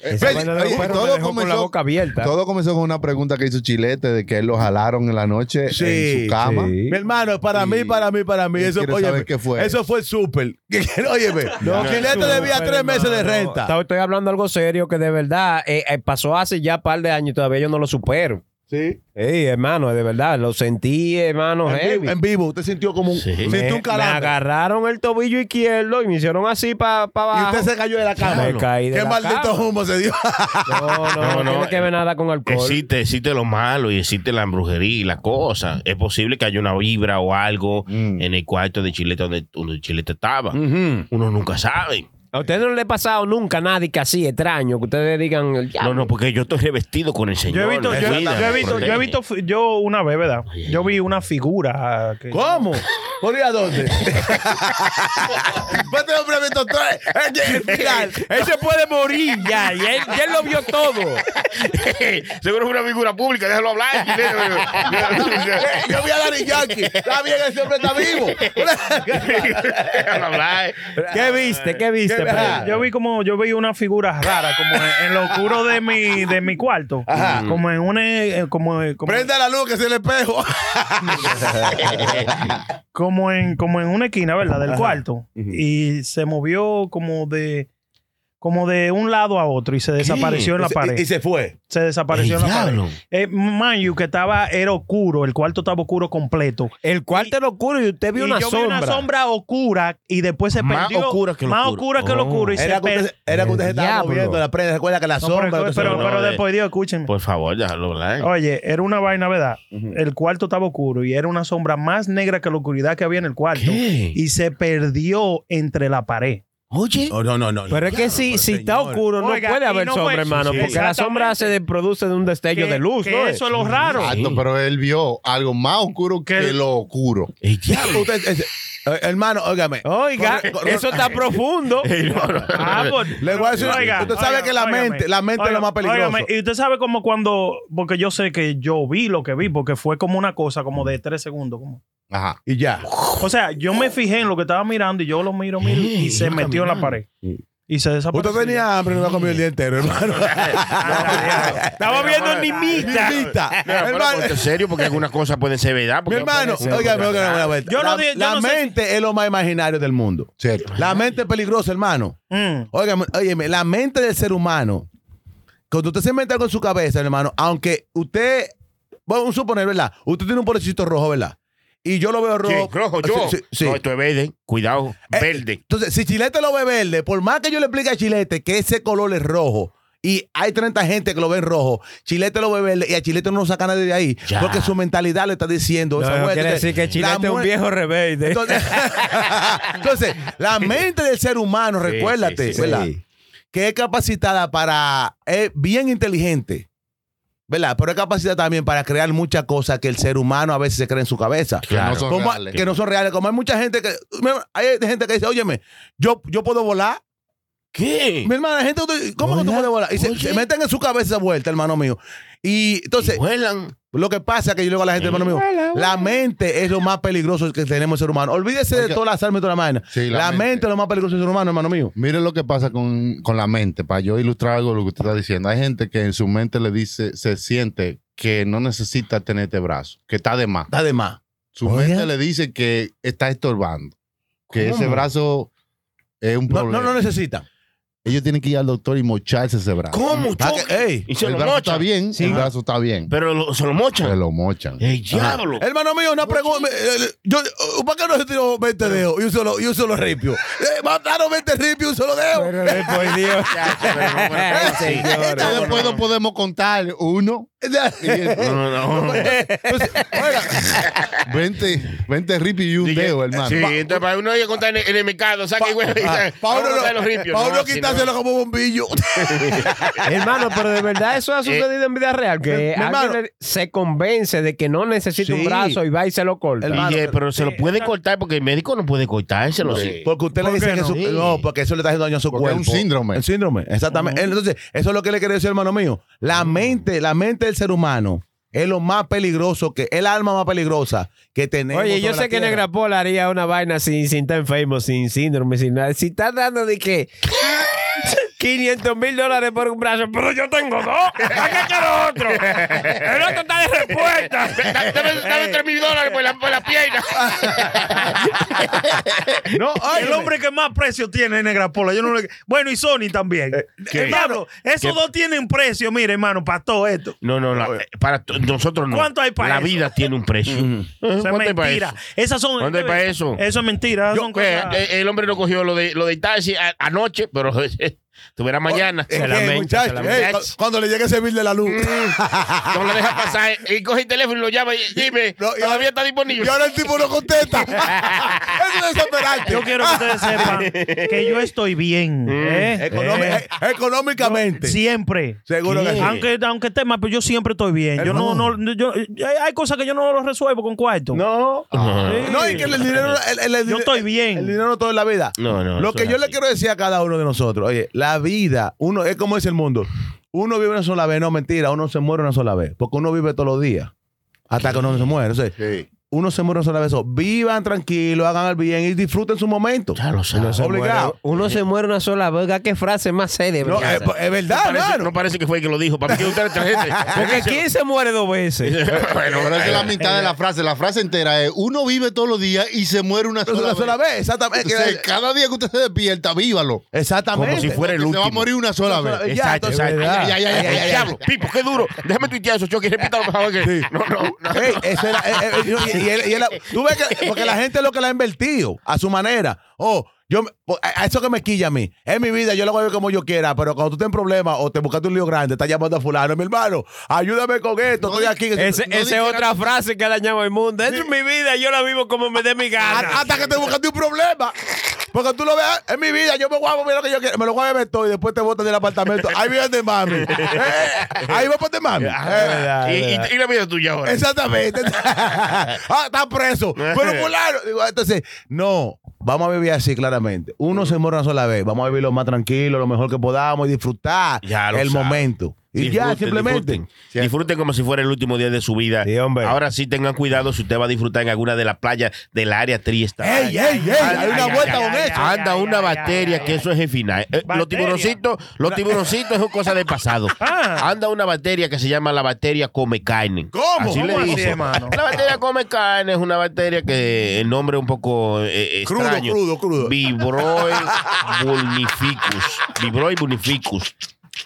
B: Esa
E: Ven,
B: vaina de los
E: oye,
B: perros me dejó con la boca abierta.
E: todo comenzó con una pregunta que hizo Chilete de que él lo jalaron en la noche en
C: Sí,
E: su cama.
C: sí. Mi hermano, para mí, para mí, para mí.
E: ¿Y
C: Eso,
E: quieres
C: óyeme,
E: saber qué fue?
C: Eso fue el súper. Óyeme,
B: No,
C: Chilete debía tres meses de renta.
B: Estoy, estoy hablando algo serio que de verdad eh, eh, pasó hace ya un par de años y todavía yo no lo supero.
C: Sí.
B: Ey, hermano, de verdad, lo sentí, hermano,
C: En
B: heavy.
C: vivo, en vivo, usted sintió como un, sintió
B: Me,
C: un
B: me
C: calambre.
B: agarraron el tobillo izquierdo y me hicieron así para
C: Y
B: abajo.
C: usted se cayó de la cama.
B: Me caí de
C: Qué
B: la
C: maldito
B: cama.
C: humo se dio.
B: No, no, no,
D: No, no,
B: tiene que ver nada con alcohol.
D: Existe, existe lo malo y existe la brujería y la cosa. Es posible que haya una vibra o algo
F: Mm.
D: en el cuarto de Chilete donde, donde Chilete estaba. Uno nunca sabe.
B: A ustedes no le ha pasado nunca a nadie que así extraño, que ustedes digan el
D: No, no, porque yo estoy revestido con el Señor.
F: Yo he visto,
D: me
F: yo,
D: cuida,
F: yo he
D: me
F: visto, yo he
D: protege.
F: visto, fi- yo una vez, ¿verdad? Yo vi una figura. que-
C: ¿Cómo? ¿Por ir a dónde? Pues
D: Este
C: te lo prometo todo. Es que el final.
B: Él se puede morir ya, y él, y él lo vio todo.
D: Seguro es una figura pública, déjalo hablar.
C: Eh, Yo voy a dar Yankee. Está bien, ese hombre está vivo.
D: déjalo hablar.
B: ¿Qué viste? ¿Qué viste?
C: ¿Qué-
B: Pedro?
C: ajá.
F: Yo vi como, yo vi una figura rara, como en, en lo oscuro de mi, de mi cuarto. Como en una, eh, como, eh, como,
C: Prenda la luz que es el espejo.
F: como en, como en una esquina, ¿verdad? Del cuarto. Y se movió como de, como de un lado a otro y se desapareció en la
C: Y se-
F: pared.
C: Y, y se fue.
F: se desapareció
D: Ey,
F: en la pared.
D: diablo.
F: Eh, mind you, que estaba, era oscuro, el cuarto estaba oscuro completo.
B: El cuarto era oscuro y usted vio
F: y
B: una,
F: yo
B: sombra.
F: vi una sombra oscura y después se
D: Más
F: perdió.
D: oscura que lo
F: más
D: oscuro.
F: oscura que lo
D: Oh.
F: oscuro. Y se
C: Era que
F: per-
C: usted, era que usted se estaba
B: Diablo.
C: moviendo la prenda. Recuerda que la
F: No,
C: sombra.
F: pero,
C: entonces,
F: pero,
D: no,
F: pero
D: de-
F: después Dios, escúchenme.
D: Por favor, déjalo hablar.
F: Oye, era una vaina, ¿verdad? El cuarto estaba oscuro y era una sombra más negra que la oscuridad que había en el cuarto.
D: ¿Qué?
F: Y se perdió entre la pared.
D: Oye.
C: No, no, no, no.
B: Pero es que si,
C: pues,
B: si está oscuro, no
F: Oiga,
B: puede
F: y
B: haber
F: no fue-
B: sombra, hermano,
F: Sí,
B: porque la
F: exactamente.
B: sombra se produce de un destello
F: Que-
B: de luz,
F: que
B: ¿no? Mm. Ah,
F: Eso es lo raro.
E: Exacto, pero él vio algo más oscuro que,
F: Que-
E: lo oscuro.
D: Ey, diablo.
C: Usted, ese- eh, hermano, óigame.
B: Oiga,
C: Corre- corre-
B: eso está profundo.
F: Ah, pues,
C: Le voy a decir,
F: oiga,
C: usted sabe
F: oiga,
C: que la
F: óigame,
C: mente- la mente es
F: oiga,
C: lo más peligroso.
F: óigame, y usted sabe como cuando, porque yo sé que yo vi lo que vi, porque fue como una cosa como de tres segundos. Como.
E: Ajá.
C: Y ya.
F: O sea, yo me fijé en lo que estaba mirando y yo lo miro, miro y se metió en la pared. Y se desapareció.
C: Usted tenía hambre, no comió el día entero, hermano.
F: Ah,
B: Estaba viendo ni mi.
C: Nimita.
D: No, pero
C: Hermano,
D: ponte serio, porque algunas cosas pueden ser verdad.
C: Mi
D: porque
C: hermano,
D: pueden ser-
C: óigame, óigame una vuelta.
F: Yo no
C: La-
F: di- yo
C: La
F: no sé
C: mente es lo más imaginario del mundo.
E: Cierto.
C: La mente es peligrosa, hermano.
F: Mm.
C: Óigame, óyeme, la mente del ser humano, cuando usted se inventa algo en su cabeza, hermano, aunque usted, vamos a suponer, ¿verdad? Usted tiene un pobrecito rojo, ¿verdad? Y yo lo veo
D: Ah, Sí,
C: rojo.
D: rojo, yo.
C: Sí, sí, sí.
D: No, esto es verde. Cuidado,
C: Eh,
D: verde.
C: Entonces, si Chilete lo ve verde, por más que yo le explique a Chilete que ese color es rojo y hay 30 gente que lo ve en rojo, Chilete lo ve verde y a Chilete no lo saca nadie de ahí
D: Ya.
C: porque su mentalidad le está diciendo esa
B: No, no
C: muerte.
B: quiere decir que
C: La
B: Chilete es un
C: muerte-
B: viejo rebelde.
C: Entonces, Entonces, la mente del ser humano,
D: Sí,
C: recuérdate,
D: sí, sí.
C: ¿verdad?
D: Sí.
C: Que es capacitada para. Es bien inteligente, ¿verdad? Pero es capacitada también para crear muchas cosas que el ser humano a veces se cree en su cabeza.
E: Que no
D: Claro.
E: son
C: Como-
E: reales.
C: que no son reales. Como hay mucha gente que. Hay gente que dice, Óyeme, yo, yo puedo volar.
D: ¿Qué?
C: Mi hermana, gente, ¿cómo que tú
D: Hola,
C: puedes volar? Y se,
D: oye.
C: se meten en su cabeza esa vuelta, hermano mío. Y entonces,
D: Y vuelan.
C: lo que pasa es que yo le digo a la gente, hermano mío, la mente es lo más peligroso que tenemos el ser humano. Olvídese de
E: Oiga.
C: todas las armas y toda la vaina.
E: Sí,
C: la
E: la
C: mente.
E: mente
C: es lo más peligroso del ser humano, hermano mío.
E: Miren lo que pasa con, con la mente, para yo ilustrar algo de lo que usted está diciendo. Hay gente que en su mente le dice, se siente que no necesita tener este brazo, que está de más.
C: Está de más.
E: Su
C: Oiga.
E: mente le dice que está estorbando, que
C: ¿Cómo?
E: ese brazo es un
C: No,
E: problema.
C: no lo necesita.
E: Ellos tienen que ir al doctor y mocharse ese brazo.
D: ¿Cómo?
C: Pa'
D: choque?
C: que- ey.
D: Y se
E: El
D: lo
E: brazo
D: mochan.
E: está bien, el brazo está bien,
D: Pero lo- se lo
E: pero
D: mochan.
E: lo mochan.
D: ¡Ey, diablo!
C: Hermano mío, una pregunta. eh, eh, Yo, eh, ¿Para qué no se tiró 20 dedos y un solo, y un solo ripio? Eh, mataron 20 ripios y un solo dedo.
B: Pero eh, por Dios. Ay, señor.
E: Ya después no podemos contar uno.
D: No, no, no.
C: Entonces, Pues, oiga,
E: 20, 20 ripis y un
D: Dije,
E: dedo, hermano.
D: Sí,
E: Pa-
D: entonces para uno ir a contar en, en el mercado, saca y huele.
C: ah, Paulo
D: Vamos a contar
C: lo-
D: los ripios.
C: Paulo
D: No, así
C: quitárselo
D: no.
C: como bombillo.
B: Hermano, pero de verdad eso ha sucedido en vida real,
C: Eh, mi- mi
B: que
C: hermano-
B: alguien le- se convence de que no necesita un
C: Sí.
B: brazo y va y se lo corta.
C: Hermano,
D: Dije, pero se lo puede cortar porque el médico no puede cortárselo. sí.
C: Porque usted le
F: ¿Por qué
C: dice que
F: no?
C: su-
D: Sí.
C: no, porque eso le está haciendo daño a su
E: Porque es
C: cuerpo.
E: un síndrome.
C: El síndrome, exactamente. Entonces, eso es lo que le quiero decir, hermano mío. La mente, la mente del ser humano es lo más peligroso que, el alma más peligrosa que tenemos.
B: Oye, yo
C: sobre la
B: sé que
C: tierra.
B: Negra Paul haría una vaina sin, sin estar enfermo, sin síndrome, sin nada. Si está dando de que 500 mil dólares por un brazo, pero yo tengo dos. ¿Para qué quiero otro? El otro está de respuesta.
D: Dame, dame 3 mil dólares por la, por la pierna.
F: No, el hombre que más precio tiene Negra Pola. Yo no le- Bueno, y Sony también. Eh,
D: ¿qué?
F: Hermano, esos
D: ¿Qué?
F: dos tienen precio, mire, hermano, para todo esto.
D: No, no, la- para t- nosotros no.
F: ¿Cuánto hay para
D: La
F: eso?
D: vida tiene un precio. ¿Eh?
F: Eso es
D: ¿Cuánto hay para
F: mentira.
D: eso?
F: Esas son.
D: ¿Cuánto hay para eso?
F: Eso es mentira.
D: Yo,
F: son
D: eh,
F: cosas-
D: eh, el hombre no cogió lo de lo de Itachi a- anoche, pero eh, tuviera mañana.
C: Eh,
D: Se
C: eh,
D: lamenta,
C: muchacho,
D: se lamenta.
C: eh, cu- cuando le llegue ese bill de la luz.
F: Mm.
D: No lo deja pasar. Y coge el teléfono y lo llama y dime,
C: No, y-
D: todavía está disponible.
C: y ahora el tipo no contesta. Eso es desesperante.
F: Yo quiero que ustedes sepan que yo estoy bien. ¿eh?
C: Económi-
F: Eh,
C: eh, económicamente.
F: Siempre.
C: eh. Seguro que sí.
F: Aunque, aunque esté mal, pero yo siempre estoy bien. Yo no, no, yo- hay- hay cosas que yo no lo resuelvo con cuarto.
C: No.
F: Sí.
C: No, y que el dinero. el- el- el-
F: Yo estoy bien.
C: El dinero todo es la vida.
D: No, no,
C: Lo
D: eso
C: que
D: es
C: yo le
D: así.
C: quiero decir a cada uno de nosotros, oye, la vida, uno es como es el mundo. Uno vive una sola vez, no mentira, uno se muere una sola vez, porque uno vive todos los días hasta que uno se muere. O sea, Uno se muere una sola vez. so, vivan tranquilos, hagan el bien y disfruten su momento.
D: Ya lo sabes.
C: Obligado.
B: Ah, Uno se muere una sola vez. ¿verdad? ¿Qué frase más seria?
C: No, eh,
B: verdad?
C: es, es verdad,
D: Parece-
C: hermano.
D: no parece que fue el que lo dijo. Para mí que usted este? era gente.
B: Porque ¿quién se muere dos veces?
D: bueno,
C: Eh,
E: Pero es que la mitad de la frase, la frase entera es: uno vive todos los días y se muere una
C: Una
E: sola,
C: sola
E: vez.
C: vez, exactamente.
E: O sea, cada día que usted se despierta, vívalo.
C: Exactamente.
D: Como si fuera el
E: Se va
D: último.
E: a morir una sola
C: Una sola
E: vez.
C: vez.
D: Exacto,
C: Ya,
D: exacto.
C: es verdad.
D: Ay, ay, ay, ay, ay, Ah, diablo, Pipo, qué duro. Déjame tuitear eso, Chucky. Repítalo, por favor. Que... No, no, no.
C: Ey, eso era- eh, eh, yo- y- y él- y él- tú ves que, porque la gente es lo que la ha invertido a su manera. Oh, yo, me- po- a a eso que me quilla a mí. Es mi vida, yo lo voy a ver como yo quiera, pero cuando tú estás en problemas o te buscaste un lío grande, estás llamando a fulano, mi hermano, ayúdame con esto, estoy aquí.
B: Ese-
E: no
B: esa es
E: dijera-
B: otra frase que ha dañado el mundo. Es mi vida, yo la vivo como me dé mi
C: A-
B: gana.
C: Ah, hasta que te buscaste un problema. Porque tú lo veas, es mi vida, yo me guapo, mira lo que yo quiero, me lo voy a ver todo y después te botan del apartamento. Ahí vive el de mami. Eh, ahí va por de mami.
D: Ah,
C: Eh,
D: Y, y- y la vida tuya ahora.
C: Exactamente. ah, está preso. Pero fulano. Digo, entonces, no, vamos a vivir así claramente. Uno se muere una sola vez. Vamos a vivir lo más tranquilo, lo mejor que podamos y disfrutar
D: Ya lo
C: el
D: sabe.
C: momento. Y ya,
D: Disfruten,
C: simplemente.
D: Disfruten. Disfruten como si fuera el último día de su vida.
C: Sí, hombre.
D: Ahora sí tengan cuidado si usted va a disfrutar en alguna de las playas del área triesta.
C: ¡Ey, ey, ey!
D: Ay,
C: Hay
D: ay,
C: una
D: ay,
C: vuelta
D: ay,
C: con
D: ay,
C: eso.
D: ay, Anda una bacteria que eso es el final. Eh, los
F: ¿Bacteria?
D: tiburoncitos, los tiburoncitos es cosa del pasado.
F: Ah.
D: Anda una bacteria que se llama la bacteria come carne.
C: ¿Cómo?
D: Así le
F: ¿Cómo así,
D: dicen.
F: hermano?
D: La bacteria come carne es una bacteria que el nombre es un poco eh, eh,
C: Crudo,
D: extraño.
C: crudo, crudo.
D: Vibroy vulnificus. Vibroy vulnificus.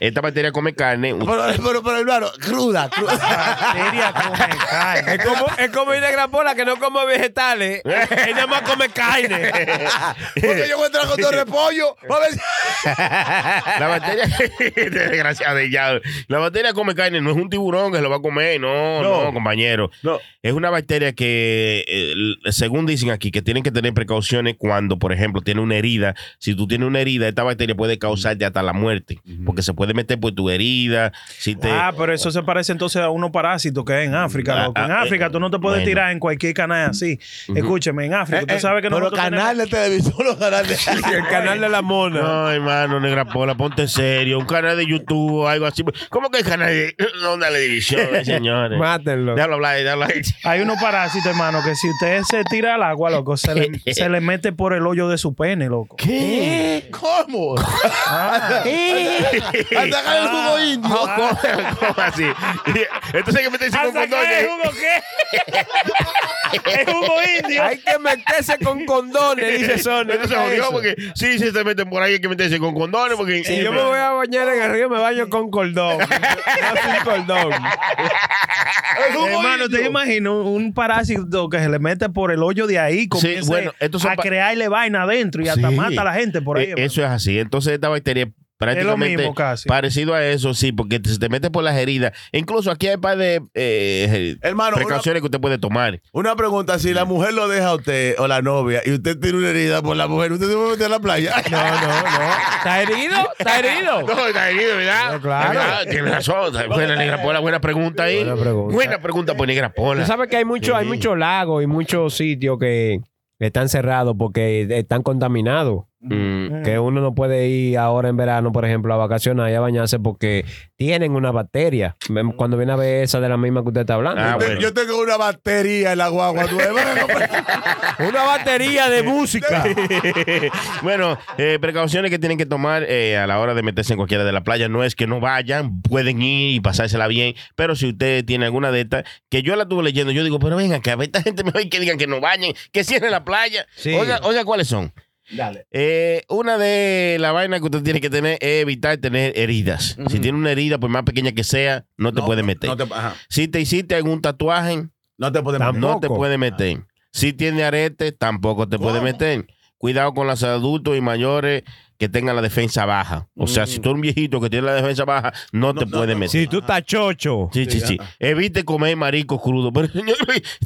D: Esta bacteria come carne.
C: Pero, pero, pero, hermano, cruda, cruda.
F: Bacteria
D: Oh
F: come carne.
B: Es como, es como una gran bola que no come vegetales. Ella más come carne.
C: Porque yo voy a entrar con todo el repollo. Va a ver si-
E: Ah,
D: La bacteria, desgraciada ya. La bacteria come carne, no es un tiburón que se lo va a comer, no, no,
C: No.
D: compañero.
C: No.
D: Es una bacteria que, eh, l- según dicen aquí, que tienen que tener precauciones cuando, por ejemplo, tiene una herida. Si tú tienes una herida, esta bacteria puede causarte hasta la muerte, porque se puede meter por tu herida. Si te,
F: Ah, pero eso se parece entonces a unos parásitos que hay en África,
D: Ah,
F: loco. En
D: ah,
F: África
D: eh,
F: tú no te puedes
D: bueno.
F: tirar en cualquier canal así. Escúcheme, en África, tú sabes que
C: pero
F: nosotros tenemos-
C: canal de televisión, los canales.
B: El canal de la mona.
D: No, hermano, negra pola, ponte serio. Un canal de YouTube o algo así. ¿Cómo que el canal de... No, dale división, eh, señores.
B: Mátenlo.
D: Déjalo hablar, déjalo hablar.
F: Hay unos parásitos, hermano, que si usted se tira al agua, loco, se le, se le mete por el hoyo de su pene, loco.
C: ¿Qué? ¿Cómo?
B: Ah.
C: Hasta acá el jugo indio.
D: ¿Cómo, cómo- Ah. cómo así? Entonces hay que meterse con
F: ¿Hasta
D: condones.
F: qué? ¿Jugo qué? ¿Es jugo indio?
B: Hay que meterse con condones, dice Sony.
D: Entonces se jodió porque sí, sí, se meten por ahí, hay que meterse con condones porque...
B: Si yo me voy a bañar en el río, me baño con cordón. No sin cordón.
F: Hermano, te imagino un parásito que se le mete por el hoyo de ahí, comienza
D: bueno, estos son
F: a
D: pa-
F: crearle vaina adentro y hasta
D: Sí.
F: mata a la gente por ahí.
D: Eh,
F: hermano.
D: Eso es así. Entonces esta bacteria prácticamente
F: mismo, casi.
D: parecido a eso, sí, porque te- se te mete por las heridas. Incluso aquí hay un par de eh,
C: Hermano, una-
D: precauciones que usted puede tomar.
C: Una pregunta, si la mujer lo deja a usted o la novia y usted tiene una herida por la mujer, ¿usted se puede meter a la playa?
B: No, no, no. ¿Está herido? ¿Está herido?
D: No, está herido, ¿verdad?
B: No, claro.
D: ¿Verdad? Tiene razón. Buena negra pola, buena pregunta ahí. Buena
B: Buena
D: pregunta,
B: pregunta.
D: por negra pola.
B: Tú sabes que hay muchos hay mucho lagos y muchos sitios que están cerrados porque están contaminados.
D: Mm.
B: Que uno no puede ir ahora en verano, por ejemplo, a vacacionar y a bañarse porque tienen una bacteria. Ven, Cuando viene a ver esa de la misma que usted está
D: Ah,
B: hablando.
C: Yo te- Yo tengo una batería en la guagua nueva.
B: una batería de música.
D: bueno, eh, precauciones que tienen que tomar eh, a la hora de meterse en cualquiera de las playas. No es que no vayan, pueden ir y pasársela bien. Pero si usted tiene alguna de estas, que yo la estuve leyendo, yo digo, pero venga, que a esta gente mejor que digan que no bañen, que cierren la playa. Oiga, oiga, ¿cuáles son?
G: Dale.
D: Eh, una de las vainas que usted tiene que tener es evitar tener heridas. Si tiene una herida, por más pequeña que sea, no te puede meter.
C: no te- ajá.
D: si te hiciste algún tatuaje,
C: no te puede
D: meter. No te
C: Tampoco.
D: puede meter. Si tiene arete, tampoco te puede meter. Cuidado con los adultos y mayores que tengan la defensa baja. O sea, si tú eres un viejito que tiene la defensa baja, no, te puede meter. Si
B: tú estás chocho.
D: Sí, sí, sí. Evite comer marisco crudo. Pero, señor,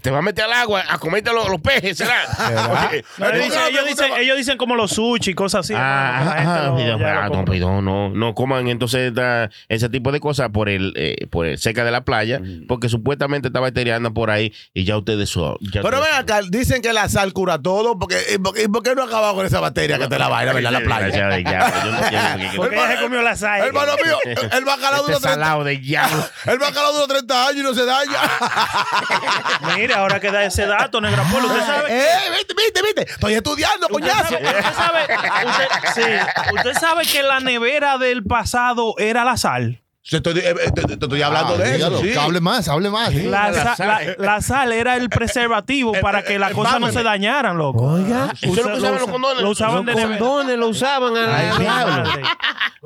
D: te va a meter al agua a comerte los, los pejes, ¿será? Oye,
F: No, ellos, dicen, ellos dicen- ellos dicen como los sushi, cosas así. hermano, que la gente
D: Ah,
F: lo-
D: mira,
F: ya lo
D: ah, no,
F: compra.
D: perdón, no, no coman entonces esta- ese tipo de cosas por el, eh, por el cerca de la playa, porque supuestamente está bacteriana por ahí y ya ustedes son. ya
C: eh, Pero
D: ustedes-
C: ven acá, dicen que la sal cura todo. Porque, ¿y, por, qué- y por qué no acabamos con esa batería que te la vaina, verdad? La
D: Desgraciado
C: playa.
D: de diablo, yo no entiendo por qué-
F: Porque ella se comió la sal.
C: Hermano mío, el bacalao
D: Este
C: dura 30
D: salado de diablo.
C: El bacalao dura 30 años y no se daña.
F: Mira, ahora que da ese dato, Negra Polo, usted sabe.
C: Eh, viste, viste, viste. Estoy estudiando, coñazo. Eh,
F: Usted sabe, usted, sí, usted sabe que la nevera del pasado era la sal.
C: Yo estoy, eh, eh, te, te estoy hablando
E: Ah,
C: de eso. sí.
E: Hable más, hable más.
F: La,
D: la
F: sa-
D: sal.
F: la- la sal era el preservativo para que las cosas no se dañaran, loco.
B: Oiga,
D: Eso es lo que usaban los condones.
F: Lo usaban de
B: los
F: nevera.
B: condones lo usaban a la-
F: Ay,
D: diablo.
F: madre.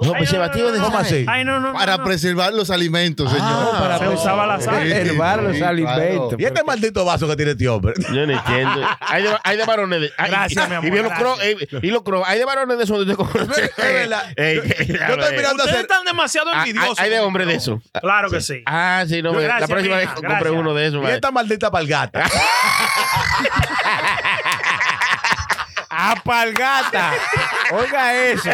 D: No, preservativo de
C: ¿Cómo así?
F: Ay, no, no, no,
E: Para
F: no.
E: preservar los alimentos,
C: Ah,
E: señor.
F: para Se usaba la sal.
B: preservar los
E: Sí, claro.
B: alimentos.
C: Y este maldito vaso que tiene este hombre.
D: Yo no entiendo. Hay de, hay de varones. De, hay-
F: Gracias, mi amor,
D: Y, bien los cro, eh, y los cro, hay de varones de esos. De,
C: Es verdad. Yo- yo estoy mirando
F: Ustedes
C: hacer-
F: están demasiado
D: Ah,
F: envidiosos.
D: hay de
F: loco.
D: hombres de eso.
F: Claro que sí.
D: Ah, sí, no.
F: Gracias,
D: la próxima vez
F: mija,
D: compré
F: gracias.
D: uno de esos.
C: Y esta maldita palgata.
F: ¡Ah,
B: Apalgata. Oiga eso.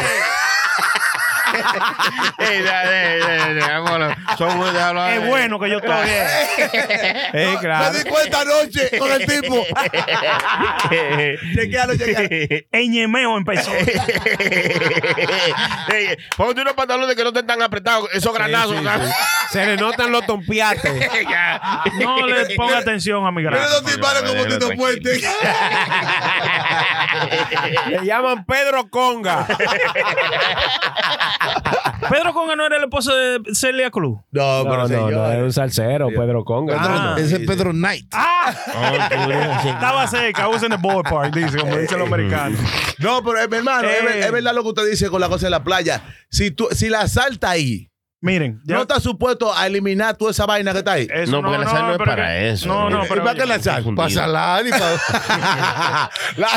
D: Ey, da- de- de- de- vámonos. Son buenos, déjalo ahí.
F: Es bueno que yo estoy bien.
B: Eh, claro.
C: Me di cuenta anoche con el tipo. Chequealo, chequealo.
F: En Ñemeo empezó.
D: Ey, Ponte unos pantalones que no estén tan apretados. Esos granazos. ¿sabes?
B: Se le notan los tompiates.
D: Ya.
F: No le ponga atención a mi
C: Mira
F: gracia.
C: esos timbales como
D: Déjalo
C: Tito
D: tranquilo.
C: Puente.
B: Le llaman Pedro Conga.
F: Pedro Conga no era el esposo de Celia Cruz.
C: No,
B: No,
C: pero
B: no, no, era
C: señor.
B: un salsero, Pedro Conga.
F: Ah.
E: Ese es Pedro Knight.
B: Ah.
F: Estaba cerca, I was in the ballpark, dice, como dicen los americanos.
C: No, pero es, hermano, es, ver-
F: Eh.
C: es verdad lo que usted dice con la cosa de la playa. Si, tú, si la sal está ahí,
F: Miren, ya-
C: no está supuesto a eliminar toda esa vaina que está ahí.
F: eso
D: No, porque la sal no es
F: pero
D: para
F: que-
D: eso. eh.
F: No, no,
D: ¿Y
F: pero.
C: para qué
F: oye,
C: la sal?
E: Para salar y para.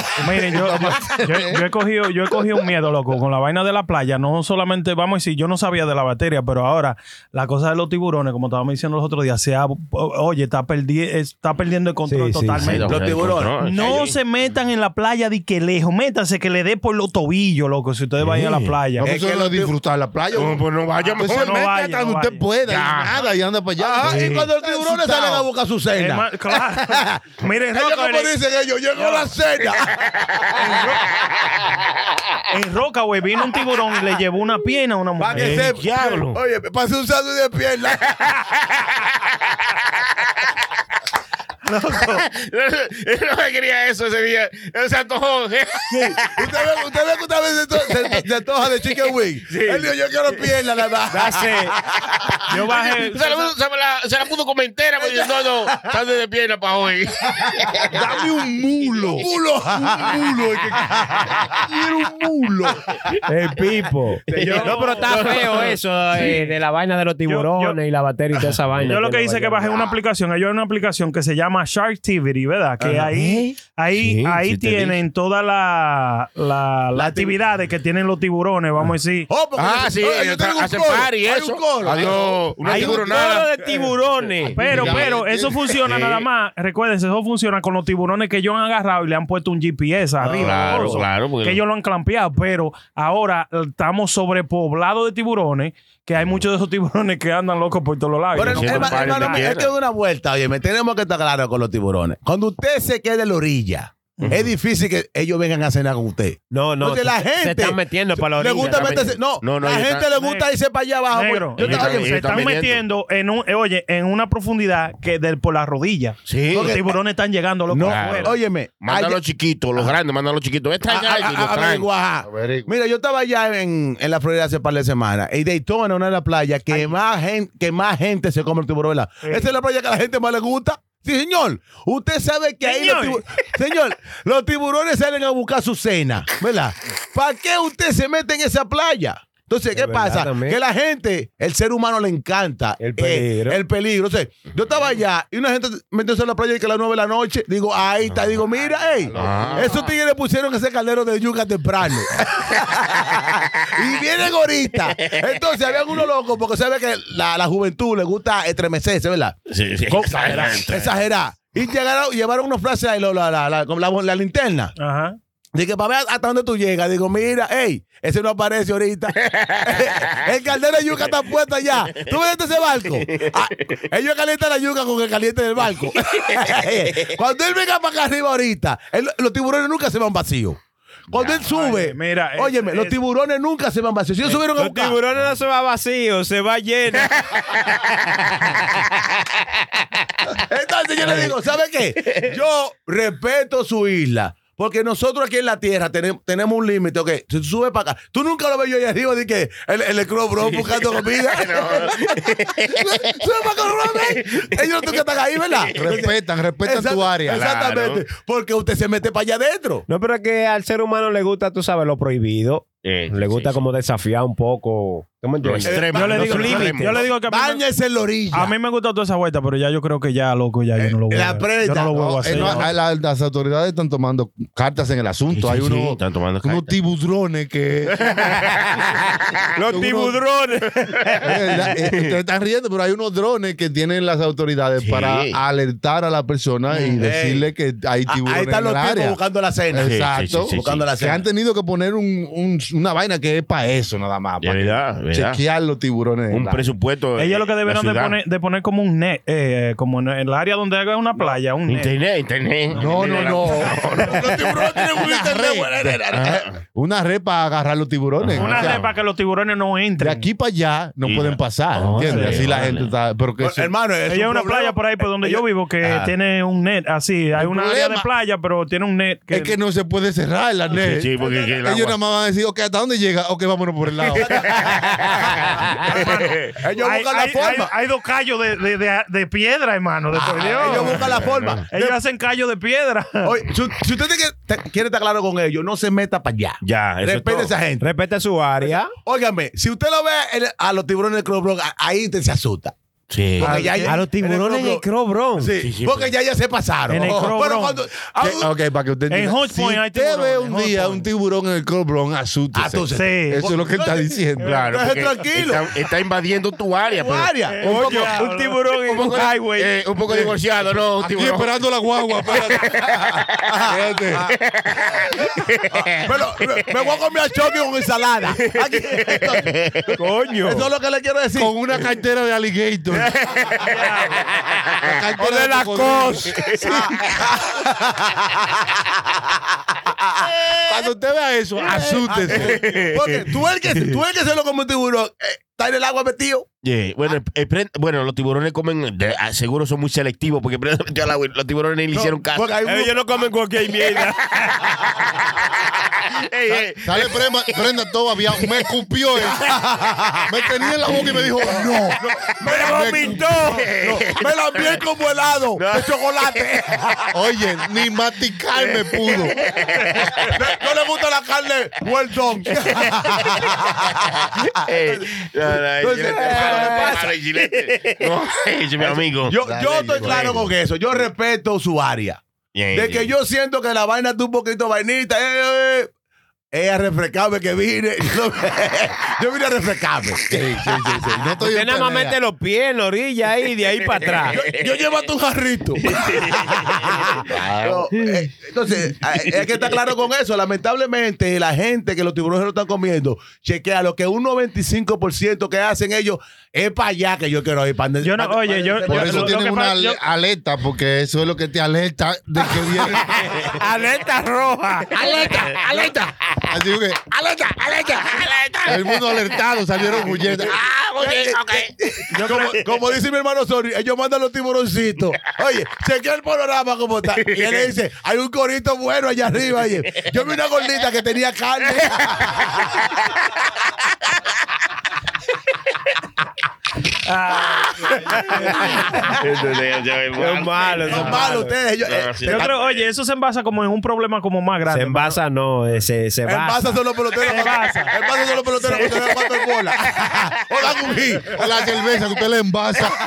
F: Miren, yo, yo, yo- yo he cogido, yo he cogido un miedo, loco, con la vaina de la playa. No solamente, vamos a decir, yo no sabía de la batería, pero ahora la cosa de los tiburones, como estábamos diciendo los otros días, se ha- oye, está, perdi- está perdiendo el control
B: Sí, sí,
F: totalmente.
D: Ay,
C: Los
D: hombre,
C: tiburones.
D: control.
F: No se metan en la playa de que lejos, métanse que le dé por los tobillos, loco, si ustedes van a ir a la playa.
E: No, pues eso no es disfrutar la playa.
D: No, pues no vaya,
E: Pues se
D: mejor
F: no
E: mete
F: vaya,
E: hasta
F: no
E: donde usted
F: vaya.
E: pueda y
D: Ya.
E: nada, y anda para allá.
C: Ajá, Ah, y cuando los tiburones
E: Excitado.
C: salen a buscar su
F: Es
C: cena.
F: más, claro. Miren,
C: Ellos
F: Roca,
C: como
F: en-
C: dicen ellos, llegó la cena.
F: en Rockaway vino un tiburón y le llevó una pierna a una
C: Para que
F: mujer.
C: se...
D: diablo.
C: Oye, pasé un sándwich de pierna.
D: Yo no quería eso ese día. Él se antojó.
C: ¿Usted ve, usted ve que usted a veces to- se, se, antoja de chicken wing? Él dijo, yo quiero pierna, la verdad.
F: Hace- Yo bajé.
D: Se la, pudo- se la- se la pudo comentar, pero yo, no, no, estás de pierna para hoy.
E: Dame un mulo.
C: Un mulo.
E: Un mulo. es que- Quiero un mulo.
B: El pipo. No, pero está feo eso eh, de la vaina de los tiburones
F: Yo- yo-
B: y la batería y toda esa vaina.
F: Yo lo que hice es que bajé una aplicación. Hay una aplicación que se llama Sharktivity, ¿verdad? Que ahí, ahí,
D: Sí,
F: ahí
D: sí te
F: tienen todas las la, las
C: La acti-
F: actividades que tienen los tiburones, vamos a decir.
C: Oh, porque
D: Ah, sí,
C: Oye,
D: ellos
C: tengo un
D: hacen
C: coro,
D: party y
C: hay
D: eso.
C: un coro.
D: Adiós. Una
B: Hay un coro
D: tiburonada.
B: de tiburones.
F: Pero,
E: Ya,
F: pero,
E: ya.
F: eso funciona nada más. Recuérdense, eso funciona con los tiburones que ellos han agarrado y le han puesto un GPS arriba.
D: claro,
F: coso,
D: claro, porque-
F: Que ellos lo han clampeado, pero ahora eh, estamos sobrepoblados de tiburones, que hay muchos de esos tiburones que andan locos por todos lados.
C: Pero
F: Y no
D: Siempre
C: herma-
D: un party
C: hermano,
D: donde
C: es
D: quiera.
C: que es una vuelta, oye, me tenemos que estar claros con los tiburones. Cuando usted se quede en la orilla, Es difícil que ellos vengan a cenar con usted.
B: No, no.
C: Porque la
B: se-
C: gente.
B: Se están metiendo para la
C: le
B: orilla.
C: gusta
B: Están
C: meterse.
B: metiendo.
C: No, la gente le gusta irse para allá abajo.
F: Negro,
C: Yo te-
F: ellos-
C: oye,
F: se están metiendo en un, eh, oye, en una profundidad que del por las rodillas.
D: Sí.
F: Los tiburones están llegando, loco.
C: No,
F: afuera.
C: óyeme.
D: Manda a
C: ayer-
D: los chiquitos, los grandes, manda a los chiquitos. Este Esta
C: a-
D: ya
C: a-
D: y lo
C: a-
D: traen.
C: averigua, ajá. Mira, yo estaba allá en, en la Florida hace par de semanas. Y Daytona, una de las playas que más, gente, que más gente se come el tiburón, ¿verdad? Esa es la playa que a la gente más le gusta. Sí, señor. Usted sabe que ahí los
F: Señor.
C: tiburones. Señor, los tiburones salen a buscar su cena, ¿verdad? ¿Para qué usted se mete en esa playa? Entonces, ¿qué
B: verdad,
C: pasa?
B: también.
C: Que la gente, el ser humano le encanta eh,
B: El peligro.
C: el peligro. O sea, yo estaba allá y una gente metióse en la playa y que a las 9 de la noche, digo, ahí está,
B: Ah,
C: digo, mira, hey, esos tigres pusieron ese caldero de yuca temprano. y vienen ahorita. Entonces, habían unos locos, porque sabe que la, la juventud le gusta estremecerse, ¿verdad?
D: Sí, sí,
C: Con-
D: exagerante.
C: Exagerar. Y llegaron, llevaron unos frases la, la, la, la, con la, la linterna.
F: Ajá.
C: Dije, para ver hasta dónde tú llegas. Digo, mira, hey, ese no aparece ahorita. el caldero de yuca está puesto allá. ¿Tú ves ese barco? Ah, ellos calientan la yuca con el caliente del barco. Cuando él venga para acá arriba ahorita, él- los tiburones nunca se van vacíos. Cuando él sube,
F: oye, mira, es-
C: óyeme, los
F: es-
C: tiburones nunca se van vacíos. Si ellos subieron a
B: Los
C: buscar,
B: tiburones no se va vacío, se va lleno.
C: Entonces yo le digo, ¿sabe qué? Yo respeto su isla. Porque nosotros aquí en la tierra tenemos, tenemos un límite, ok. Si tú subes para acá, tú nunca lo ves yo ahí arriba de que el, el escrobo, bro buscando comida. Sube para acá, bro, ven. Ellos no que están ahí, ¿verdad?
E: Respetan, respetan
C: Exact-
E: tu área.
C: Exactamente. Porque usted se mete para allá adentro.
B: No, pero es que al ser humano le gusta, tú sabes, lo prohibido.
D: Eh,
B: Le
D: sí,
B: gusta
D: sí.
B: como desafiar un poco. ¿Tú me
D: Lo
B: entiendes?
D: extremo.
F: Yo le
D: no
F: digo,
D: se lo
F: límite,
D: extremo.
F: yo le digo que a mí, me,
C: Báñese en la orilla.
F: a mí me gusta toda esa vuelta, pero ya yo creo que ya, loco, ya yo no lo voy a
C: la prenda,
F: Yo no lo vuelvo
C: no,
E: Eh,
F: a hacer.
E: no,
F: ¿no?
E: a la- las autoridades están tomando cartas en el asunto. Hay unos,
D: están tomando
E: unos
D: cartas.
E: tiburones que.
B: Los tiburones.
E: Eh, la- eh, Te estás riendo, pero hay unos drones que tienen las autoridades
D: Sí.
E: para alertar a la persona y decirle que hay
C: Ah,
E: tiburones
C: Ahí están
E: en el
C: los tipos
E: área.
C: buscando la cena.
D: Sí,
E: Exacto.
D: sí, sí, sí,
C: buscando
D: sí.
C: la
E: que
C: cena.
E: han tenido que poner un- un- una vaina que es para eso nada más.
D: De
E: Para
D: verdad, de verdad.
E: chequear los tiburones. en
D: Un
E: la-
D: presupuesto. eh,
F: Ellos lo que
D: la
F: debieron de
D: ciudad.
F: poner, de poner como un net, eh, como en el área donde haga una playa, un net.
D: Internet, internet.
E: No, no, no.
C: Los tiburones tienen un internet,
E: Ah, Una red para agarrar los tiburones.
F: Una
E: O sea,
F: red para que los tiburones no
E: De
F: entren.
E: aquí para allá no
D: Y-
E: pueden pasar. ¿Entiendes?
D: sí,
E: Así la
D: vale.
E: gente está. Pero que
C: Bueno,
E: eso-
C: Hermano, es
F: Ella es
C: un
F: una
C: problema.
F: playa por ahí por donde yo vivo que
C: Ah.
F: tiene un net así. Hay
E: El
F: una área de
E: problema
F: playa, pero tiene un net. Que,
E: es que no se puede cerrar la red.
D: Sí, sí, porque que el
E: Ellos nada
D: agua.
E: más van a decir, ok, ¿hasta dónde llega? Ok, vámonos por el lado.
C: Ellos
F: hay,
C: buscan la
F: hay- hay-
C: forma. Ah,
F: hay dos callos de, de- de- de piedra, hermano. De por Dios.
C: Ellos
F: Ellos,
C: buscan la forma.
F: hacen callos de piedra.
C: Oye, si, si usted tiene que- te- quiere estar claro con ellos, no se meta para allá.
D: Ya, eso es
C: Respete a
D: todo.
C: esa gente.
B: Respeta su área.
C: Óigame, si usted lo ve en- a los tiburones del Club Bronx, a- ahí usted se asusta.
D: Sí.
C: Porque ya-
B: A los tiburones en el Crow Bronx.
C: Sí,
D: Sí, sí,
C: porque ya ya se pasaron.
F: En el Club
C: Pero
F: Bronx.
C: cuando- a-
E: Que- ok, para que usted
F: En
E: entienda.
F: Hot
E: Si
F: Point hay
E: usted ve
F: tiburones,
E: un
F: en
E: día
F: Hot Point.
E: un tiburón en el Colbrón, asústese.
C: asústese.
F: Sí.
E: Eso es lo que está diciendo.
D: Claro, porque
C: Deje tranquilo.
D: Está, está invadiendo tu área.
C: Tu
D: pero-
B: Eh,
C: área.
D: Un poco,
F: Oye,
D: un
F: tiburón
D: un poco, eh, un poco divorciado, no, un
E: Aquí
D: tiburón.
E: esperando la guagua. espérate. Espérate.
C: Pero me, me voy a comer al choque con ensalada. Aquí- entonces,
B: Coño.
C: Eso es lo que le quiero decir.
E: Con una cartera de alligator. La cartera
B: O de la
E: cocodrilo.
B: cos.
E: Cuando usted vea eso, asústese.
C: Porque
D: E.
C: tú el que, tú el que se lo come un tiburón, eh, está en el agua metido.
D: Yeah, Bueno,
C: Ah.
D: el- el pre- bueno, los tiburones comen, de- ah, seguro son muy selectivos, porque el pre- metió al agua y los tiburones ni le hicieron caso.
C: Porque hay un-
B: Ellos no comen cualquier mierda.
D: Ey, ey.
E: Sale Brenda, Brenda todavía, me escupió. eh. Me tenía en la boca y me dijo, no.
C: me vomitó. No, me lo envié como helado de chocolate.
E: Oye, ni masticar me pudo.
C: No le gusta la carne, huertón.
D: Ey, no, no, el chilete,
C: Ah, Entonces, ¿qué
D: hermano,
C: pasa?
D: hermano, el chilete. No, ey, mi amigo.
C: Yo,
E: Dale,
C: yo estoy
E: Diego.
C: claro con eso. Yo respeto su área.
D: Yeah,
C: De
D: yeah.
C: que yo siento que la vaina está un poquito vainita. Eh, eh, eh, a refrescarme que vine. Yo, vine a refrescarme.
E: Sí, sí, sí, sí. No estoy
B: Usted
E: en
B: nada más
E: pelea.
B: mete los pies en la orilla ahí, de ahí para atrás.
C: Yo llevo hasta un jarrito. No, eh, entonces, eh, es que está claro con eso. Lamentablemente, la gente que los tiburones lo están comiendo, chequea lo que un 95% que hacen ellos es para allá que yo quiero ir. Para
F: Yo no- oye, yo-
E: Por eso
F: lo- lo
E: tienen
F: que
E: una
F: pasa-
E: ale-
F: yo-
E: alerta, porque eso es lo que te alerta de que viene.
J: Alerta roja. Alerta, alerta.
E: Así que
J: Alerta, alerta, alerta.
E: el mundo alertado salieron huyendo.
J: Ah, ok, ok.
C: como, como dice mi hermano Sorry, ellos mandan los tiburoncitos. Oye, chequea el panorama como está. Y él le dice, hay un corito bueno allá arriba. Oye, yo vi una gordita que tenía carne.
B: Son malos,
C: Son
B: son
C: malos
B: malos.
C: ustedes. Ellos, eh,
F: Yo creo, oye, eso se envasa como en un problema como más
B: Se
F: grande.
B: envasa, no, eh, se, se
C: En
B: basa.
C: base son los peloteros. En base son los peloteros que te dan cuatro en bola. O dan un hit.
E: O la cerveza que usted le envasa.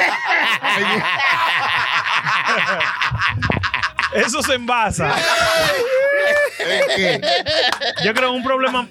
F: Eso se envasa.
E: ¿En qué?
F: Yo creo en un problema.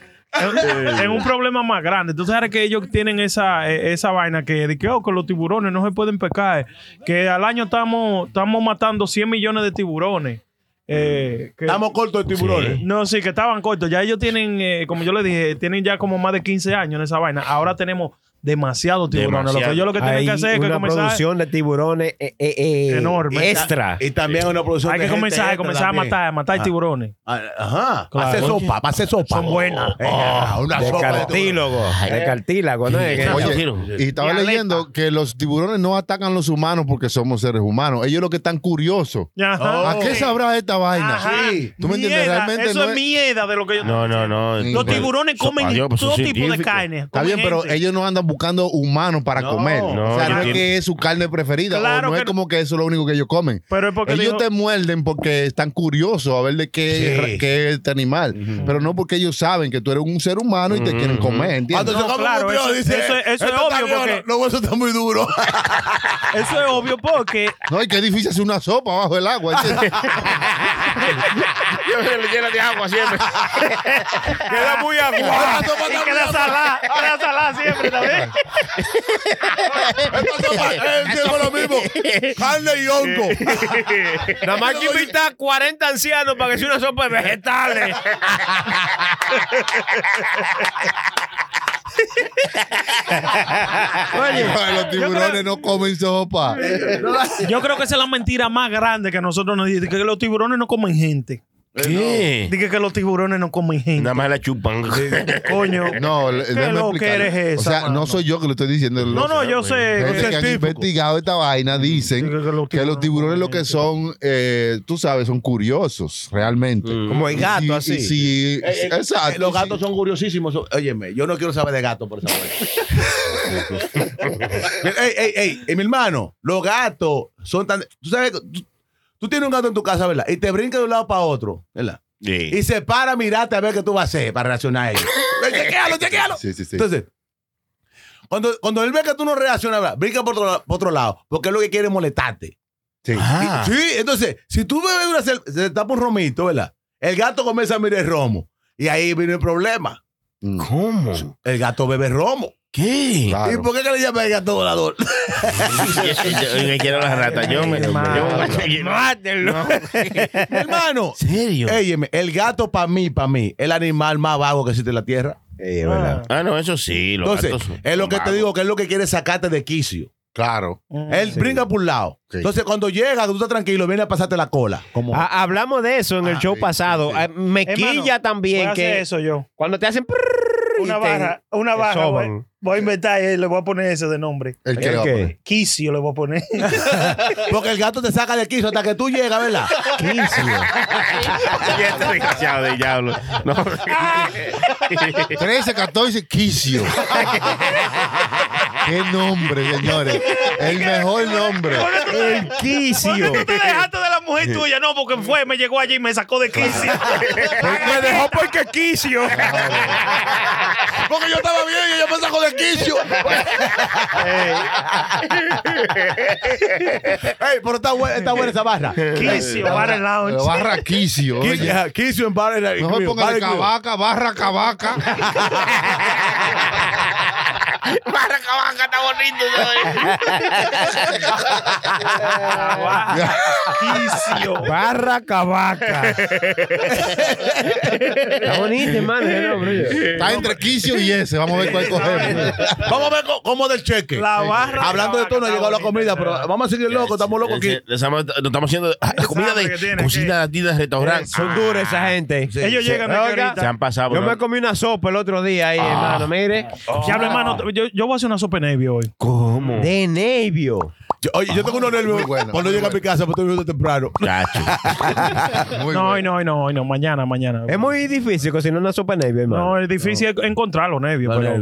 F: En un problema más grande. Tú sabes que ellos tienen esa, eh, esa vaina que, de que oh, con los tiburones no se pueden pescar. Que al año estamos, estamos matando 100 millones de tiburones. Eh, que-
C: Estamos cortos de tiburones.
F: No, sí, que estaban cortos. Ya ellos tienen, eh, como yo le dije, tienen ya como más de 15 años en esa vaina. Ahora tenemos demasiados tiburones. Lo que
D: Demasiado.
F: ellos lo que tienen
B: Hay
F: que hacer es que
B: una
F: comenzar.
B: producción de tiburones eh, eh, eh,
F: Enorme.
B: extra.
C: Y también una producción
F: Hay que
C: de gente
F: comenzar,
C: extra
F: comenzar a
C: también.
F: matar, a matar
C: Ah.
F: tiburones.
C: Ah, Ajá.
F: Claro.
C: Hace sopa, hace sopa.
F: Son buenas.
C: Eh,
E: Oh,
C: ah, una
B: De
C: sopa. de tiburones.
B: cartílago. De cartílago, ¿no? Es que-
E: Oye, y estaba leyendo que los tiburones no atacan los humanos porque somos seres humanos. Ellos lo que están curiosos.
C: Oh.
F: Ajá.
E: ¿A qué sabrá esta vaina?
F: Ajá.
C: Sí.
E: ¿Tú me entiendes?
F: Mierda,
E: Realmente
F: eso
E: no
F: es, Mm,
E: es-
F: mierda de lo que yo
D: No, no, no.
E: Los
F: tiburones comen
D: Adiós, pues, son
F: todo tipo de
D: científicos.
F: carne.
E: Está bien,
F: Comen
E: pero
F: gente.
E: ellos no andan buscando humanos para
C: No,
E: comer.
D: no,
E: o sea,
D: yo
E: no es
D: entiendo.
E: que es su carne preferida.
F: Claro
E: o no
F: que
E: es
F: no.
E: como que eso es lo único que ellos comen.
F: Pero es porque
E: ellos
F: dijo-
E: te muerden porque están curiosos a ver de qué,
C: Sí.
E: qué es este animal. Pero no porque ellos saben que tú eres un ser humano y te quieren comer,
C: Cuando
E: ¿entiendes?
C: se
F: No,
C: come
F: claro,
C: un tío,
F: eso-
C: dice,
F: eso- eso es
C: "Esto está
F: obvio,
C: bien,
F: porque-
C: no, Los huesos están muy duros.
F: Eso es obvio porque
E: No, y qué difícil hacer una sopa bajo el agua. ¿entiendes?
D: Yo le lleno de agua siempre.
F: queda muy aguado.
C: Esta sopa
F: y
C: está
F: queda
C: muy-
F: salada, queda salada siempre también.
C: Esta sopa, eh, siempre lo mismo. Carne y hongo.
B: Nada más que invitar 40 ancianos para que sea una
F: pues
B: sopa de vegetales.
E: los tiburones no comen sopa.
F: Yo creo que esa es la mentira más grande que nosotros nos dicen, que los tiburones no comen gente.
D: ¿Qué?
F: Dije que los tiburones no comen gente.
D: Nada más la chupan.
F: Coño.
E: No, le- déjame
F: lo
E: explicarle.
F: que eres
E: O
F: esa,
E: sea,
F: mano.
E: no soy yo que lo estoy diciendo.
F: No,
E: los-
F: no, yo
E: Gente
F: sé.
E: que han investigado esta vaina dicen
F: Digo que los
E: que los tiburones
F: tiburones
E: lo que
F: realmente.
E: son, eh, tú sabes, son curiosos realmente.
C: Mm.
B: Como el gato,
E: Y- y
B: así.
E: si-
C: Eh, eh,
E: exacto.
C: eh, Los gatos son curiosísimos. Son- Óyeme, yo no quiero saber de gatos por esa vaina. ey, ey, ey, eh, mi hermano, los gatos son tan. Tú sabes, que tú, tú tienes un gato en tu casa, ¿verdad? Y te brinca de un lado para otro, ¿verdad?
D: Sí.
C: Y se para a mirarte a ver qué tú vas a hacer para reaccionar a ellos. chequealo, chequealo.
E: Sí, sí, sí.
C: Entonces, cuando, cuando él ve que tú no reaccionas, ¿verdad? brinca por otro, la- por otro lado, porque es lo que quiere es molestarte.
E: Sí.
D: Ah.
C: Y- sí, entonces, si tú bebes una cerveza, se te tapa un romito, ¿verdad? El gato comienza a mirar el romo. Y ahí viene el problema.
E: Mm,
D: ¿Cómo?
C: El gato bebe romo.
D: ¿Qué?
E: claro.
C: ¿Y por qué que le llaman el gato volador?
D: Yo quiero las ratas. Yo me. yo-
B: Mátenlo.
C: Hermano,
D: ¿En serio?
C: óyeme, el gato para mí, para mí, el animal más vago que existe en la tierra.
D: Ah, no, eso sí. Los
C: Entonces,
D: gatos son-
C: es lo
D: son
C: que te
D: vagos.
C: digo, que es lo que quiere sacarte de quicio.
E: Claro.
C: Él brinca por un lado.
E: Sí.
C: Entonces, cuando llega, tú estás tranquilo, viene a pasarte la cola. Como,
B: Ah, hablamos de eso en el
E: Ah,
B: show
E: sí,
B: pasado.
E: sí, sí.
B: Ah, Me quilla también que
F: eso yo.
B: cuando te hacen prrrr y
F: Una
B: te-
F: barra, una
B: te
F: barra.
B: soban.
F: Voy, voy a inventar y le voy a poner ese de nombre.
E: El que
B: ¿El
E: le va a
B: qué?
E: poner.
F: Quicio le voy a poner.
C: porque el gato te saca de quicio hasta que tú llegas, ¿verdad?
D: Ya está desgraciado de diablo. No.
E: 13, 14, Quicio. Qué nombre, señores. El mejor nombre.
B: El quicio.
F: tú te dejaste de la mujer tuya? No, porque fue, me llegó allí y me sacó de quicio.
C: Pues
B: Me dejó porque quicio.
C: Porque yo estaba bien y ella me sacó de quicio. Ey, pero está buena, está buena esa barra.
F: Quicio, barra lounge.
E: Pero Barra Quicio.
C: Qui-
E: oye.
C: ajá, Quicio en barra.
E: Mejor póngale cabaca, barra cabaca.
D: Marracabaca está bonito.
B: Barra Cabaca. Está bonito, hermano. ese nombre.
E: Está entre Quicio y ese. Vamos a ver cuál cogemos.
C: Vamos a ver co- cómo del cheque.
F: La barra
C: Hablando de todo, no ha llegado la comida, pero vamos a seguir loco, estamos locos aquí.
D: Nos Eh, estamos nos estamos haciendo ah, comida
F: que Eh,
D: de
F: tiene,
D: cocina latina de restaurante.
B: Eh, Son duros
E: ah,
B: esa gente.
F: Ellos llegan aquí
B: Oiga,
F: ahorita.
D: Se han pasado.
B: Yo
D: ¿no?
B: me comí una sopa el otro día
E: Ah.
B: ahí, hermano. Mire,
F: Diablo, hermano, yo, yo voy a hacer una sopa nevio hoy.
D: ¿Cómo?
B: de Nevio.
C: Yo- oye, yo tengo unos nervios
E: Ah, Muy bueno,
C: cuando
E: muy
C: llega a mi casa, porque estoy viendo temprano.
D: Chacho.
E: Muy
F: No,
E: bueno.
F: hoy no, hoy no, hoy no. Mañana, mañana.
B: Es muy difícil cocinar una sopa de Nevio, hermano.
F: No, es difícil encontrar los nevios, pero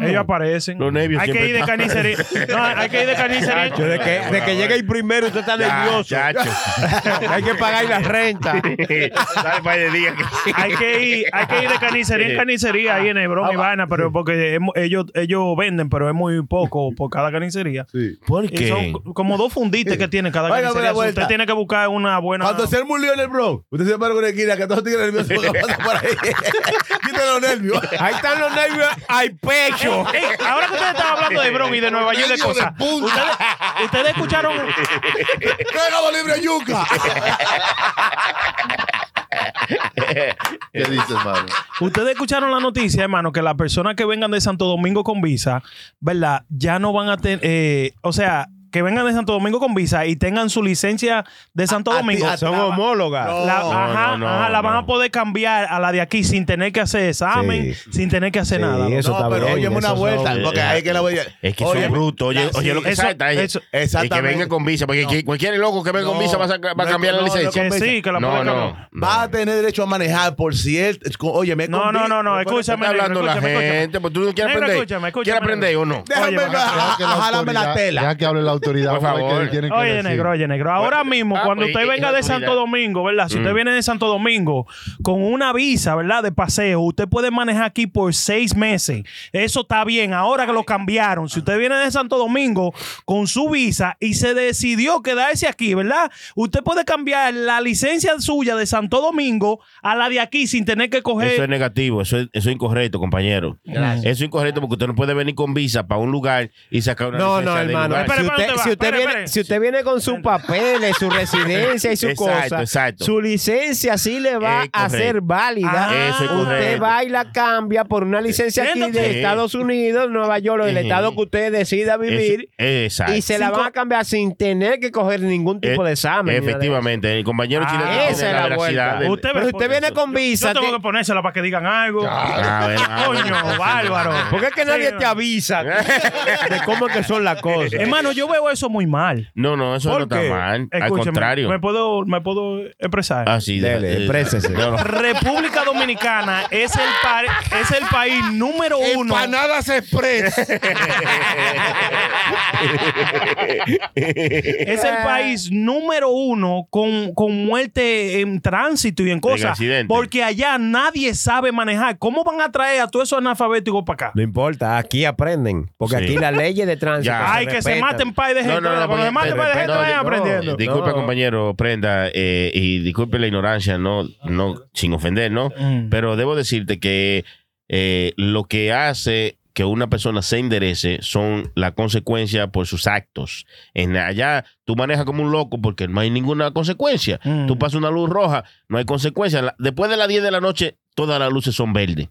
F: ellos aparecen.
D: Los nervios
F: Hay que
D: siempre
F: ir de
D: están.
F: carnicería. No, hay que ir de carnicería.
B: Yo de que, de que llega el primero, usted está nervioso.
D: Chacho.
B: Hay que pagar la renta.
D: Dale para de día. que-
F: Hay que ir, hay que ir de carnicería en carnicería ahí en Hebrón
C: Ah,
F: y vaina, pero porque es mu- ellos, ellos venden, pero es muy poco por cada carnicería.
E: Sí.
D: ¿Por
F: Y son
D: qué?
F: co- como dos funditas que tiene cada
C: Oiga,
F: carnicería.
C: la
F: So,
C: vuelta.
F: Usted tiene que buscar una buena.
C: Cuando se armó un lío en el Bronx, usted se para con una esquina que todos tigres nerviosos porque pasan por ahí. Quítale los nervios.
B: Ahí están los nervios al pecho.
F: Ey, ahora que ustedes están hablando de Hebrón y de Nueva York y de
E: Medio de
F: cosas,
E: punta.
F: ustedes, ustedes escucharon.
C: ¡Trégalo libre yuca!
E: ¿Qué dices, hermano?
F: Ustedes escucharon la noticia, hermano, que las personas que vengan de Santo Domingo con visa, ¿verdad? Ya no van a tener, o sea, que vengan de Santo Domingo con visa y tengan su licencia de Santo Domingo.
B: Son homólogas.
F: La,
C: No,
F: ajá,
D: no,
F: ajá,
D: no.
F: la van a poder cambiar a la de aquí sin tener que hacer examen, sin tener que hacer
B: Sí,
F: nada.
B: eso
C: no,
B: está
C: pero
B: bien,
C: oye,
B: eso
C: una
B: son-
C: vuelta.
D: eh,
C: Porque ahí que la voy a...
D: Es que son brutos. Oye,
C: la- eh,
D: oye, lo que
F: eso-
D: sabe trae.
F: eso-
D: Y que venga con visa. Porque que- cualquier loco que venga con
C: No,
D: visa va a, saca- va a
C: no,
D: cambiar
C: no,
D: la
C: no,
D: licencia.
F: Que sí, que la
D: no,
F: puede
D: no,
F: cambiar.
C: Va a tener derecho a manejar por cierto. Oye, me
F: No, no, no, no,
C: conviene-
D: Está
F: escúchame. negro,
D: hablando la
F: escúchame, escúchame.
D: gente. Pues tú no quieres
F: Negro,
D: aprender.
F: escúchame, escúchame,
D: ¿Quieres aprender o no?
C: Déjame
F: Oye, va-
C: a- a- a jalarme la
E: autoridad-
C: tela.
E: Deja que hable la autoridad.
D: Por
E: vamos a ver qué
D: favor.
E: tienen que
F: Oye,
E: decir.
F: negro, oye, negro. Ahora
D: Bueno,
F: mismo,
D: ah,
F: cuando
D: pues,
F: usted
D: es-
F: venga
D: es
F: de
D: autoridad.
F: Santo Domingo, ¿verdad? Si
B: Mm.
F: usted viene de Santo Domingo con una visa, ¿verdad? De paseo, usted puede manejar aquí por seis meses. Eso está bien. Ahora que lo cambiaron, si usted viene de Santo Domingo con su visa y se decidió quedarse aquí, ¿verdad? Usted puede cambiar la licencia suya de Santo Domingo a la de aquí sin tener que
D: Eso es
F: coger.
D: negativo, eso es, eso es incorrecto, compañero. Eso es incorrecto porque usted no puede venir con visa para un lugar y sacar una
B: No,
D: licencia
B: no,
D: del
B: hermano.
D: lugar.
F: Espera,
B: Si usted, si
F: espera, ¿dónde va?
B: usted
F: Espera,
B: viene,
F: espera.
B: si usted viene con sus papeles, su residencia y su
D: Exacto,
B: cosa,
D: exacto.
B: su licencia sí le va
D: Es
B: a
D: correcto.
B: ser válida.
F: Ah,
D: Eso es
B: usted
D: correcto.
B: va y la cambia por una licencia aquí de
D: Siéntate.
B: Estados Unidos, Nueva York, o del
D: Ujú.
B: estado que usted decida
D: Eso-
B: vivir.
D: exacto.
B: Y se la
F: Cinco-
B: van a cambiar sin tener que coger ningún tipo
D: Eh,
B: de examen. ni nada de
D: Efectivamente, el compañero
F: Ah,
D: chileno
B: esa
D: tiene
B: es la
D: veracidad
B: vuelta.
D: del-
F: Usted ve
B: Pero
F: por
B: usted viene
F: eso.
B: con visa.
F: Yo tengo
B: ti-
F: que ponérsela para que digan algo.
D: Ah, bueno, ah,
F: Coño,
D: bueno.
F: bárbaro.
B: Ah, Porque es que nadie
F: Sí,
B: te avisa de cómo es que son las cosas.
F: Hermano, yo veo eso muy mal.
D: No, no, eso no
F: ¿Por
D: está
F: qué?
D: mal. Al
F: Escúchame,
D: contrario.
F: Me puedo, me puedo expresar.
D: Ah, sí, de-
B: Dele,
D: de-
B: exprésese.
D: no, no.
F: República Dominicana es el, par- es el país número uno.
E: Empanadas Express.
F: Es el país número uno con, con muerte en tránsito y en cosas.
D: accidente.
F: Porque allá nadie sabe manejar. ¿Cómo van a traer a todos esos analfabéticos para acá?
B: No importa, aquí aprenden. Porque
D: Sí.
B: aquí las leyes de tránsito.
D: Ya.
F: Ay, que se
B: respetan.
F: maten par de
D: No,
F: gente.
D: no, no,
F: ¿verdad? Cuando
D: porque-
F: se maten par de gente,
D: no,
F: vayan
D: no,
F: aprendiendo.
D: Disculpe,
B: No.
D: compañero, prenda, eh, y disculpe la ignorancia, no, no, sin ofender, ¿no?
F: Mm.
D: Pero debo decirte que eh, lo que hace que una persona se enderece son las consecuencias por sus actos. En allá tú manejas como un loco porque no hay ninguna consecuencia.
F: Mm.
D: Tú pasas una luz roja, no hay consecuencia. La- Después de las 10 de la noche, todas las luces son verdes.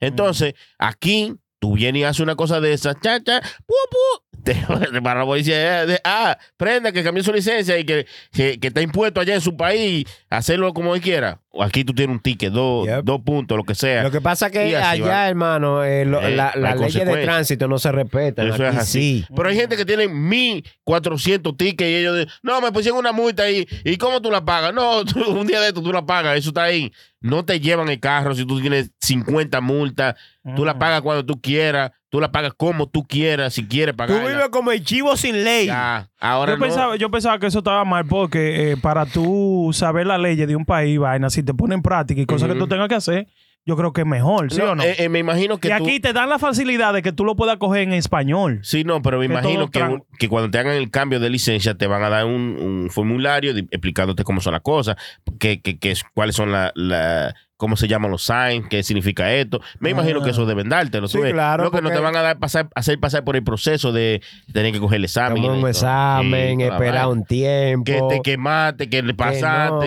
D: Entonces, aquí tú vienes y haces una cosa de esas, cha, cha, pu, pu, te, te para la policía, eh, de- ah, prenda que cambió su licencia y que, que, que está impuesto allá en su país, hacerlo como él quiera. O Aquí tú tienes un ticket, dos,
B: Yep.
D: dos puntos, lo que sea.
B: Lo que pasa es
D: Y
B: que
D: así
B: allá,
D: va.
B: hermano, eh, lo-
D: Eh,
B: la-
D: hay
B: las leyes de
D: consecuencias.
B: tránsito no se respetan.
D: Eso es
B: aquí
D: así.
B: sí.
D: Pero hay gente que tiene 1400 tickets y ellos dicen, no, me pusieron una multa ahí. ¿Y cómo tú la pagas? No, tú- un día de esto tú la pagas, eso está ahí. No te llevan el carro si tú tienes 50 multas. Tú la pagas cuando tú quieras, tú la pagas como tú quieras, si quieres pagar.
B: como el chivo sin ley.
D: Ya, ahora
F: yo,
D: no.
F: pensaba, yo pensaba que eso estaba mal porque eh, para tú saber las leyes de un país, vaina, si te ponen en práctica y cosas que tú tengas que hacer, yo creo que es mejor, ¿sí
D: No,
F: o no?
D: eh, eh, me imagino que
F: y
D: tú-
F: aquí te dan la facilidad de que tú lo puedas coger en español.
D: Sí, no, pero me
F: que
D: imagino
F: todo
D: que,
F: tran-
D: que cuando te hagan el cambio de licencia te van a dar un, un formulario de- explicándote cómo son las cosas, que, que, que es- cuáles son la, la- cómo se llaman los signs, qué significa esto. Me imagino que eso deben dártelo.
B: Ah. Sí,
D: tú ves.
B: claro,
D: Lo que no
B: porque-
D: te van a dar pasar, hacer pasar por el proceso de tener que coger el examen. y
B: Tomar un
D: esto.
B: examen,
D: Sí, toda la
B: esperar
D: vaina.
B: un tiempo.
D: Que te quemaste, que le pasaste.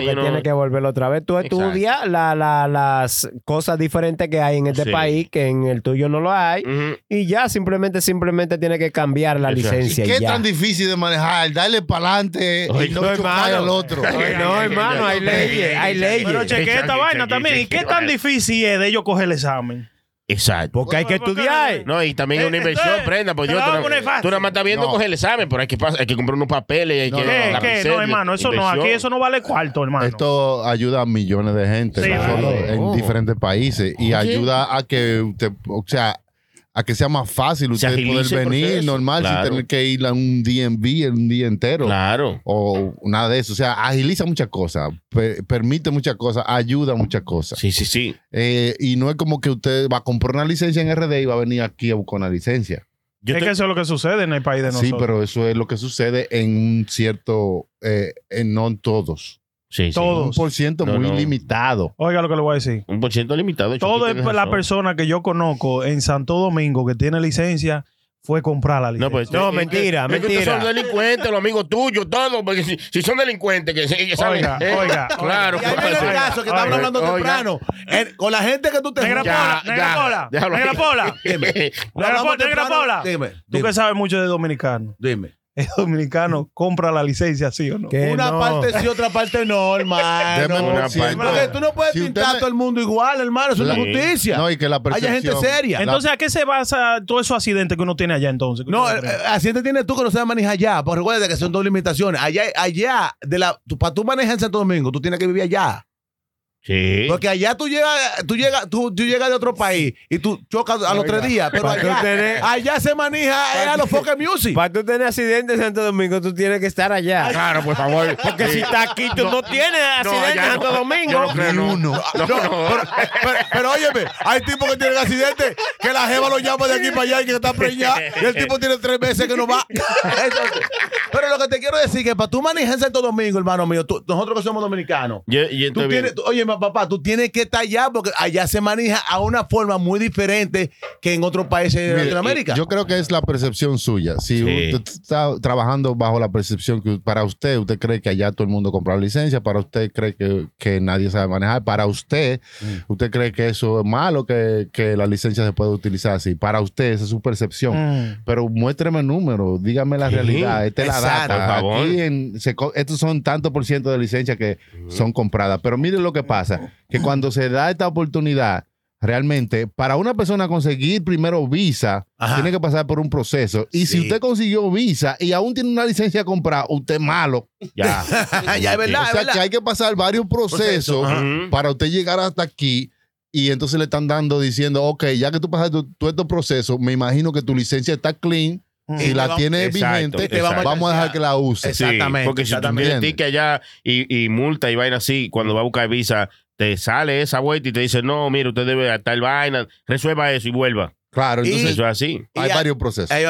B: que, no,
D: you
B: que
D: know.
B: tiene que volver otra vez. Tú
D: Exacto.
B: estudias la- la- las cosas diferentes que hay en este
D: Sí.
B: país, que en el tuyo no lo hay, y ya simplemente, simplemente tiene que cambiar la
E: Exacto.
B: licencia.
E: ¿Y qué
B: ya.
E: tan difícil de manejar? Darle para adelante y
B: Oye,
E: no,
B: no,
E: chocar
B: hermano.
E: al
B: Oye,
E: otro.
B: no, hermano, hay leyes, hay leyes.
D: eh,
F: Pero chequea esta
B: Cheque,
F: vaina
B: cheque,
F: también. ¿Y
B: cheque,
F: qué tan
B: vale.
F: difícil es de ellos coger el examen?
D: Exacto.
B: Porque hay que estudiar.
D: No, y también es una inversión, prenda. Pues
F: Eh,
D: yo,
F: te la
D: tú,
F: voy a
D: no-
F: poner fácil.
D: tú nada más estás viendo
F: No.
D: coger el examen, pero hay que, pas- hay que comprar unos papeles. Hay que,
F: ¿Qué?
D: la
F: ¿Qué? No,
D: miseria,
F: hermano, eso no. Aquí
D: inversión.
F: eso no vale cuarto, hermano.
E: Esto ayuda a millones de gente
F: Sí,
E: no solo
F: claro.
E: en diferentes países y
F: Oye.
E: ayuda a que usted, o sea, a que sea más fácil usted poder
F: agilice el
E: venir
F: proceso.
E: normal
F: Claro.
E: sin tener que ir a un DMV un día entero.
D: Claro.
E: O nada de eso. O sea, agiliza muchas cosas, per- permite muchas cosas, ayuda a muchas cosas.
D: Sí, sí, sí.
E: y no es como que usted va a comprar una licencia en RD y va a venir aquí a buscar una licencia.
F: es que eso es lo que sucede en el país de nosotros.
E: Sí, pero eso es lo que sucede en un cierto, eh, en no en todos.
D: Sí,
F: Todos.
E: Un por ciento
F: No,
E: muy
F: no.
E: limitado.
F: Oiga lo que le voy a decir.
D: Un por ciento limitado.
F: Todo es la
D: persona
F: persona que yo conozco en Santo Domingo que tiene licencia fue comprar la licencia. No,
D: pues, Es que- eh, es que ustedes son delincuentes, los amigos tuyos, todos. Porque si, si son delincuentes, que, se- que saben.
F: Oiga,
D: eh,
F: oiga,
D: Claro. pues,
C: Y ahí viene el caso que estaban hablando temprano. El- con la gente que tú te
F: Negra
C: juntas-
F: Pola, Negra Pola, Negra Pola.
C: Dime.
F: Negra
C: Hablamos
F: Pola, Negra
C: temprano.
F: Pola.
C: Dime.
F: Tú que sabes mucho de dominicano.
C: Dime.
F: El dominicano compra la licencia, sí o no.
C: una parte sí, otra parte no, hermano.
E: Deme Eh, una parte.
C: Porque tú no puedes
E: Si usted
C: pintar a
E: me-
C: todo el mundo igual, hermano. Eso es
E: La-
C: una justicia.
E: No, y que la
C: Hay
E: percepción-
C: gente seria.
F: Entonces, ¿a qué se basa todo esos accidentes que uno tiene allá entonces?
C: No, eh, eh, así te tienes tú que no sabes manejar allá. Porque recuerda que son dos limitaciones. Allá, allá, de la, tú, para tú manejar en Santo Domingo, tú tienes que vivir allá.
D: Sí.
C: Porque allá tú llegas, tú llegas, tú, tú llegas de otro país y tú chocas a los
B: Oiga,
C: tres días. Pero
B: para tú
C: allá,
B: tener-
C: allá se maneja eh, a los Fox Music.
B: Para tú tener accidente en Santo Domingo, tú tienes que estar allá.
D: Claro, por favor.
B: Porque si estás aquí, tú no, tienes accidente en Santo Domingo.
C: No, Pero, pero, pero óyeme, hay tipos que tienen accidentes que la jeva lo llama de aquí para allá y que está preñada. Y el tipo tiene tres meses que no va. Entonces, pero lo que te quiero decir que para tú manejar en Santo Domingo, hermano mío, tú- nosotros que somos dominicanos,
D: Yo- yo
C: tú
D: estoy bien.
C: tienes, tú- oye, ma- papá, tú tienes que estar allá porque allá se maneja a una forma muy diferente que en otros países de
E: Mire,
C: Latinoamérica.
E: Yo creo que es la percepción suya. Si usted está trabajando bajo la percepción que para usted, usted cree que allá todo el mundo compra licencia, para usted cree que, que nadie sabe manejar, para usted, usted cree que eso es malo, que, que la licencia se puede utilizar así. Para usted, esa es su
F: Mm.
E: percepción. Pero muéstreme números, dígame la
D: Sí,
E: realidad, esta es la
D: exacto.
E: data.
D: Por favor.
E: Aquí en- se co- estos son tantos por ciento de licencias que son compradas. Pero miren lo que pasa, que cuando se da esta oportunidad, realmente, para una persona conseguir primero visa, tiene que pasar por un proceso. Y si usted consiguió visa y aún tiene una licencia comprada, usted es malo.
D: Ya.
C: Ya, es verdad,
E: O sea,
C: es Ah, verdad.
E: que hay que pasar varios procesos
C: Proceso, ajá.
E: para usted llegar hasta aquí. Y entonces le están dando diciendo, ok, ya que tú pasaste tu- todos estos procesos, me imagino que tu licencia está clean
C: Y
E: y
C: te
E: la
C: vamos-
E: tiene
D: Exacto,
E: vigente.
D: te vamos a-
E: vamos a dejar que la use.
D: Sí, porque si tú tienes
E: ¿Entiendes?
D: ticket allá y, y multa y vaina así, cuando va a buscar visa, te sale esa vuelta y te dice, no, mire, usted debe gastar vaina, resuelva eso y vuelva.
E: Claro,
C: entonces-
D: eso es así.
C: Y hay- ahí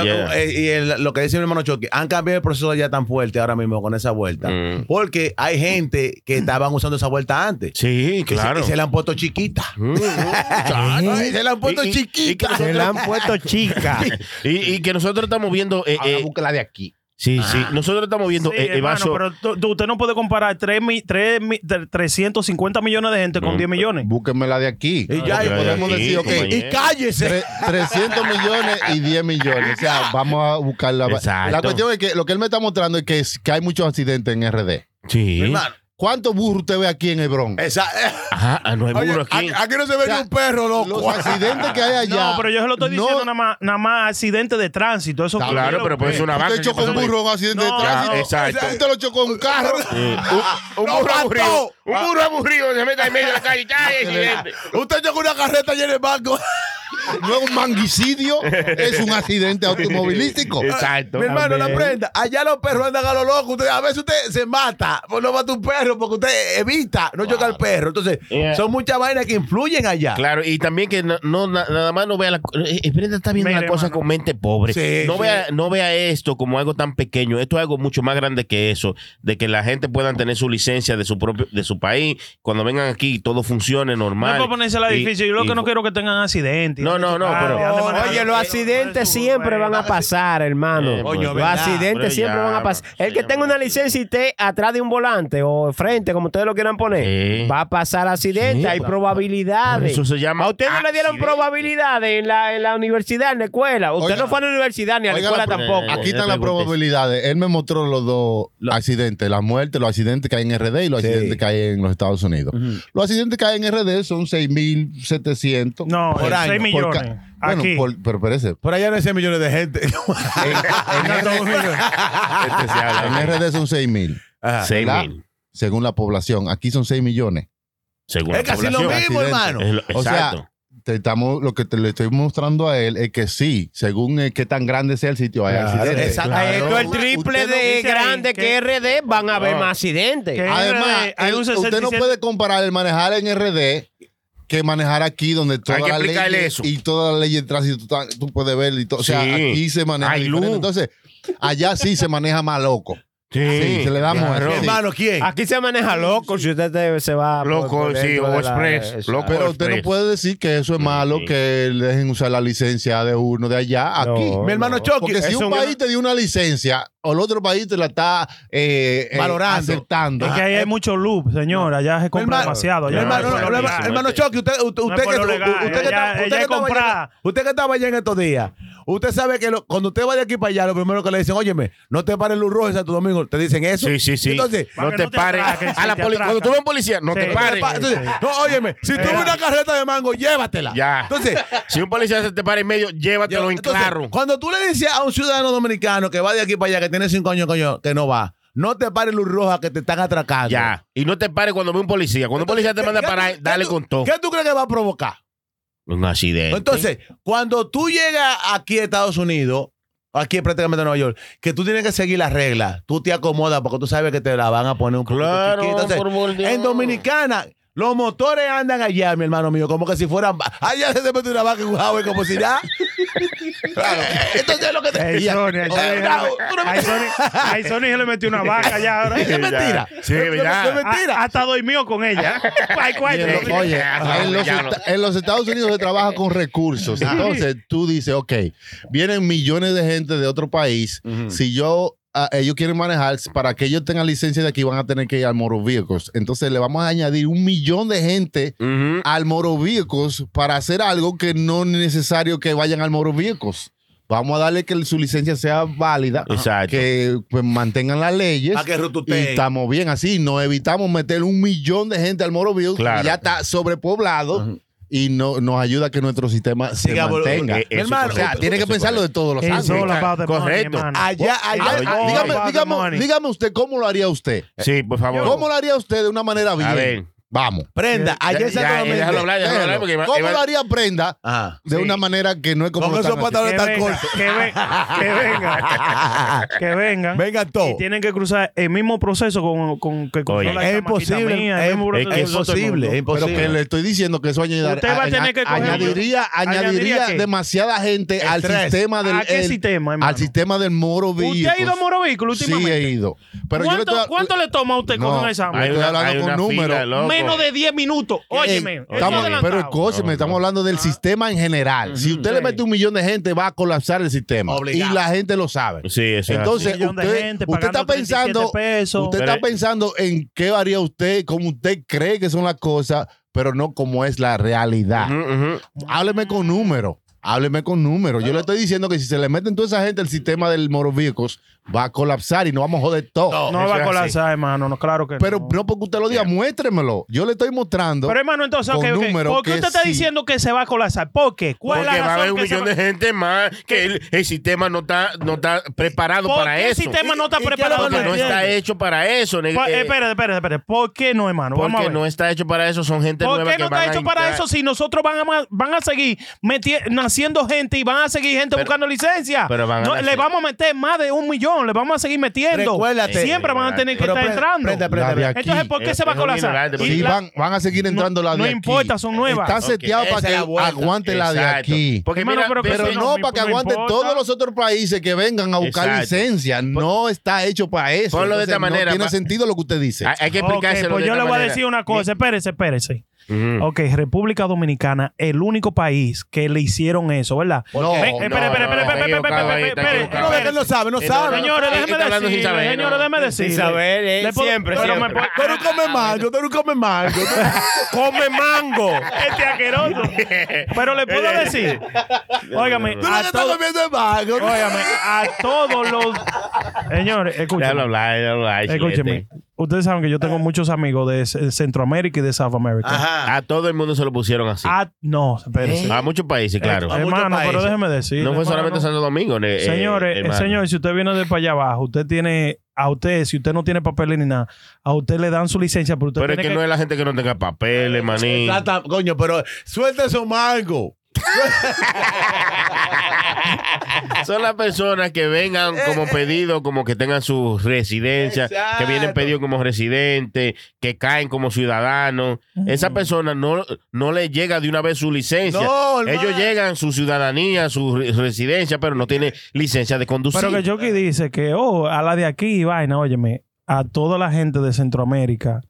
C: va- eh, y el- lo que dice mi hermano Choque, han cambiado el proceso ya tan fuerte ahora mismo con esa vuelta.
D: Mm.
C: Porque hay gente que estaban usando esa vuelta antes.
D: Sí,
C: que se-
D: claro.
C: y Se, la han puesto chiquita.
D: Claro.
C: Ay, se la han puesto
D: Y- y- y que
C: chiquita.
D: nosotros- y, y que nosotros estamos viendo. Eh, eh,
E: de aquí.
D: Sí,
C: Ah.
D: sí. Nosotros estamos viendo
F: Sí,
D: eh, el
F: hermano,
D: vaso.
F: pero tú- tú- usted no puede comparar tres mi- tres mi- tre- 350 millones de gente
D: Mm.
F: con 10 millones.
E: Búsqueme la de aquí.
F: Y
E: ya, y podemos decir, ok,
C: Y cállese.
E: Tre- 300 millones y 10 millones. O sea, vamos a buscar la.
D: Exacto.
E: La cuestión es que lo que él me está mostrando es que, es- que hay muchos accidentes en RD.
D: Sí.
E: Hermano. ¿Cuántos burros usted ve aquí en el Bronx?
C: eh,
D: Ajá, Ah, no hay Eh, burro aquí.
C: no se ve ni un perro, loco.
E: Los accidentes que hay allá.
F: No, pero yo se lo estoy
E: no-
F: diciendo nada, más, nada más accidente de tránsito. Eso
D: Claro, pero puede ser una vaca
E: Usted
D: que
E: chocó
D: pasó
E: un
D: por ahí.
E: burro en un accidente
F: No,
E: de tránsito.
D: ya, exacto.
E: Usted lo chocó un carro.
D: Sí. Eh, Un, un
C: ¡Lo
D: burro
C: mató!
D: aburrido. Un burro aburrido se mete en medio de la calle. ¡Ay,
C: Usted llegó una carreta llena de banco.
E: No es un manguicidio, es un accidente automovilístico.
D: Exacto.
C: Mi hermano, la
D: Amén.
C: prenda. Allá los perros andan a lo loco. Usted, a veces usted se mata. Pues no mata un perro porque usted evita no choca al perro. Entonces,
D: Yeah.
C: son muchas vainas que influyen
F: Ah.
C: allá.
D: Claro, y también que no, no, na- nada más no vea la eh, eh, Brenda está viendo
F: Mire,
D: la cosa
F: hermano.
D: con mente pobre.
C: Sí,
D: no
C: sí.
D: vea no vea esto como algo tan pequeño, esto es algo mucho más grande que eso, de que la gente pueda tener su licencia de su propio de su país, cuando vengan aquí todo funcione
F: No es
D: normal.
F: para ponérsela
D: Y-
F: difícil. Yo lo
D: y-
F: que no quiero que tengan accidentes. ah,
D: No, no, no,
B: Ah,
D: pero-
B: Oye, los accidentes siempre van a pasar, hermano.
D: Eh,
C: Coño,
B: los
C: ¿verdad?
D: Pero
B: accidentes siempre
D: ya,
B: van a pasar.
D: bro,
B: El que
D: sí,
B: tenga una
D: bro.
B: licencia y esté atrás de un volante o frente, como ustedes lo quieran poner,
D: Sí.
B: va a pasar accidentes.
D: Sí,
B: hay
D: pa-
B: probabilidades.
D: Por eso se llama
B: A usted no le dieron
D: accidente.
B: probabilidades en la, en la universidad, en la escuela. Usted
E: Oiga,
B: no fue a la universidad ni a la
E: oiga
B: escuela
E: la-
B: tampoco.
E: Aquí
D: Eh,
E: están
D: eh,
E: las
D: pregunte.
E: probabilidades. Él me mostró los dos accidentes, las muertes, los accidentes que hay en RD y los
C: Sí.
E: accidentes que hay en los Estados Unidos. Los accidentes que hay en RD son 6.700.
F: No,
C: Por año,
E: por
F: 6 millones.
E: ca- Bueno,
F: Aquí.
E: por- pero espérese.
C: Por allá no hay 100 millones de gente.
E: En, en
D: Este se habla,
E: en RD son 6.000,
C: Ajá.
D: seis
E: ¿verdad?
D: mil,
E: según la población. Aquí son 6 millones.
D: según
C: Es
D: la
C: casi lo
D: población.
C: mismo, hermano.
D: Es lo-
E: O sea,
D: exacto.
E: Te estamos, lo que te le estoy mostrando a él es que sí, según eh, qué tan grande sea el sitio, hay
C: Claro,
E: accidentes.
C: exacto.
B: Ay, esto es Eh, el
E: Usted
B: triple
E: no
B: de
F: dice ahí
B: grande que,
F: que-
B: RD, van a haber
D: No.
B: más accidentes.
F: Que-
E: Además,
F: RD, hay
E: el-
F: un
E: usted no
F: 67.
E: puede comparar el manejar en RD que manejar aquí donde todas
D: que
E: las
D: explicarle
E: leyes
D: eso.
E: y todas las leyes de tránsito están- tú puedes ver y todo, o sea,
D: Sí.
E: aquí se maneja
D: Hay
E: diferente.
D: luz.
E: Entonces, allá sí se maneja más loco. Sí, se le da muerte. Sí.
C: Hermano, ¿quién?
B: Aquí se maneja loco si usted te- se va por-
D: Loco,
B: por
D: sí,
B: dentro
D: o
B: de la-
D: express,
B: Exacto.
D: loco.
E: Pero usted no
D: express.
E: puede decir que eso es malo,
D: Sí.
E: que le dejen usar la licencia de uno de allá aquí.
B: No,
C: Mi hermano
B: no.
C: Chucky.
E: Porque si
C: Es
E: un país te dio una licencia o el otro país te la está eh, eh,
C: Valorando.
E: aceptando.
F: Es que ahí hay mucho loop, señor. Allá se
C: Mi
F: compra
C: hermano-
F: demasiado.
C: mi
F: allá
C: hermano,
F: no se
C: no,
F: compra.
C: hermano- hermano Chucky, usted, usted,
F: No es
C: usted
F: por
C: que,
F: lo legal,
C: usted que
F: ella-
C: está- usted
F: ella
C: que
F: es
C: estaba
F: comprada.
C: allá- usted que estaba allá en estos días, usted sabe que lo- cuando usted vaya aquí para allá, lo primero que le dicen, óyeme, no te pares luz roja en Santo Domingo, te dicen eso.
D: Sí, sí, sí.
C: Entonces,
F: Para
D: no
F: que
D: te
F: no te
D: pares.
F: atraquen,
D: A
F: si
D: la
F: te
D: poli-
F: atracan.
D: cuando tú ves un policía, no
F: Sí.
D: te
F: No te
D: pares.
C: pa- entonces, no, óyeme, si tuve una carreta de mango,
F: Ah.
C: llévatela.
D: Eh. Ya.
C: Entonces,
D: Si un policía se te para en medio, llévatelo en
C: Entonces,
D: claro.
C: Cuando tú le dices a un ciudadano dominicano que va de aquí para allá, que tiene cinco años, coño, que no va, no te pares luz roja que te están atracando.
D: Ya. Y no te pares cuando ve un policía. Cuando un policía te manda a
C: ¿Qué tú-
D: parar,
C: qué
D: dale
C: tú-
D: con todo.
C: ¿Qué tú crees que va a provocar?
D: Un accidente.
C: Entonces, cuando tú llegas aquí a Estados Unidos, aquí prácticamente a Nueva York, que tú tienes que seguir las reglas, tú te acomodas porque tú sabes que te la van a poner un poquito
D: Claro,
C: chiquita. Entonces,
D: por favor, Dios.
C: en Dominicana, los motores andan allá, mi hermano mío, como que si fueran. va- Allá se te mete una vaca en un jabón como si nada. claro. Entonces, lo que te.
F: Ey,
C: y-
F: Sony, ahí
C: Eh, no, tú no me-
F: Sony, ahí Sony se le metió una vaca allá ahora.
C: Es mentira.
D: Sí,
C: Es- es-
D: ya.
C: es mentira.
F: Ah, Hasta dormió con ella. Ay, cuál,
E: En lo- Oye, en los,
D: Ya lo-
E: esta- en los Estados Unidos se trabaja con recursos. Entonces tú dices, ok, vienen millones de gente de otro país. Si yo, ah, ellos quieren manejar, para que ellos tengan licencia de aquí van a tener que ir al Moro Vehicles. Entonces le vamos a añadir un millón de gente
D: Ujú.
E: al Moro Vehicles para hacer algo que no es necesario que vayan al Moro Vehicles. Vamos a darle que su licencia sea válida,
D: Exacto.
E: que pues, mantengan las leyes.
C: Pa' que
E: Y
C: rututee.
E: estamos bien así, no evitamos meter un millón de gente al Moroville,
D: Claro.
E: que ya está sobrepoblado y no, nos ayuda a que nuestro sistema se
C: Siga, boludo.
E: mantenga.
D: Eh,
C: Mi
D: eso
C: hermano, pues.
E: o sea,
D: correcto,
E: tiene que
D: eso
E: pensarlo de
D: correcto.
E: todos los
F: It's all
E: ángulos.
F: about the
D: Correcto.
F: money, hermano.
C: Allá, allá.
D: Oye,
E: Ah, dígame,
F: about the
E: dígame-
F: money.
E: dígame usted cómo lo haría usted.
D: Sí, por favor.
E: ¿Cómo lo haría usted de una manera bien?
D: A ver.
E: Vamos.
C: Prenda,
D: Ya,
C: allá en
D: ya,
C: Santo Domingo.
D: déjalo hablar, déjalo hablar. Porque iba-
E: ¿Cómo
D: iba-
E: lo haría prenda
C: Ajá.
E: de
F: Sí.
E: una manera que no es como
C: Con
E: lo
C: esos
E: están haciendo?
C: pantalones
F: que
C: tan
F: venga,
C: cortos.
F: que, ve- que venga, que venga.
C: Vengan todos.
F: Y tienen que cruzar el mismo proceso con, con que cruzó
D: Oye.
F: la
C: Es
F: chamaquita
C: imposible,
F: mía, el
C: es-
F: mismo
C: es
F: proceso
C: que
F: que
C: es
F: cruzó todo el
C: posible,
F: mundo.
C: es
E: Pero
C: imposible.
E: que le estoy diciendo que eso añadirá-
F: Usted va a tener que coger-
E: añadiría,
F: ¿Añadiría Ah,
E: añadiría
F: qué?
E: demasiada gente al
C: Estrés.
E: sistema del
F: ¿A qué
E: el-
F: sistema, hermano?
E: al sistema del moro
F: ¿Usted ha ido a
E: vehículos.
F: Morovehículo
E: Sí
F: últimamente?
E: he ido. Pero yo le
F: ¿Cuánto,
E: estoy,
F: cuánto le toma a usted
E: No,
F: con un examen?
E: Ay, estoy hablando con números.
D: loco.
F: Menos de 10 minutos.
E: Ey,
F: Óyeme,
E: Eh, estamos- pero escúcheme,
D: No,
E: estamos hablando
F: Ah.
E: del sistema en general. Si usted le
F: Sí.
E: mete un millón de gente, va a colapsar el sistema.
C: Obligado.
E: Y la gente lo sabe.
D: Sí, eso es así.
E: Entonces,
F: Un millón de
E: usted,
F: gente
E: usted está
F: pagando 37
E: pensando,
F: pesos.
E: usted está
D: Pero-
E: pensando en qué haría usted, cómo usted cree que son las cosas, pero no cómo es la realidad.
D: Ujú, ujú.
E: Hábleme con números. Hábleme con números. Yo le estoy diciendo que si se le meten toda esa gente al sistema del Morovicos, va a colapsar y no vamos a joder todo.
F: No, va a colapsar, hermano. No, claro que
E: Pero
F: no.
E: no porque usted lo diga, muéstremelo. Yo le estoy mostrando.
F: Pero hermano, entonces,
E: con
F: ok, ok.
E: números
F: ¿por qué
E: que
F: usted está
E: sí.
F: diciendo que se va a colapsar? ¿Por qué? ¿Cuál
D: Porque
F: es la
D: va a haber
F: razón
D: un
F: que se
D: millón
F: va-
D: de gente más que el, el sistema no está, no está preparado
F: ¿Por
D: para
F: qué el
D: eso.
F: sistema no está
D: ¿Y- y qué
F: preparado
D: porque
F: para
D: no
F: eso?
D: está hecho para eso. neg-
F: Pa-
D: eh,
F: espérate, espérate, espérate. ¿Por qué no, hermano? Vamos a
D: porque
F: ver.
D: no está hecho para eso. Son gente
F: ¿Por
D: nueva
F: qué
D: que
F: no está
D: van a
F: hecho para
D: entrar.
F: eso si nosotros van a, ma- van a seguir meti- naciendo gente y van a seguir gente buscando licencia?
D: pero van a
F: No,
D: nacer.
F: le vamos a meter más de un millón, le vamos a seguir metiendo.
C: Recuérdate.
F: Siempre van a tener que
C: Pero
F: estar
C: prende-
F: entrando.
C: prende, prende,
E: La de
C: prende.
E: aquí.
F: Entonces, ¿por qué
D: Es-
F: se va a
D: es un
F: colapsar?
D: ignorante,
F: Y
E: Sí,
F: la-
E: van, van a seguir entrando
F: no-
E: la de
F: no
E: aquí.
F: importa, son nuevas.
E: Está
F: Ok,
E: seteado
D: esa
E: para
D: es
E: que
D: la vuelta.
E: aguante la de
D: Exacto. Pues
E: aquí.
D: Porque
F: Hermano,
D: mira,
F: pero que
D: pero
E: Pero
F: eso
E: no,
F: no
E: para que
F: me
E: aguante
F: importa.
E: todos los otros países que vengan a buscar
D: Exacto.
E: licencia. No está hecho para eso.
D: Ponlo de esta manera,
E: No tiene
D: pa-
E: sentido lo que usted dice.
D: Hay, hay que
F: Ok,
D: explicárselo.
F: pues
D: de
F: yo
D: esta
F: le voy a
D: manera.
F: decir una cosa. Espérese, espérese.
D: Ujú.
F: Ok, República Dominicana, el único país que le hicieron eso, ¿verdad?
E: No,
F: Ven,
E: no,
F: espere, espere,
D: no,
F: espere,
D: está
F: espere, espere,
D: equivocado ahí,
F: espere,
D: está
F: espere,
D: equivocado.
F: espere.
C: que él no sabe, no
D: Eh,
C: sabe.
F: Señores,
D: Está
F: déjeme
D: hablando sin
F: decirle,
D: saber, ¿no?
F: señores, déjeme decirle.
B: saber, eh,
F: Le puedo-
B: siempre,
F: pero
B: siempre.
F: me
C: Tú no comes mango, tú no comes mango.
F: come mango. Este asqueroso. Pero le puedo decir, óigame,
C: Tú no
F: a,
C: estás
F: todo-
C: comiendo es mango.
F: óigame, a todos los señores,
D: Déjalo
F: escúcheme.
D: hablar, déjalo hablar,
F: Escúcheme,
D: chilete.
F: ustedes saben que yo
C: Ah.
F: tengo muchos amigos de C- Centroamérica y de South America.
D: A todo el mundo se lo pusieron así.
F: Ah, no, espérese.
D: A muchos países, claro.
C: Eh, a muchos
F: hermano, pero
C: países.
F: déjeme decir.
D: no fue
F: hermano.
D: solamente Santo Domingo. ne- eh,
F: Señores, eh,
D: hermano.
F: señores, si usted viene de para allá abajo, usted tiene, a usted, si usted no tiene papeles ni nada, a usted le dan su licencia, pero usted
D: Pero es
F: tiene
D: que
F: que,
D: no es la gente que no tenga papeles, maní.
C: Trata- Coño, pero suelta esos mangos.
D: Son las personas que vengan como pedido, como que tengan su residencia, que vienen
C: Exacto.
D: pedidos como residentes, que caen como ciudadanos. Esa persona no, no le llega de una vez su licencia.
C: No, hermano.
D: Ellos llegan, su ciudadanía, su re- residencia, pero no tiene licencia de conducir.
F: Pero que Chucky dice que, oh, a la de aquí, vaina, óyeme, a toda la gente de Centroamérica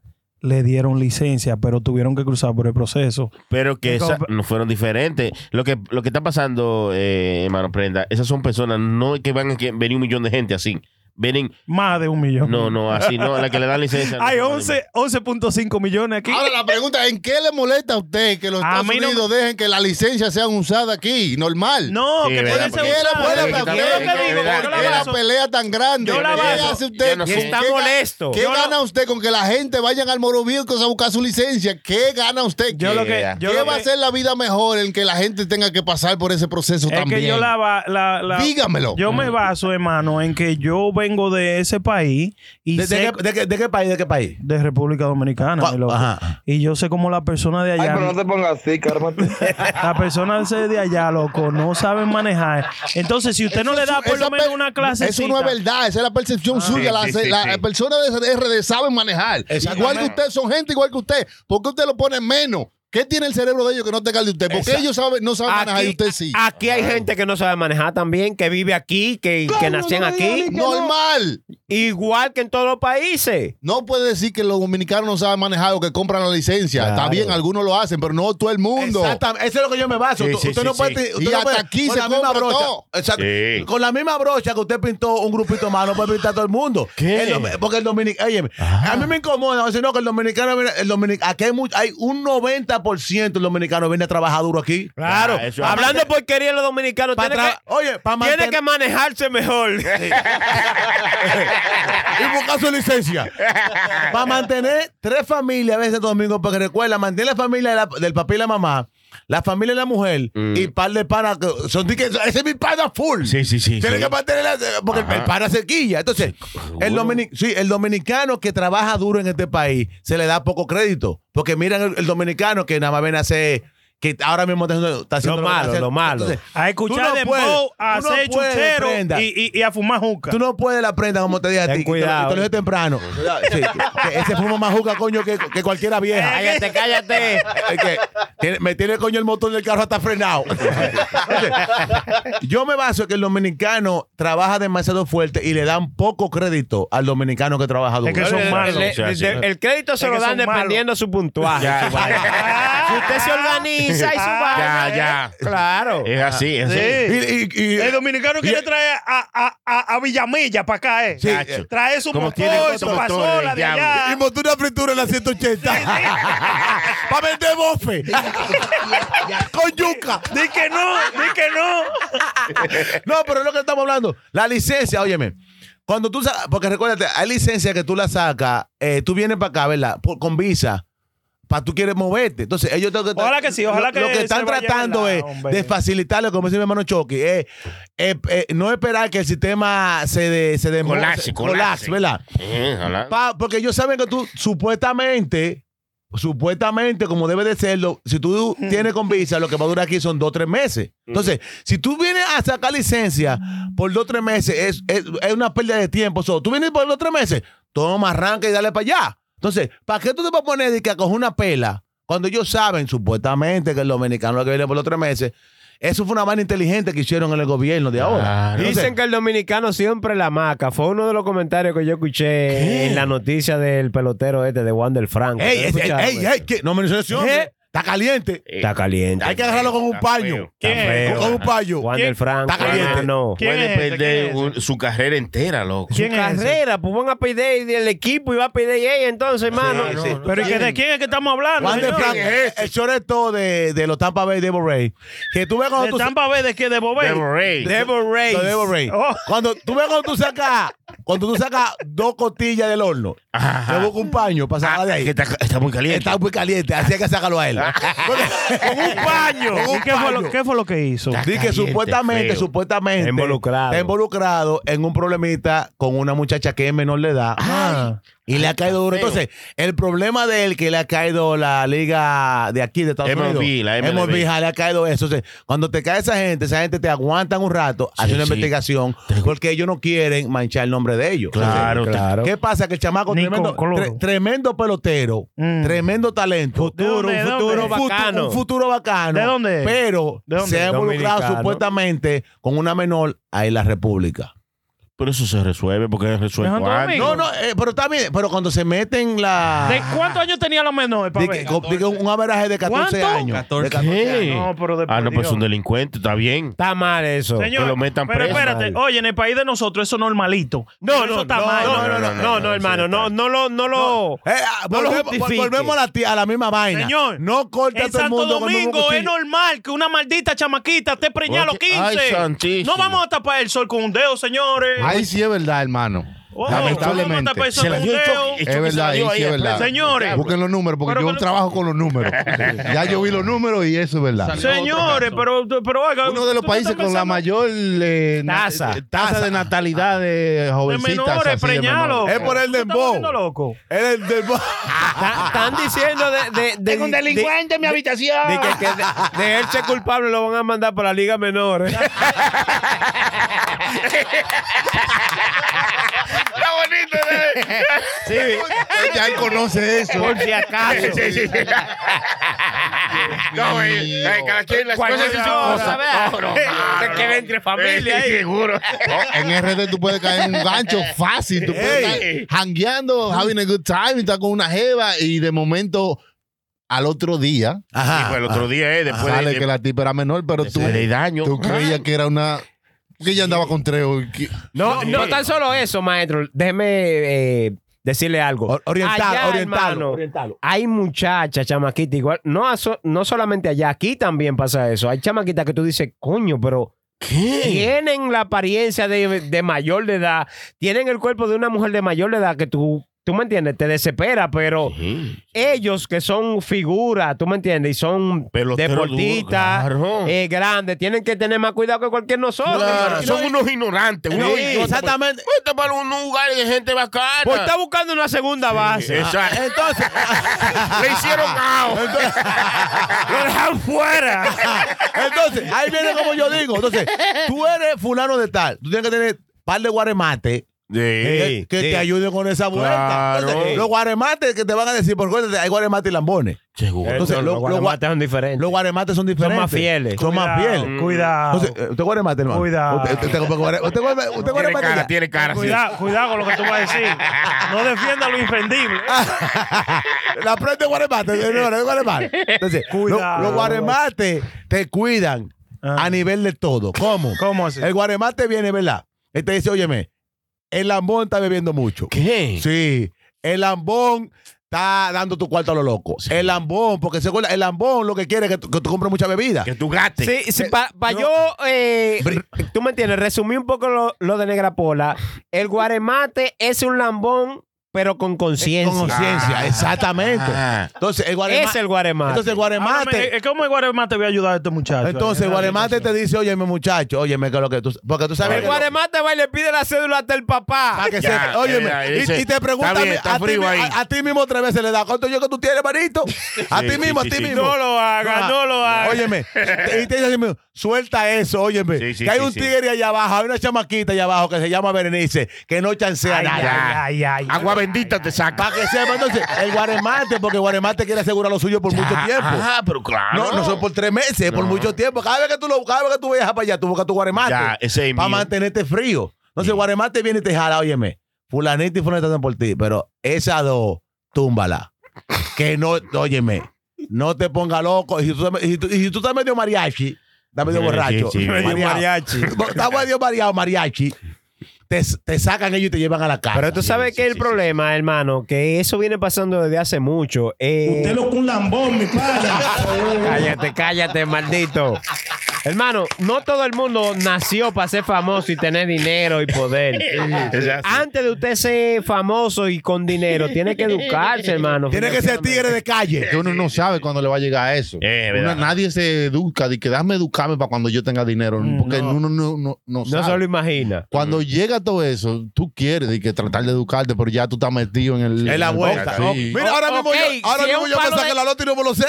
F: le dieron licencia, pero tuvieron que cruzar por el proceso.
D: Pero que
F: Y como-
D: esas no fueron diferentes. Lo que, lo que está pasando, eh, hermano Prenda, esas son personas, no es que van a que- venir un millón de gente así. Vienen,
F: Más de un millón.
D: no, no, así, no, a la que le dan licencia. no
F: Hay
D: son
F: 11 11.5 millones aquí.
E: Ahora la pregunta, ¿en qué le molesta a usted que los
F: A
E: Estados
F: mí no-
E: Unidos dejen que la licencia sea usada aquí? Normal.
F: No,
D: Sí,
F: que
D: ¿verdad?
F: puede
E: ¿Por
F: ser
E: qué
D: Porque
E: la
D: era
F: usada.
E: pelea
D: buena
F: Yo
E: tan
F: lo que
D: también,
E: grande?
F: digo,
D: ¿verdad?
F: yo
E: ¿Por
F: la
E: qué la
F: baso.
E: pelea tan grande?
F: Yo la
E: ¿Qué
F: baso.
E: hace usted?
D: Yo no
E: ¿Qué
D: sé.
E: ga-
D: Está
B: molesto.
E: ¿Qué
F: Yo no-
E: gana usted con que la gente vayan al Morovilco a buscar su licencia? ¿Qué gana usted?
F: Yo lo que- yo
E: ¿Qué
F: lo
E: va a
F: que-
E: hacer la vida mejor en que la gente tenga que pasar por ese proceso
F: Es
E: también?
F: que yo la, ba- la, la-
E: Dígamelo.
F: Yo
D: Mm.
F: me baso, hermano, en que yo vengo de ese país y
C: ¿De, de
F: sé
C: qué, de qué- de qué país? ¿De qué país?
F: de República Dominicana, mi loco.
C: Ajá.
F: Y yo sé cómo la persona de allá.
K: te pongas así, cármate.
F: La persona ese de allá, loco, no saben manejar. Entonces, si usted no le da por
E: Esa
F: lo menos
E: pe-
F: una Ah. clase.
E: Eso no es verdad, esa es la percepción suya.
D: sí,
E: las
D: sí,
E: la-
D: sí.
E: las personas de RD saben manejar.
C: Exactamente.
E: Igual que usted, son gente igual que usted. ¿Por qué usted lo pone menos? ¿Qué tiene el cerebro de ellos que no tenga el de usted? Porque
B: Exacto.
E: ellos saben, no saben manejar y usted sí.
B: aquí hay gente que no sabe manejar también, que vive aquí, que, que nacen aquí.
E: Normal.
B: Igual que en todos los países.
E: No puede decir que los dominicanos no saben manejar o que compran la licencia. Está bien, algunos lo hacen, pero no todo el mundo.
C: Exactamente. Eso es lo que yo me baso.
D: Sí,
C: Tú-
D: sí,
C: usted
D: sí,
C: no
D: sí.
C: puede. usted
E: Y
C: no
E: hasta
C: puede-
E: aquí
C: con
E: se
C: la misma
E: compra
C: brocha.
E: todo.
C: Exacto.
D: Sí.
C: Con la misma brocha que usted pintó un grupito más, no puede pintar todo el mundo.
D: ¿Qué?
C: El dom- porque el dominicano. Oye, a mí me incomoda. a veces, no, que el dominicano. viene- El dominic- aquí hay, mucho- hay un 90% del dominicano viene a trabajar duro aquí.
B: Claro.
D: Ah, eso es-
B: Hablando porquería de los dominicanos,
C: Pa'
B: tiene
C: tra-
B: que,
C: oye, para
B: tiene
C: mantener.
B: que manejarse mejor.
C: y buscar su licencia. Para mantener tres familias a veces domingo, porque recuerda, mantener la familia de la- del papá y la mamá, la familia de la mujer y par de panas. que Son de que- ese es mi pana full.
D: Mm. Sí, sí, sí,
C: Tiene
D: sí.
C: que mantener la- porque el- el pana se quilla. Entonces, el, domini- sí, el dominicano que trabaja duro en este país se le da poco crédito. Porque miran el, el dominicano que nada más ven a hacer. Que ahora mismo está haciendo, está haciendo
B: Lo
C: que está
B: malo,
C: haciendo.
B: lo malo.
F: A
C: tú
F: escuchar
C: no
F: de
C: puedes,
F: Bo, a
C: tú no
F: hacer
C: puedes,
F: chuchero
C: prenda.
F: y, y- y a fumar juca.
C: Tú no puedes la prenda, como te dije a
B: Ten
C: ti. y te lo- y
B: cuidado.
C: Te lo dije temprano. Sí, que- que ese fuma más juca, coño, que, que cualquiera vieja.
B: cállate, cállate.
C: Es que tiene- me tiene, coño, el motor del carro hasta frenado. Entonces, Yo me baso en que el dominicano trabaja demasiado fuerte y le dan poco crédito al dominicano que trabaja duro.
F: Es que son malos.
B: El, el-
D: sea, sí.
B: el crédito se
F: Es
B: lo
F: que
B: dan
F: son malos.
B: dependiendo de su puntuaje.
D: Ya,
B: su vaina.
F: ya.
B: si usted se organiza y su
F: Ya,
B: vaina, ¿eh?
D: ya.
B: Claro.
D: Es así, es así.
C: Y- y- y-
J: El dominicano quiere traer a, a, a, a Villamilla para acá, ¿eh?
C: Sí.
D: Cacho.
J: Trae su
D: Como
J: motor,
D: tienen otros
J: su
D: motores,
J: pasola de
D: diablo.
J: allá.
C: y montó una fritura en la 180. Para vender bofe. Con yuca.
J: Di que no, di que no.
C: No, pero es lo que estamos hablando. La licencia, óyeme. Cuando tú sacas, porque recuérdate, hay licencia que tú la sacas, eh, tú vienes para acá, ¿verdad? Por- con visa. Para tú quieres moverte. Entonces, ellos tengo que estar-
F: Ojalá que sí, ojalá
C: lo-
F: que
C: Lo que
F: se
C: están
F: vaya
C: tratando
F: verdad,
C: es
F: hombre.
C: de facilitarlo, como dice mi hermano Chucky, es eh, eh, no esperar que el sistema se de, se de-
D: Colapse,
C: se-
D: colapse.
C: ¿verdad?
D: Sí, ojalá.
C: Pa- porque ellos saben que tú supuestamente, supuestamente, como debe de serlo, si tú tienes con visa, lo que va a durar aquí son dos o tres meses. Entonces, si tú vienes a sacar licencia por dos o tres meses, es, es- es una pérdida de tiempo. So, tú vienes por dos o tres meses, toma, arranca y dale para allá. Entonces, ¿para qué tú te vas a poner de que a coger una pela? Cuando ellos saben, supuestamente, que el dominicano lo que viene por los tres meses, eso fue una mano inteligente que hicieron en el gobierno de ahora. Entonces,
B: Dicen que el dominicano siempre la maca. Fue uno de los comentarios que yo escuché en la noticia del pelotero este de Wander Franco.
C: Ey,
B: ¿Lo
C: ey, ey,
B: escucharon?
C: ey, ey, que- no me
B: ¿Eh?
C: Está caliente.
B: Está caliente.
C: Hay que agarrarlo con un paño.
B: Está feo.
C: Con un paño.
B: Wander Franco.
C: Está caliente.
B: hermano.
F: ¿Quién
D: Puede
F: es ese? ¿Quién
D: perder
F: es
D: un- su carrera entera, loco.
B: Su
F: ¿Quién es ese?
B: carrera, pues van a pedir del equipo y va a pedir ella entonces, hermano.
D: sí.
B: No, no.
F: Pero ¿y que de quién es que estamos hablando?
C: Juan de
F: señor?
C: Franco, el choreto de, de los Tampa Bay Devil Ray. Que tú ves cuando
F: ¿De
C: tú.
F: Tampa Bay de qué? ¿De Bobé?
D: Devil Ray.
C: Devil Ray. Devil Ray.
F: Oh.
C: Cuando tú ves cuando tú sacas. Cuando tú sacas dos costillas del horno.
D: Ajá.
C: Le busca un paño para sacarla de
D: Ah,
C: ahí.
D: que está, está muy caliente.
C: Está muy caliente, así hay que sacarlo a él.
F: Con un paño.
C: Con un
F: ¿Y qué fue,
C: paño.
F: lo, qué fue lo que hizo?
C: Dice que
D: caliente,
C: supuestamente,
D: feo.
C: supuestamente.
B: Está involucrado.
C: Está involucrado en un problemita con una muchacha que es menor de edad. Ah, y le ha caído duro.
D: feo.
C: Entonces, el problema de él que le ha caído la liga de aquí, de Estados
D: MLB,
C: Unidos.
D: la MLB.
C: MLB, ja, le ha caído eso. Entonces, cuando te cae esa gente, esa gente te aguantan un rato haciendo
D: sí.
C: investigación porque ellos no quieren manchar el nombre de ellos.
D: Claro,
C: Entonces,
B: claro.
C: ¿Qué pasa? Que el chamaco,
F: Nico
C: tremendo,
F: Cloro.
C: tre- tremendo pelotero,
F: Mm.
C: tremendo talento.
F: Futuro, un
C: ¿De dónde?
F: futuro
C: Un futu-
B: bacano.
C: Un futuro bacano.
F: ¿De dónde es?
C: Pero
F: ¿De dónde?
C: se ha involucrado
B: Dominicano.
C: supuestamente con una menor ahí en la República.
D: Pero eso se resuelve porque resuelve
F: Mejor tu
D: cuándo.
F: amigo.
C: No, no, eh, pero está bien. Pero cuando se meten la.
F: ¿De cuántos años tenía la menor? pa'
C: di que-
F: ver?
C: con- di que un averaje de 14
F: ¿Cuánto?
C: años.
I: 14.
C: De 14 años.
D: ¿Qué?
F: No, pero de
D: Ah, no,
F: por
D: pues es un
F: Dios.
D: delincuente, está bien.
B: Está mal eso.
D: que lo metan
F: pero
D: preso.
F: espérate, oye, en el país de nosotros eso es normalito.
B: No,
F: eso
B: no,
F: está
B: no,
F: mal.
B: no, no, no, no, no, hermano, no, no lo, no lo.
C: Eh, ah,
B: No lo
C: volvemos, vol-
B: justifique.
C: volvemos a la, ti- a la misma vaina.
F: Señor,
C: no corta
F: En
C: todo el
F: Santo
C: mundo con un
F: Domingo
C: cuchillo.
F: es normal que una maldita chamaquita esté preñada a los
D: Oye, ay,
F: 15.
D: santísimo.
F: no vamos a tapar el sol con un dedo, señores.
E: Ahí sí es verdad, hermano.
F: Oh, ¿cómo no
E: Lamentablemente.
F: te pasó Se la con dio el dedo? choque, el
E: Es verdad, ahí sí es verdad.
F: Señores.
E: Busquen los números, porque
F: Pero
E: yo
F: que no-
E: trabajo con los números. ya yo vi los números y eso es verdad.
F: Señores, pero, pero oiga,
E: Uno de los
F: ¿tú no
E: países
F: estás
E: con la
F: pensando
E: mayor eh, na-
B: Tasa,
E: eh, tasa de natalidad de
F: De
E: jovencitas.
F: menores,
E: así de
F: preñados.
E: menores.
C: Es por el
F: ¿Tú estás
C: dembow.
F: volviendo loco?
C: Es el del-
B: Están Eh, están diciendo de. de, de-
D: Tengo un
B: de-
D: delincuente en mi habitación.
B: de que, que de, de él ser culpable lo van a mandar para la Liga Menor. ¿eh?
D: Está bonito, ¿eh?
E: Ya él conoce eso.
B: Por si acaso.
D: Sí, sí, sí. No, güey. eh, Cada quien las
B: Cualquier
D: cosas y sus
B: cosa,
D: cosas. No, no,
B: Se
D: no,
B: queda
D: no.
B: entre familia
D: Eh,
B: ahí.
D: Seguro.
E: Oh, En RD tú puedes caer en un gancho fácil. Tú puedes
D: Ey.
E: estar hangueando, having a good time, estás con una jeva y de momento al otro día
D: Y fue el otro día, eh, después
E: sale
D: de-
E: que la tipa era menor, pero tú,
D: después de daño.
E: tú creías que era una... Que ella andaba con tres. o que-
B: No,
D: Sí.
B: no tan solo eso, maestro. Déjeme eh, decirle algo.
C: Or- oriental,
B: Allá,
C: oriental,
B: hermano,
C: oriental.
B: Hay muchachas, chamaquitas, igual. No, aso- no solamente allá, aquí también pasa eso. Hay chamaquitas que tú dices, coño, pero tienen la apariencia de, de mayor de edad, tienen el cuerpo de una mujer de mayor de edad que tú, tú me entiendes, te desespera, pero
D: Sí.
B: ellos que son figuras, tú me entiendes, y son
D: Pelotero
B: deportistas,
D: duro, claro.
B: eh, grandes, tienen que tener más cuidado que cualquier nosotros.
D: Claro,
B: Y no-
D: Son unos ignorantes. unos
B: Sí,
D: idiotas.
C: exactamente.
D: Vete para un lugar de gente bacana.
B: Pues está buscando una segunda base.
D: Exacto.
C: Entonces,
D: Le hicieron out.
F: Lo dejaron fuera.
C: Ah, Entonces, ahí viene como yo digo. Entonces, tú eres fulano de tal. Tú tienes que tener par de guaremates que, que te ayuden con esa vuelta.
D: Eh, Claro.
C: Entonces, los guaremates que te van a decir, por cuenta, hay guaremates y lambones.
D: Seguro.
C: Entonces,
B: los
C: lo- lo-
B: guaremates son diferentes.
C: Los guaremates son diferentes.
B: más fieles.
C: Son más
B: Mm.
C: fieles.
F: Cuidado.
C: Entonces, eh, usted guaremate, hermano.
F: Cuidado.
C: Usted, usted- usted- usted- usted guare- usted
D: Tiene
C: guaremate
D: cara,
C: ya.
D: tiene cara. sí.
F: Cuidado, cuidado con lo que tú vas a decir. No defienda lo infendible.
C: La prende guaremate. señores, guaremate. Entonces, lo-
F: Cuidado.
C: los guaremates te cuidan
F: Ah.
C: a nivel de todo. ¿Cómo?
F: ¿Cómo así?
C: El guaremate viene, ¿verdad? Este dice, óyeme, el lambón está bebiendo mucho.
D: ¿Qué?
C: Sí. El lambón está dando tu cuarto a lo loco. El lambón, porque se acuerda, el lambón lo que quiere es que tú, que tú compres mucha bebida. Que
D: tú gastes.
B: Sí, sí, para yo, eh, tú me entiendes, resumí un poco lo, lo de Negra Pola. El guaremate es un lambón, pero con conciencia.
C: Con conciencia, exactamente. Entonces, el guarema-
B: Es el guaremate.
C: Entonces, el guaremate-
F: Háblame, eh, ¿Cómo el guaremate voy a ayudar a este
B: Ah,
F: muchacho?
C: Entonces, Guaremate te dice, óyeme, muchacho, óyeme, que lo que tú. Porque tú sabes.
B: El
C: que-
B: guaremate va y le pide la cédula hasta el papá.
C: Pa' que sepa. Óyeme, y- y, te pregunta a mí- a, ti, mi- a- a ti mismo tres veces le da cuánto yo que tú tienes, manito. A
B: Sí,
C: ti mismo,
B: sí,
C: a ti
B: sí, sí.
C: mismo.
B: No lo hagas,
D: Ah.
B: no lo hagas.
C: Óyeme, y te dice, mismo, suelta eso, óyeme.
B: sí,
C: que hay
B: sí,
C: un
B: sí.
C: tigre allá abajo, hay una chamaquita allá abajo que se llama Berenice, que no chancea
D: Ay,
C: nada.
D: ay, ay, ay, Agua ay, bendita te saca.
C: Para que sepa, entonces, el Guaremate, porque Guaremate quiere asegurar lo suyo por mucho tiempo.
D: ajá, pero claro.
C: No, no son por tres meses, es por
D: No.
C: mucho tiempo. Cada vez que tú, lo, cada vez que tú viajas para allá, tú buscas tu Guaremate.
D: Ya, ese es
C: para
D: mío.
C: mantenerte frío. Entonces, el Guaremate viene y te jala, óyeme, fulanito y fulanita están por ti, pero esas dos, túmbala. Que no, óyeme, no te ponga loco. Y si tú, y si tú- y si tú estás medio mariachi, estás medio
D: Sí,
C: borracho.
D: sí, sí. Medio
C: mareado.
D: mariachi.
C: No, Estás medio mareado, mariachi. Te, te sacan ellos y te llevan a la casa.
B: Pero tú sabes que el problema, hermano, que eso viene pasando desde hace mucho. Eh,
J: Usted lo un lambón, mi padre.
B: Cállate, cállate, maldito. Hermano, no todo el mundo nació para ser famoso y tener dinero y poder.
D: Es así.
B: Antes de usted ser famoso y con dinero, tiene que educarse, hermano.
C: Tiene que ser tigre de calle.
E: Que uno no sabe cuándo le va a llegar a eso.
D: verdad.
E: Uno- nadie se educa de que dame educarme para cuando yo tenga dinero. Porque uno Mm, no, no, no sabe.
B: se lo imagina.
E: Cuando llega todo eso, tú quieres de que tratar de educarte, pero ya tú estás metido en el.
C: Es la
E: en el
C: vuelta.
E: box, sí.
C: Mira, ahora mismo
B: Ok,
C: yo, ahora
B: si es
C: mismo
B: un
C: yo me
B: palo
C: saqué
B: de-
C: la lota y no me lo sé.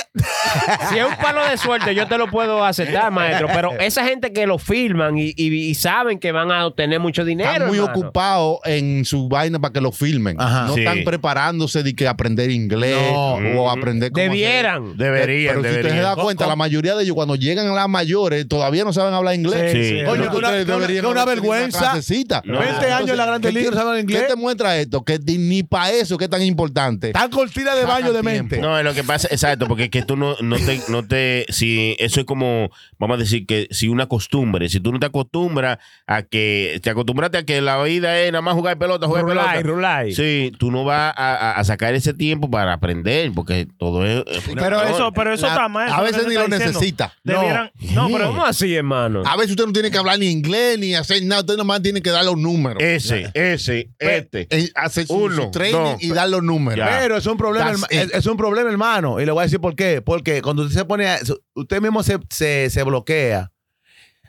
B: Si es un palo de suerte, yo te lo puedo aceptar, maestro. Pero esa gente que lo filman y, y- y saben que van a obtener mucho dinero.
E: Están muy
B: hermano.
E: ocupados en su vaina para que lo filmen.
C: Ajá.
E: no
D: Sí.
E: están preparándose de que aprender inglés
C: No.
E: o aprender cómo hacer-
B: Debieran.
D: Deberían,
E: Pero si usted se da
D: deberían.
E: cuenta, la mayoría de ellos cuando llegan a las mayores todavía no saben hablar inglés.
D: Sí, sí.
E: Coño,
C: No,
E: que
C: una-
E: ustedes
C: que una-
E: deberían
C: que una
E: haber tenido
C: vergüenza.
E: clasecita.
C: 20 años en la Grande
E: ¿qué-
C: Liga
E: qué-
C: no saben inglés.
E: ¿Qué te muestra esto? Que di- ni para eso que es tan importante.
C: Tan cortina de
E: Sacan
C: baño de
E: tiempo.
C: mente.
D: No, es lo que pasa, exacto, porque es que tú no, no te, no te, si eso es como, vamos a decir que si una costumbre, si tú no te acostumbras a que, te acostumbraste a que la vida es nada más jugar pelota, jugar
B: Rulay,
D: pelota.
B: rulay.
D: Sí, tú no vas a, a- a sacar ese tiempo para aprender, porque todo es. es una-
F: Pero
D: no,
F: eso, pero eso
E: La-
F: está mal. eso
E: a
F: que
E: veces
F: te
E: ni
F: está
E: lo
F: diciendo.
E: necesita.
F: Debieran- No, pero
B: ¿Cómo así, hermano?
E: A veces usted no tiene que hablar ni inglés ni hacer nada. Usted nomás tiene que dar los números.
D: Ese, ese, este.
E: Eh, hacer su,
D: Uno,
E: su training
D: dos,
E: y dar los números.
D: Ya.
C: Pero es un problema,
E: That's
C: herma- es, es un problema, hermano. Y le voy a decir por qué. Porque cuando usted se pone, a- usted mismo se, se, se bloquea.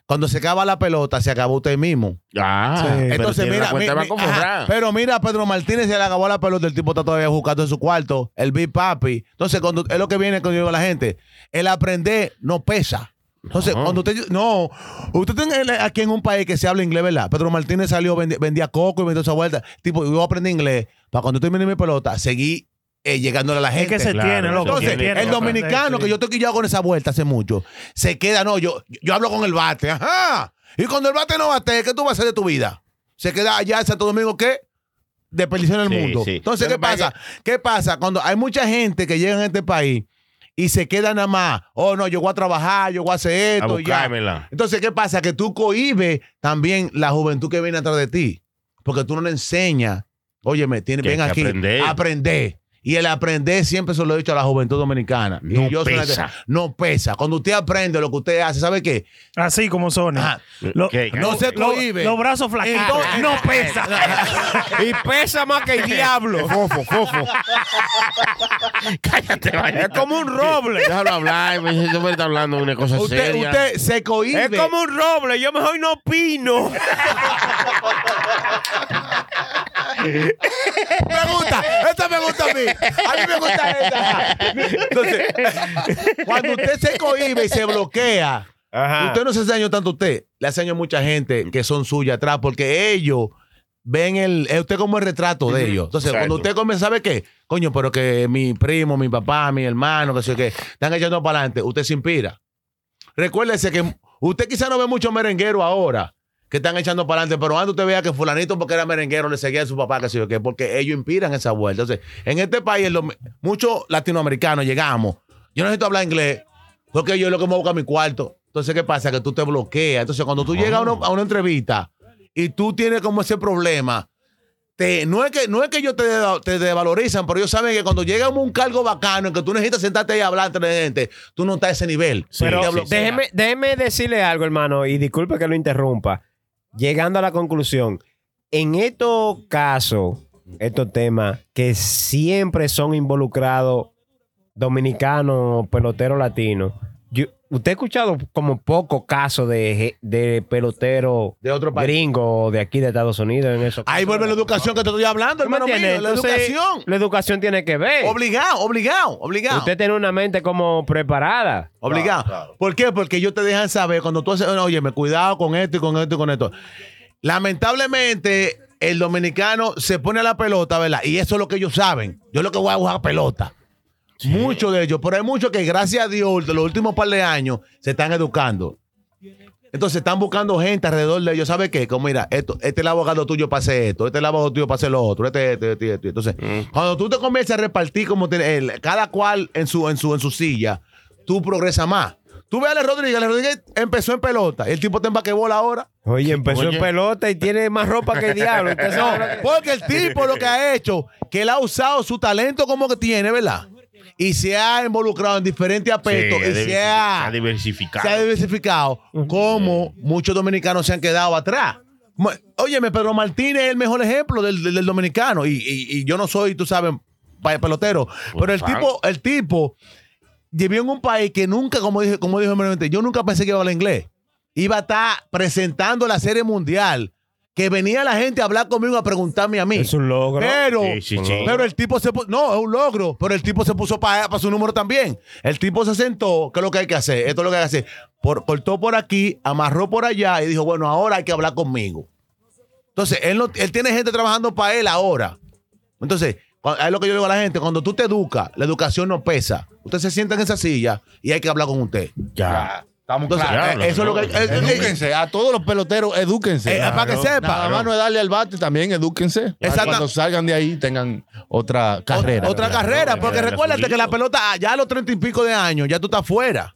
C: Cuando se acaba la pelota, se acaba usted mismo.
D: Ah, pero
C: Entonces,
D: tiene
C: mira,
D: la cuenta
C: mi-
D: de Banco
C: mi- ajá.
D: Forrán.
C: pero mira, Pedro Martínez se le acabó la pelota, el tipo está todavía jugando en su cuarto, el Big Papi. Entonces, cuando es lo que viene cuando digo a la gente, el aprender no pesa. Entonces,
D: No.
C: cuando usted no, usted tiene el- aquí en un país que se habla inglés, ¿verdad? Pedro Martínez salió, vendi- vendía coco y vendió esa vuelta. Tipo, yo aprendí inglés para cuando termine mi pelota, seguí eh, llegándole a la gente.
F: Es que se
D: Claro,
F: tiene, loco.
C: Entonces,
F: se tiene
C: el
F: que aprender,
C: dominicano,
F: sí.
C: que yo estoy quillado con esa vuelta hace mucho, se queda, no, yo, yo hablo con el bate, ajá. Y cuando el bate no bate, ¿qué tú vas a hacer de tu vida? Se queda allá en Santo Domingo, ¿qué? Desperdiciando el
D: Sí,
C: mundo.
D: sí.
C: Entonces,
D: Lo
C: ¿qué
D: que pasa
C: pasa? ¿Qué pasa? Cuando hay mucha gente que llega a este país y se queda nada más, oh, no, yo voy a trabajar, yo voy a hacer
D: A
C: esto, y ya.
D: buscármela.
C: Entonces, ¿qué pasa? Que tú cohibes también la juventud que viene atrás de ti. Porque tú no le enseñas, óyeme, tiene,
D: Que hay
C: ven
D: que
C: aquí,
D: aprender.
C: aprender. Y el aprender siempre se lo he dicho a la juventud dominicana. Y
D: No
C: soy la-
D: pesa.
C: no pesa. Cuando usted aprende lo que usted hace, ¿sabe qué?
F: Así como son.
C: Ajá.
F: Lo-
D: Ok,
C: No se
F: lo-
C: cohibe.
F: Los brazos flaquitos.
C: Entonces-
F: No pesa.
B: Y pesa más que el diablo.
D: Fofo, fofo. Cállate, vaya.
B: Es como un roble.
D: Déjalo hablar, me dice, "Este hombre está hablando de una cosa
C: Usted,
D: seria.
C: usted se cohibe.
B: Es como un roble, yo mejor no opino.
C: pregunta. Esta me gusta a mí. A mí me gusta esta. Entonces, cuando usted se cohibe y se bloquea, usted no se hace daño tanto a usted. Le hace daño a mucha gente que son suya atrás porque ellos ven el, es usted como el retrato de ellos. Entonces,
D: Exacto.
C: cuando usted comienza, ¿sabe qué? Coño, pero que mi primo, mi papá, mi hermano, que sé yo qué, están echando para adelante. Usted se inspira. Recuérdese que usted quizá no ve muchos merengueros ahora que están echando para adelante, pero antes usted vea que fulanito porque era merenguero le seguía a su papá, que sé yo qué, porque ellos inspiran esa vuelta. Entonces, en este país, lo- muchos latinoamericanos llegamos. Yo no necesito hablar inglés porque yo lo que me busca mi cuarto. Entonces, ¿qué pasa? Que tú te bloqueas. Entonces, cuando tú llegas a, uno- a una entrevista y tú tienes como ese problema, te- no es que no es que ellos te, de- te devalorizan, pero ellos saben que cuando llega un cargo bacano en que tú necesitas sentarte ahí a hablar entre gente, tú no estás a ese nivel.
B: Pero
C: Te hablo-
B: déjeme, déjeme decirle algo, hermano, y disculpe que lo interrumpa. Llegando a la conclusión, en estos casos, estos temas que siempre son involucrados dominicanos o peloteros latinos, yo- usted ha escuchado como pocos casos de, de peloteros
C: de otro
B: país gringo de aquí de Estados Unidos en eso.
C: Ahí vuelve la educación que te estoy hablando,
B: ¿Tú me
C: hermano mío.
B: entiendes?
C: La
B: Entonces, eh,
C: educación.
B: La educación tiene que ver.
C: Obligado, obligado, obligado.
B: Usted tiene una mente como preparada.
C: Obligado. ¿Por qué? Porque ellos te dejan saber cuando tú haces, oye, me cuidado con esto y con esto y con esto. Lamentablemente, el dominicano se pone a la pelota, ¿verdad? Y eso es lo que ellos saben. Yo lo que voy a jugar pelota. Muchos de ellos, pero hay muchos que, gracias a Dios, de los últimos par de años se están educando. Entonces están buscando gente alrededor de ellos. ¿Sabe qué? Como mira, esto, este es el abogado tuyo para hacer esto, este es el abogado tuyo para hacer lo otro, este, este, este, este. Entonces, cuando tú te comienzas a repartir como te- el- cada cual en su, en su, en su silla, tú progresas más. Tú ves a Alex Rodríguez, Alex Rodríguez empezó en pelota. El tipo está en basquetbol ahora.
B: Oye, empezó
C: Oye.
B: en pelota y tiene más ropa que el diablo. Usted sabe lo que-
C: No, porque el tipo lo que ha hecho, que él ha usado su talento como que tiene, ¿verdad? Y se ha involucrado en diferentes aspectos. y se ha
D: ha diversificado.
C: se ha diversificado como muchos dominicanos se han quedado atrás. Mo- Óyeme, Pedro Martínez es el mejor ejemplo del, del- del dominicano. Y, y- y yo no soy, tú sabes, pa- pelotero. Pero el
D: fan.
C: tipo, el tipo vivió en un país que nunca, como dije, como dijo anteriormente, yo nunca pensé que iba a hablar inglés. Iba a estar presentando la serie mundial. Que venía la gente a hablar conmigo a preguntarme a mí. Es
B: un logro.
C: Pero,
D: Sí, sí, sí.
C: pero el tipo se puso. No, es un logro. Pero el tipo se puso para su número también. El tipo se sentó. ¿Qué es lo que hay que hacer? Esto es lo que hay que hacer. Por, cortó por aquí, amarró por allá y dijo: Bueno, ahora hay que hablar conmigo. Entonces, él, no- él tiene gente trabajando para él ahora. Entonces, cua- es lo que yo le digo a la gente: cuando tú te educas, la educación no pesa. Usted se sienta en esa silla y hay que hablar con usted.
D: Ya.
E: Estamos
C: Entonces,
E: claros.
C: eh, eso es lo que. eh, eh,
E: edúquense, a todos los peloteros, edúquense.
C: Eh, para que sepa.
E: Nada más no es darle al bate, también edúquense. Para
C: Exacto.
E: Cuando salgan de ahí tengan otra carrera.
C: Otra carrera, porque recuérdate que la pelota ah, ya a los treinta y pico de años, ya tú estás fuera.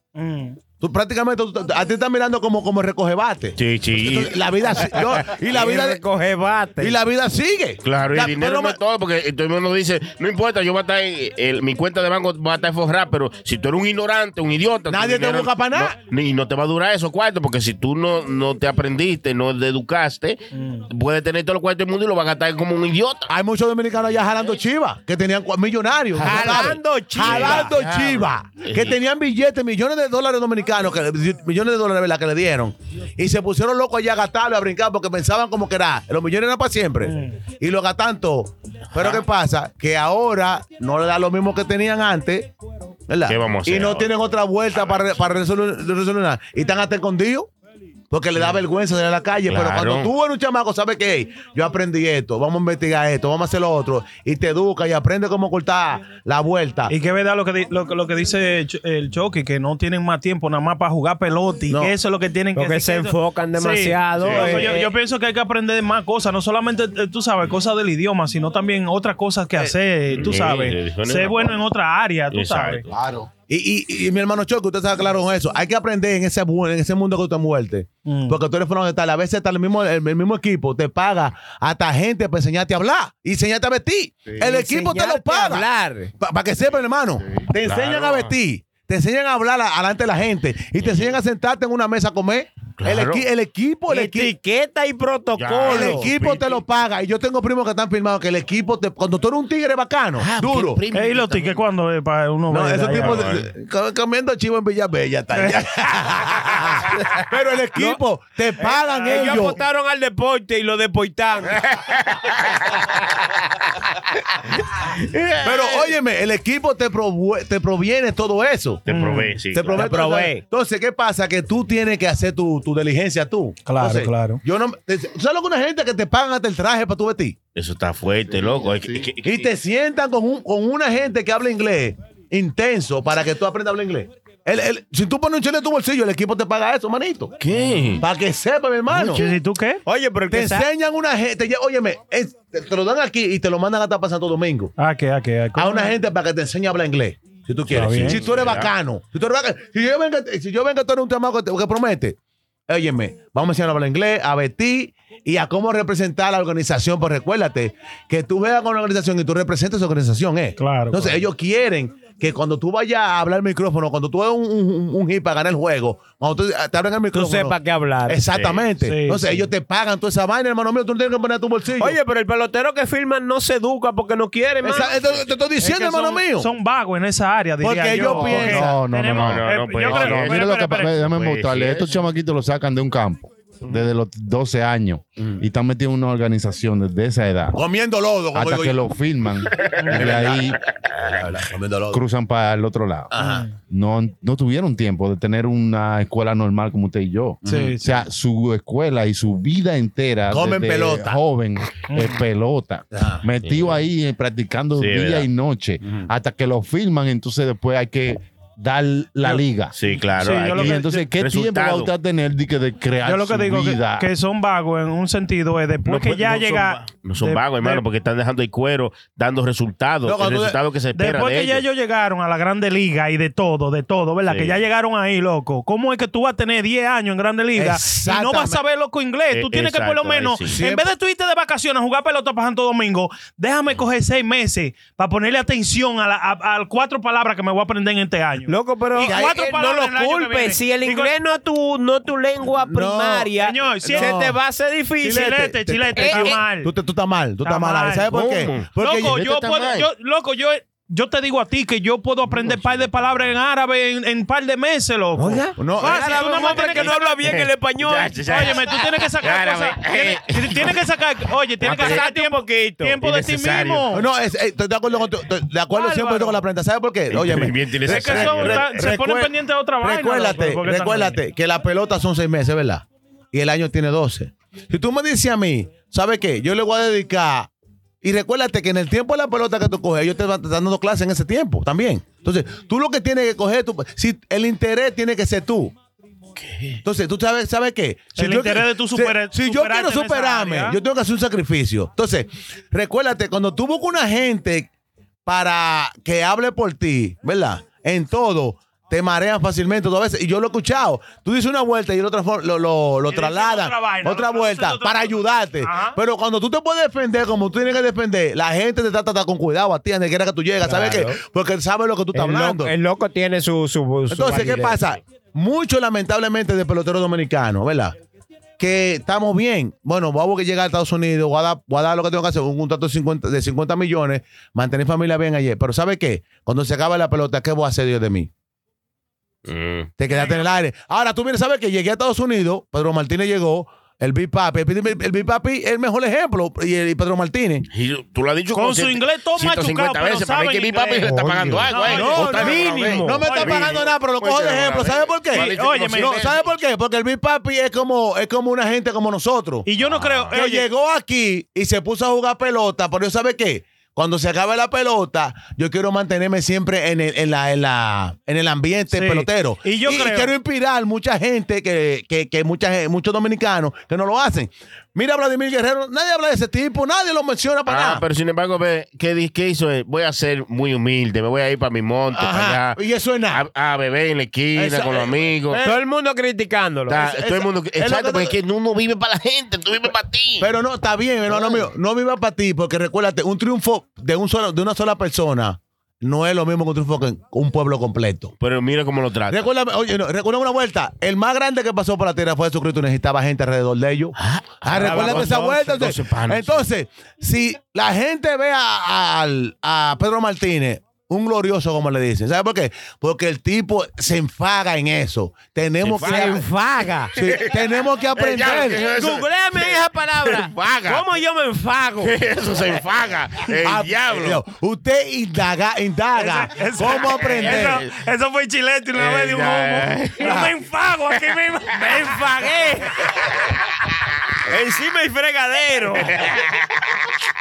C: Tú prácticamente tú- a ti te están mirando como, como recoge bate.
D: Sí, sí.
C: Entonces, La vida si- no, y la vida
B: recoge bate.
C: y la vida sigue.
D: Claro, y
C: La-
D: el dinero
C: pero
D: no
C: ma-
D: es todo, porque todo el mundo dice, no importa, yo voy a estar en, el- mi cuenta de banco va a estar forrada, pero si tú eres un ignorante, un idiota, tu
C: Nadie te
D: dinero
C: busca pa' nada.
D: no- Ni no te va a durar esos cuartos, porque si tú no, no te aprendiste, no te educaste,
F: Mm.
D: puedes tener todos los cuartos del mundo y lo vas a gastar como un idiota.
C: hay muchos dominicanos allá jalando chivas que tenían cua- millonarios.
B: Jalando chivas.
C: Jalando chivas. Que
D: Sí.
C: tenían billetes, millones de dólares dominicanos, que, le- millones de dólares ¿verdad? que le dieron. Y se pusieron locos allá a gastarlo, a brincar, porque pensaban como que era. Los millones eran para siempre. Y lo gastaban todo. Pero ¿qué pasa? Que ahora no le da lo mismo que tenían antes. ¿verdad?
D: ¿Qué vamos a hacer
C: y no
D: ahora?
C: tienen otra vuelta para, re- para resolver, resolver nada. Y están hasta escondidos. Porque le da vergüenza salir a la calle. Pero
D: Claro.
C: cuando tú tú eres un chamaco, sabes que hey, yo aprendí esto, vamos a investigar esto, vamos a hacer lo otro, y te educa y aprende cómo cortar la vuelta.
B: Eh.
F: Y que verdad lo que, di- lo, que- lo que dice Ch- el Chucky, que no tienen más tiempo nada más para jugar pelota y
B: No.
F: que eso es lo que tienen
B: Porque
F: que
B: se
F: que eso-
B: enfocan
F: Sí,
B: demasiado,
F: sí. Loco,
B: eh,
F: yo,
B: eh.
F: yo pienso que hay que aprender más cosas, no solamente, eh, tú sabes, cosas del idioma, sino también otras cosas
C: Eh,
F: que hacer, tú
D: sí,
F: sabes.
D: son
F: Ser
D: una
F: bueno
D: cosa.
F: en otra área, tú
D: Exacto.
F: sabes.
E: Claro.
C: Y, y- y mi hermano Choco, usted está claro con eso. Hay que aprender en ese, bu- en ese mundo que tú te muertes.
B: Mm.
C: Porque tú eres fundamental. A veces hasta el mismo, el, el mismo equipo te paga hasta gente para enseñarte a hablar y enseñarte a vestir. El equipo te lo
B: Enseñarte a
C: paga.
B: hablar.
C: Para que sepan, hermano. te enseñan
D: claro.
C: a vestir. Te enseñan a hablar a- delante de la gente. Y te enseñan a sentarte en una mesa a comer. El,
D: Claro.
C: equi- el equipo, el
B: Este
C: equipo.
B: Etiqueta y protocolo.
C: El equipo te lo paga. Y yo tengo primos que están firmados que el equipo te. Cuando tú eres un tigre bacano, duro.
F: Ey, ¿Y los tickets cuándo es para uno
C: No,
F: ver
C: esos
F: ahí?
C: tipos de- co- comiendo chivo en Villa Bella. está allá. Pero el equipo te pagan
B: Ellos
C: ellos.
B: apostaron al deporte y lo deportan.
C: Pero óyeme, el equipo te, provue- te proviene todo eso.
F: Mm.
D: Te probé, sí.
C: Te
B: Te
D: claro.
C: provee todo eso.
B: provee.
C: Entonces, ¿qué pasa? Que tú tienes que hacer tu, tu diligencia tú.
F: Claro,
C: Entonces,
F: claro.
C: Yo no, te- ¿Sabes lo que una gente que te pagan hasta el traje para tu vestir?
D: Eso está fuerte, loco. Es que- es que- es que-
C: Y te sientan con, un- con una gente que habla inglés intenso para que tú aprendas a hablar inglés. El- el- si tú pones un chile en tu bolsillo, el equipo te paga eso, manito.
D: ¿Qué?
C: Para que sepa, mi hermano.
F: Oye, ¿Y tú qué?
B: Oye, pero el
C: Te
B: que sa-
C: enseñan una gente. ya- Óyeme, es- te, te lo dan aquí y te lo mandan hasta para Santo Domingo.
F: Ah, que, ah, que. ah, que-
C: A una gente para que te enseñe a hablar inglés. Si tú
F: Está bien.
C: quieres. Si tú eres bacano. Si tú eres bacano. Si yo vengo, si yo vengo tú eres un chamaco que, te- que promete. Óyeme, vamos a enseñar a hablar inglés, a vestir y a cómo representar a la organización. Pues recuérdate que tú veas con la organización y tú representas a esa organización, ¿eh? Claro. Entonces, ellos quieren que cuando tú vayas a hablar al micrófono, cuando tú hagas un, un, un hit para ganar el juego, cuando tú te abren el micrófono.
B: sepas qué hablar.
C: Exactamente.
B: Sí, sí,
C: Entonces,
B: sí.
C: ellos te pagan toda esa vaina, hermano mío, tú no tienes que poner a tu bolsillo.
B: Oye, pero el pelotero que firma no se educa porque no quiere, man.
C: Esa- esto- te estoy diciendo,
F: son,
C: hermano mío.
F: Son vagos en esa área, diría
C: Porque
F: yo.
C: ellos piensan-
F: Porque
E: No, no, no,
F: tenemos-
E: no, no,
F: eh,
E: no
F: yo creo,
E: Mira
F: espera,
E: lo que
F: espera,
E: pasa.
F: espera.
E: Déjame
D: Pues,
E: mostrarle.
D: sí,
E: Estos chamaquitos lo sacan de un campo desde los 12 años
D: Mm.
E: y están metidos en una organización desde esa edad.
C: Comiendo lodo, como
E: Hasta
C: digo
E: que
C: yo.
E: lo firman y de ahí
C: Comiendo lodo.
E: cruzan para el otro lado. No, no tuvieron tiempo de tener una escuela normal como usted y yo.
F: Sí,
E: o sea, su escuela y su vida entera
C: Comen
E: desde
C: pelota. Mm. Ah,
E: joven es pelota. Metido ahí eh, practicando
D: Sí,
E: día
D: verdad.
E: y noche
C: Mm.
E: hasta que lo firman, entonces después hay que dar la liga.
D: Sí, claro.
F: Sí, yo
D: hay
F: lo
D: que-
E: Y entonces, ¿qué tiempo va
D: Resultado.
E: a usted tener de, que de crear
F: Yo lo que
E: su
F: digo que,
E: vida?
F: que son vagos en un sentido es después
D: No
F: que
D: puede-
F: ya
D: no son
F: llega.
D: va- No son
F: de-
D: vagos, hermano,
F: de-
D: porque están dejando el cuero, dando resultados.
C: No,
D: el
C: cuando tú-
D: resultado que se espera
F: Después
D: de
F: que ya
D: ellos.
F: ellos llegaron a la Grande Liga y de todo, de todo, ¿verdad?
D: Sí.
F: Que ya llegaron ahí, loco. ¿Cómo es que tú vas a tener 10 años en Grande Liga y no vas a
C: Exactamente.
F: saber loco inglés? Tú
D: Eh,
F: tienes que por lo
D: exacto, ahí
F: menos,
D: sí.
F: en
C: Siempre.
F: vez de tú irte de vacaciones a jugar pelota para Santo Domingo, déjame coger 6 meses para ponerle atención a las cuatro palabras que me voy a aprender en este año.
B: Loco, pero
F: Y cuatro
B: eh, no
F: palabras el
B: lo
F: año que viene.
B: culpes. Si el
F: Digo-
B: inglés no es tu, no es tu lengua
C: No,
B: primaria,
F: señor, si
B: se
F: es-
B: te va a hacer difícil.
F: Chilete, chilete, está
B: eh, eh.
F: mal.
C: Tú, te- tú estás mal, tú
F: Está
C: estás mal. ahí.
F: mal.
C: ¿Sabes por qué?
D: ¿Cómo?
C: Porque
F: loco,
C: yo-
F: yo puedo, yo, loco, yo, yo te digo a ti que yo puedo aprender un par de palabras en árabe en un par de meses, loco.
B: Oiga.
C: No,
F: Fácil,
B: Árabe,
F: tú nada
B: un
F: más
B: hombre
F: tienes
B: que no habla bien el español.
D: Ya, ya, ya.
F: Óyeme, tú tienes que sacar
D: Árabe.
F: cosas. Tienes, tienes que sacar, oye, tienes que sacar
B: Apretarte un
F: tiempo,
B: poquito.
F: tiempo de ti
D: Innecesario.
F: mismo.
C: No, es- eh, estoy de acuerdo, con tu- estoy de acuerdo
F: Bárbaro.
C: siempre con la prenda. ¿Sabes por qué? Oye,
D: Bien tiene
F: Es que son- se ponen pendientes de otra vaina,
C: Recuérdate,
F: loco, porque están-
C: recuérdate que las pelotas son seis meses, ¿verdad? Y el año tiene 12. Si tú me dices a mí, ¿sabes qué? Yo le voy a dedicar. Y recuérdate que en el tiempo de la pelota que tú coges, ellos te van te están dando clases en ese tiempo también. Entonces, tú lo que tienes que coger, tú- si el interés tiene que ser tú. Entonces, tú sabes, ¿sabes qué? Si
F: El
C: yo-
F: interés de tú supera-
C: si, si yo
F: superarte
C: quiero
F: en esa
C: superarme,
F: área.
C: yo tengo que hacer un sacrificio. Entonces, recuérdate, cuando tú buscas una gente para que hable por ti, ¿verdad? En todo, te marean fácilmente dos veces. Y yo lo he escuchado. Tú dices una vuelta y lo, transfor- lo, lo, lo
F: Y dicen otra
C: trasladan. Otra,
F: vaina, lo traducen de
C: vuelta
F: otra forma.
C: para ayudarte.
F: Ajá.
C: Pero cuando tú te puedes defender como tú tienes que defender, la gente te trata con cuidado a ti, donde quiera que tú llegas. ¿Sabes qué? Porque sabe lo que tú estás
B: El,
C: hablando.
B: loco, el loco tiene su. su, su
C: Entonces, ¿qué
B: validez.
C: pasa? Mucho lamentablemente de peloteros dominicanos, ¿verdad? Que estamos bien. Bueno, voy a buscar llegar a Estados Unidos, voy a dar, voy a dar lo que tengo que hacer, un contrato de 50, de 50 millones, mantener familia bien ayer. Pero ¿sabe qué? Cuando se acaba la pelota, ¿qué voy a hacer Dios de mí?
D: Mm.
C: Te quedaste en el aire. Ahora tú vienes a saber que llegué a Estados Unidos, Pedro Martínez llegó, el Big Papi. El Big- El Big Papi es el mejor ejemplo, y el y Pedro Martínez.
D: Y tú lo has dicho
F: Con
D: como
F: su
D: cien-
F: inglés todo
D: 150
F: machucado,
D: veces.
F: pero
D: Para mí que
F: saben
D: mi papi
F: inglés.
D: le está pagando
F: Coño.
D: algo. ¿eh?
F: No, no,
D: Otra vez,
B: mínimo.
D: otra
C: No Pues me
D: vez.
C: está
F: Oye,
C: pagando nada, pero lo cojo de ejemplo. ¿Sabe por qué?
F: Sí, óyeme.
C: No, ¿sabe por qué? Porque el Big Papi es como, es como una gente como nosotros.
F: Y yo no creo.
C: que
F: oye,
C: llegó aquí y se puso a jugar pelota, pero yo sabe qué? Cuando se acabe la pelota, yo quiero mantenerme siempre en el, en la, en la, en el ambiente
F: Sí.
C: pelotero.
F: Y yo creo-
C: quiero inspirar mucha gente, que, que, que mucha, gen- muchos dominicanos que no lo hacen. Mira a Vladimir Guerrero, nadie habla de ese tipo, nadie lo menciona para
D: Ah,
C: nada.
D: pero sin embargo, ve, ¿qué, di- qué hizo? él? Voy a ser muy humilde, me voy a ir para mi monte, para
C: Ajá,
D: allá, Ah,
C: Y eso es nada.
D: a, a beber en la esquina
C: Esa- eh,
D: con los amigos.
B: Todo el mundo criticándolo.
D: Está-
C: esa-
D: todo el mundo,
C: es lo
D: exacto,
C: que-
D: porque es que uno vive para la gente, tú vives para ti.
C: Pero no, está bien, hermano mío. No viva para ti, porque recuérdate, un triunfo de, un solo, de una sola persona no es lo mismo que un triunfo que un pueblo completo.
D: Pero mira cómo lo trata. Eh,
C: Recuerda, oye, no, recuerda una vuelta. El más grande que pasó por la tierra fue Jesucristo. Necesitaba gente alrededor de ellos. Ah, recuérdate esa
D: entonces,
C: vuelta.
D: entonces,
C: Entonces,
D: pana,
C: si la gente ve a, al- a Pedro Martínez, un glorioso, como le dicen, ¿sabe por qué? Porque el tipo se enfaga en eso. Tenemos
D: Se
C: que.
B: Enfaga.
D: enfaga.
C: Sí, tenemos que aprender.
B: Googleame esa palabra.
D: Enfaga.
B: ¿Cómo yo me enfago?
D: Eso se enfaga. El
C: Ah,
D: diablo.
C: Usted indaga, indaga. ¿Cómo aprender?
F: Eso, eso fue chilete una
D: Eh,
F: vez de un
D: ya,
F: humo.
D: eh.
F: Yo me enfago aquí mismo.
B: Me enfagué. Encima el fregadero.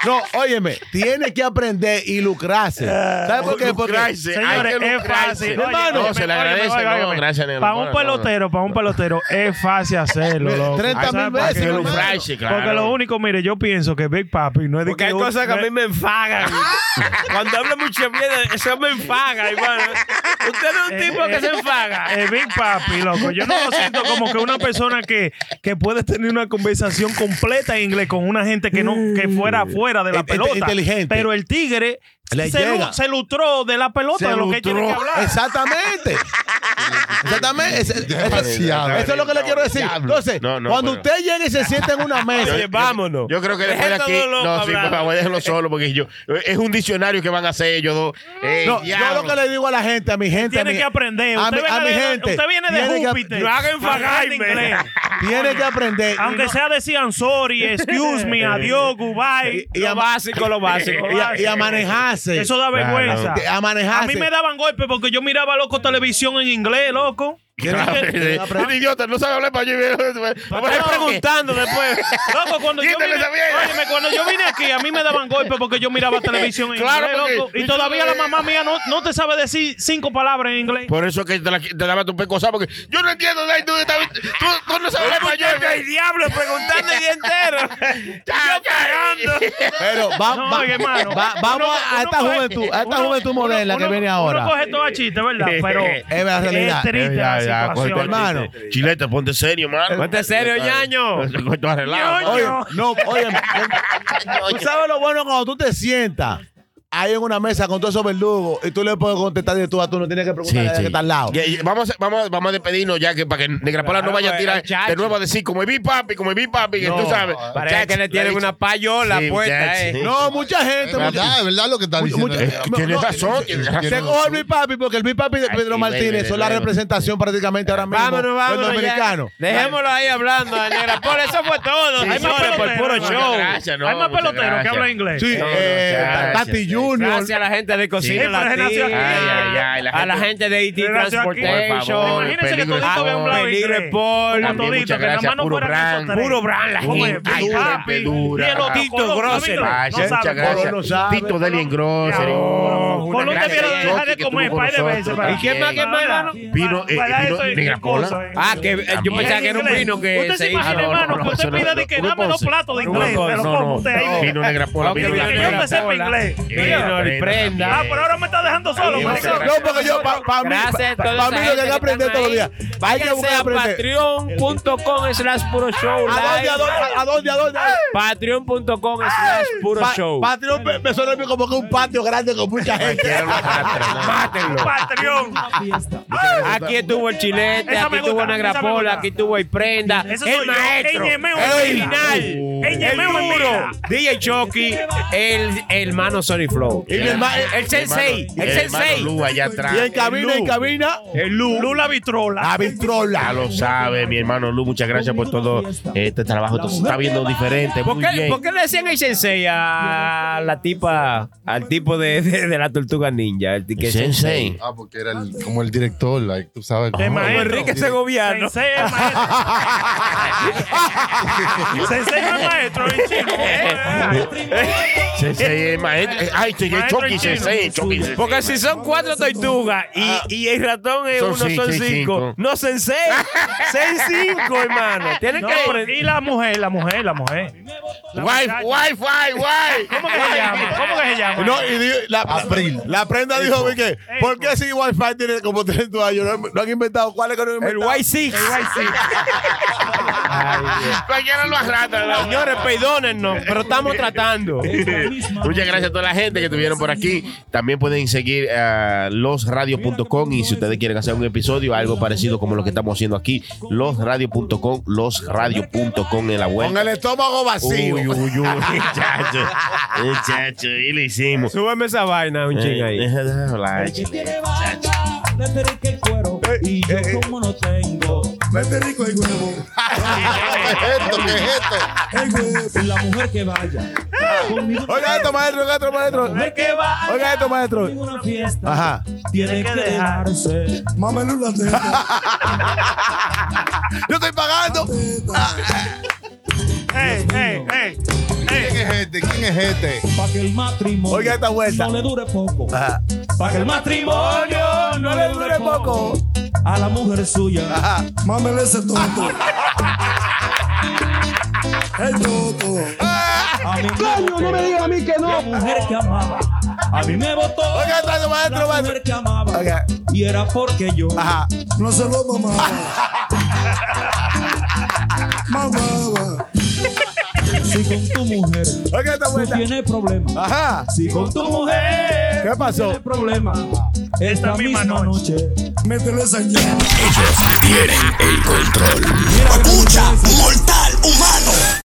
C: No, óyeme, tiene que aprender y lucrarse. ¿Sabes por qué? Porque-
D: Eh, lucrarse,
F: Señores,
D: hay que
F: es
D: lucrarse.
F: fácil.
D: Hermano, no, se le agradece, no, gracias, negro.
F: Para
D: No,
F: un
D: no,
F: pelotero, para un pelotero, es fácil hacerlo, loco.
D: 30
F: ¿Sabes
D: mil
F: para
D: veces,
F: qué?
D: hermano. Claro.
F: Porque lo único, mire, yo pienso que Big Papi no es de
B: Porque hay
F: un-
B: cosas que a
F: no
B: mí
F: es-
B: me enfagan. Cuando habla mucho mierda, eso me enfaga, hermano. Usted no es un tipo que se enfaga.
F: Eh, Big Papi, loco. Yo no lo siento como que una persona que, que puede tener una conversación completa en inglés con una gente que no que fuera fuera de la
C: Int-
F: pelota.
C: Eh, inteligente.
F: Pero el tigre
C: Le
F: se,
C: llega.
F: lu- se lustró de la pelota de lo que él tiene que hablar.
C: Exactamente. Exactamente. Es- es-
E: Demasiado.
C: Eso es lo que le quiero decir.
E: Diablo.
C: Entonces,
D: No, no,
C: cuando
D: pero-
C: usted llega y se sienta en una mesa,
B: Oye, vámonos.
D: Yo creo que
B: Dejen
D: después de aquí.
B: todos locos
D: No, sí, por
B: hablando.
D: favor, déjenlo solo porque yo. Es un diccionario que van a hacer ellos dos. Eh,
C: No,
D: diablo.
C: yo lo que le digo a la gente, a mi gente, a
F: Tiene
C: mi-
F: que aprender.
C: a
F: Usted,
C: mi,
F: venga
C: a mi
F: de-
C: gente,
F: usted viene de
C: tiene que-
F: Júpiter.
B: No haga
F: Aprende
B: enfagarme.
F: inglés.
C: Tiene que aprender.
F: Aunque sea decían sorry, excuse me, adiós, goodbye.
C: y, a,
B: Lo básico, lo básico.
C: y a- y a manejarse.
F: Eso da vergüenza.
C: Te- a manejarse.
F: A mí me daban golpes porque yo miraba loco televisión en inglés, loco.
D: Claro,
F: Porque-
D: sí. Un idiota, no sabe hablar español. Vamos
B: Estoy preguntando después.
F: Loco, cuando yo,
D: Quítale
F: vine,
D: esa mierda.
F: óyeme, cuando yo vine aquí, a mí me daban golpes porque yo miraba televisión en
D: Claro,
F: inglés,
D: porque-
F: loco. Y todavía la mamá mía no, no te sabe decir cinco palabras en inglés.
D: Por eso es que te, la, te daba tu pecosa, porque yo no entiendo, Dai, tú, estás- tú, tú no sabes
F: pues,
D: hablar español.
B: el diablo preguntando el día entero.
D: Chao, chao.
C: Pero va-
F: No,
C: va-
F: oye, hermano.
C: va- vamos
F: Uno-
C: a, a
F: uno
C: esta
F: coge-
C: juventud, a esta
F: uno-
C: juventud moderna
F: uno-
C: que viene
F: Uno
C: ahora.
F: coge todo a chiste, ¿verdad? Pero
C: Es la realidad.
F: es triste
D: Ya,
F: la
D: ya,
F: situación.
D: cuánto-
C: hermano.
D: Chilete, ponte serio, mano.
B: Ponte serio, ñaño.
D: Cuánto arreglado,
F: Ñoño.
D: mano.
C: Oye, no, oye, tú sabes lo bueno cuando tú te sientas ahí en una mesa con todos esos verdugos y tú le puedes contestar de tú a tú, no tienes que preguntarle a la que está al lado.
D: Ya, ya, vamos, a, vamos, a- vamos a despedirnos ya que para que Negra Pola no vaya a tirar
B: muchacho.
D: de nuevo a decir como es mi papi, como es mi papi, que
C: No,
D: tú sabes.
B: Parece que le tienen una payola
D: Sí,
B: puesta,
D: muchacho.
B: eh.
C: No, mucha
F: este
C: gente,
E: Es
C: mucha,
E: verdad, es verdad lo que está diciendo.
C: mucha-
E: Eh,
D: que tiene razón, tiene razón.
C: Se coge el mi papi porque el mi papi de
D: Ay,
C: Pedro
D: sí,
C: Martínez
D: bueno,
C: son la
D: bueno.
C: representación prácticamente ahora mismo
B: Vámonos,
C: del
B: vámonos. ya.
C: dominicano.
B: Dejémoslo ahí hablando, eh, negra. Por eso fue todo.
F: Hay más
B: señores, por puro
F: peloteros,
B: show.
D: muchas gracias, no,
F: Hay más
D: muchas
F: peloteros que
D: gracias.
F: hablan inglés.
C: Sí,
D: No,
C: eh,
D: gracias,
C: Tati
D: sí.
C: Junior.
B: Gracias a la gente de Cocina
F: Sí, pero él nació aquí.
B: Latina.
D: Ay, ay, ay, la
B: a la
D: gente-
B: gente de ET
F: Él nació aquí.
D: Por favor,
B: Transportation.
F: E Imagínense que
D: Peligro
F: todito
D: Sport.
F: vean blanco e
B: Peligro
F: inglés.
B: Sport.
F: Como
D: También,
F: todito,
D: muchas
F: que nada
D: gracias,
F: más no
D: puro
F: fueran esos
D: brand.
F: tres.
B: Puro brand, la
F: Como
D: Ay,
F: el
B: gente.
D: ay,
F: papi,
D: dura.
F: y el otito,
B: Tito
F: Colón,
B: Grosser.
F: amigo,
D: Ay,
F: no
D: muchas
F: sabe.
D: gracias.
C: Colón no sabe.
D: Tito Deli Engrosser.
F: Colón
D: Una gracia
F: debiera
D: de
F: dejar de
D: Chucky que
F: comer
D: estuvo
F: par
D: con
F: de
D: nosotros.
F: veces. para-
B: ¿Y quién más, quién más, hermano?
D: Vino, eh,
F: Para
D: vino
F: eso es
D: Negra
F: cosa,
D: Pola.
F: eh.
B: Ah, que eh, yo
D: También.
B: pensaba que era un vino que
F: Usted se
B: hizo.
F: imagina,
D: no,
F: hermano,
D: no,
F: que usted
D: eso no,
F: pida
D: no,
F: de que
D: no,
F: dame dos
D: no,
F: platos de
B: no,
F: inglés.
B: no,
F: Me lo
B: no,
F: como
B: no,
F: usted ahí.
D: Vino Negra Pola.
B: Aunque
D: vino
B: vino
D: Negra
F: que yo
B: negra
F: te sepa
B: cola.
F: inglés.
B: Vino y prenda.
F: Ah, pero ahora me está dejando solo,
D: Ay,
F: maricón.
D: gracias.
C: No, porque yo, para mí,
B: Gracias a
C: pa- pa'
B: toda esa
C: mí yo
B: gente
C: llegué a aprender
B: están
C: todos los días.
B: ahí.
C: Hay que
B: Váyanse
C: buscar a
B: a
C: aprender.
B: patreon.com slash puro show
C: ¿A dónde, a
B: live.
C: dónde, a dónde, a dónde?
B: Patreon.com slash puro
C: Pa-
B: show.
C: Patio me- me suena a mí como que un patio grande con mucha gente.
F: Patreon.
B: Aquí estuvo el chilete,
F: Esa
B: aquí
F: me
B: estuvo
F: gusta,
B: Negra
F: esa me
B: Pola,
F: gusta.
B: aquí estuvo el prenda.
F: Eso
B: el
F: soy yo.
B: maestro.
F: Ñemeo en
B: el
F: vida.
B: final. El
F: Ñemeo en vida.
B: duro. DJ Chucky. El hermano Sony Flow.
C: Y mi hermano-
B: El sensei. El
D: hermano
B: sensei.
D: Lu allá atrás.
C: Y en cabina, en
D: Lu.
C: cabina,
F: El Lu. Lula Vitrola.
C: la
D: Ya
C: vitrola.
D: lo sabe, mi hermano Lu, muchas gracias por todo este trabajo. Tú se está viendo diferente.
B: ¿Por
D: Muy
B: qué,
D: bien.
B: por qué le decían el sensei a la tipa, al tipo de, de- de la tortuga ninja? El que
D: El sensei.
E: Ah, porque era el- como el director, like, tú sabes.
F: De
E: como-
F: maestro.
B: Enrique Segoviano.
F: Sensei es maestro. Sensei no es maestro, es chino. Eh,
D: Sensei es maestro. Eh, Ay, señor
F: Maestro
D: Chucky
F: en chino.
D: Sensei. Chucky Sensei.
B: Porque si son cuatro tortugas y, y el ratón es
D: Son
B: uno, son
D: cinco,
B: cinco.
D: sí, cinco.
B: No, son seis. seis, cinco, hermano. Tienen que
F: No,
B: aprender.
F: y la mujer, la mujer, la mujer.
D: Wi- Wi-Fi, Wi.
F: ¿Cómo que se llama? ¿Cómo que se llama?
C: No, y di- la,
E: Abril.
C: la prenda dijo, vi que, ¿por qué si Wi-Fi tiene como 30 años? No, han- no han inventado cuál es que no han
B: El
C: inventado.
B: Y6.
D: Cualquiera lo arrastra. la-
B: Señores, perdónennos, pero estamos tratando.
D: Muchas gracias a toda la gente que estuvieron por aquí. También pueden seguir a losradio.com y si ustedes quieren hacer un episodio, algo parecido como lo que estamos haciendo aquí, losradio.com, losradio.com en la web.
C: Con el estómago vacío.
D: Uy, uy, uy, muchacho. Muchacho, y lo hicimos.
B: Súbeme esa vaina un ching
D: Eh,
B: ahí.
D: deja de hablar,
L: que
D: chile.
L: tiene banda, le perre que el cuero y yo como no tengo.
E: Vete rico el huevo. ¿Qué es esto? ¿Qué es esto?
L: El huevo y la mujer que vaya. Conmigo no
C: Oiga esto, maestro, oiga esto, maestro.
L: mujer que vaya.
C: Oiga esto, maestro.
L: Ninguna fiesta.
C: Ajá.
L: Tiene que dejarse.
E: Mamelula teta.
C: Yo estoy pagando.
M: ey, ey, ey.
C: ¿Quién es este? ¿Quién es este?
F: Para que el matrimonio
C: Oiga esta vuelta.
F: no le dure poco.
C: Ajá.
F: Para que el matrimonio no le dure poco. A la mujer suya. Mámele ese tonto. el toto. A mí
N: Coño, no me digas a mí que no.
F: La mujer que amaba. A mí me votó.
C: Oiga, está, maestro,
F: la mujer
C: maestro.
F: que amaba.
C: Oiga.
F: Y era porque yo.
C: Ajá.
F: No se lo mamaba. mamaba. Si con tu mujer
C: Oiga esta
F: tú
C: vuelta.
F: tienes problemas.
C: Ajá.
F: Si con tu mujer
C: ¿Qué pasó?
F: tienes problemas. Esta, misma noche. Métele señal.
O: Ellos tienen el control. Escucha, mortal humano.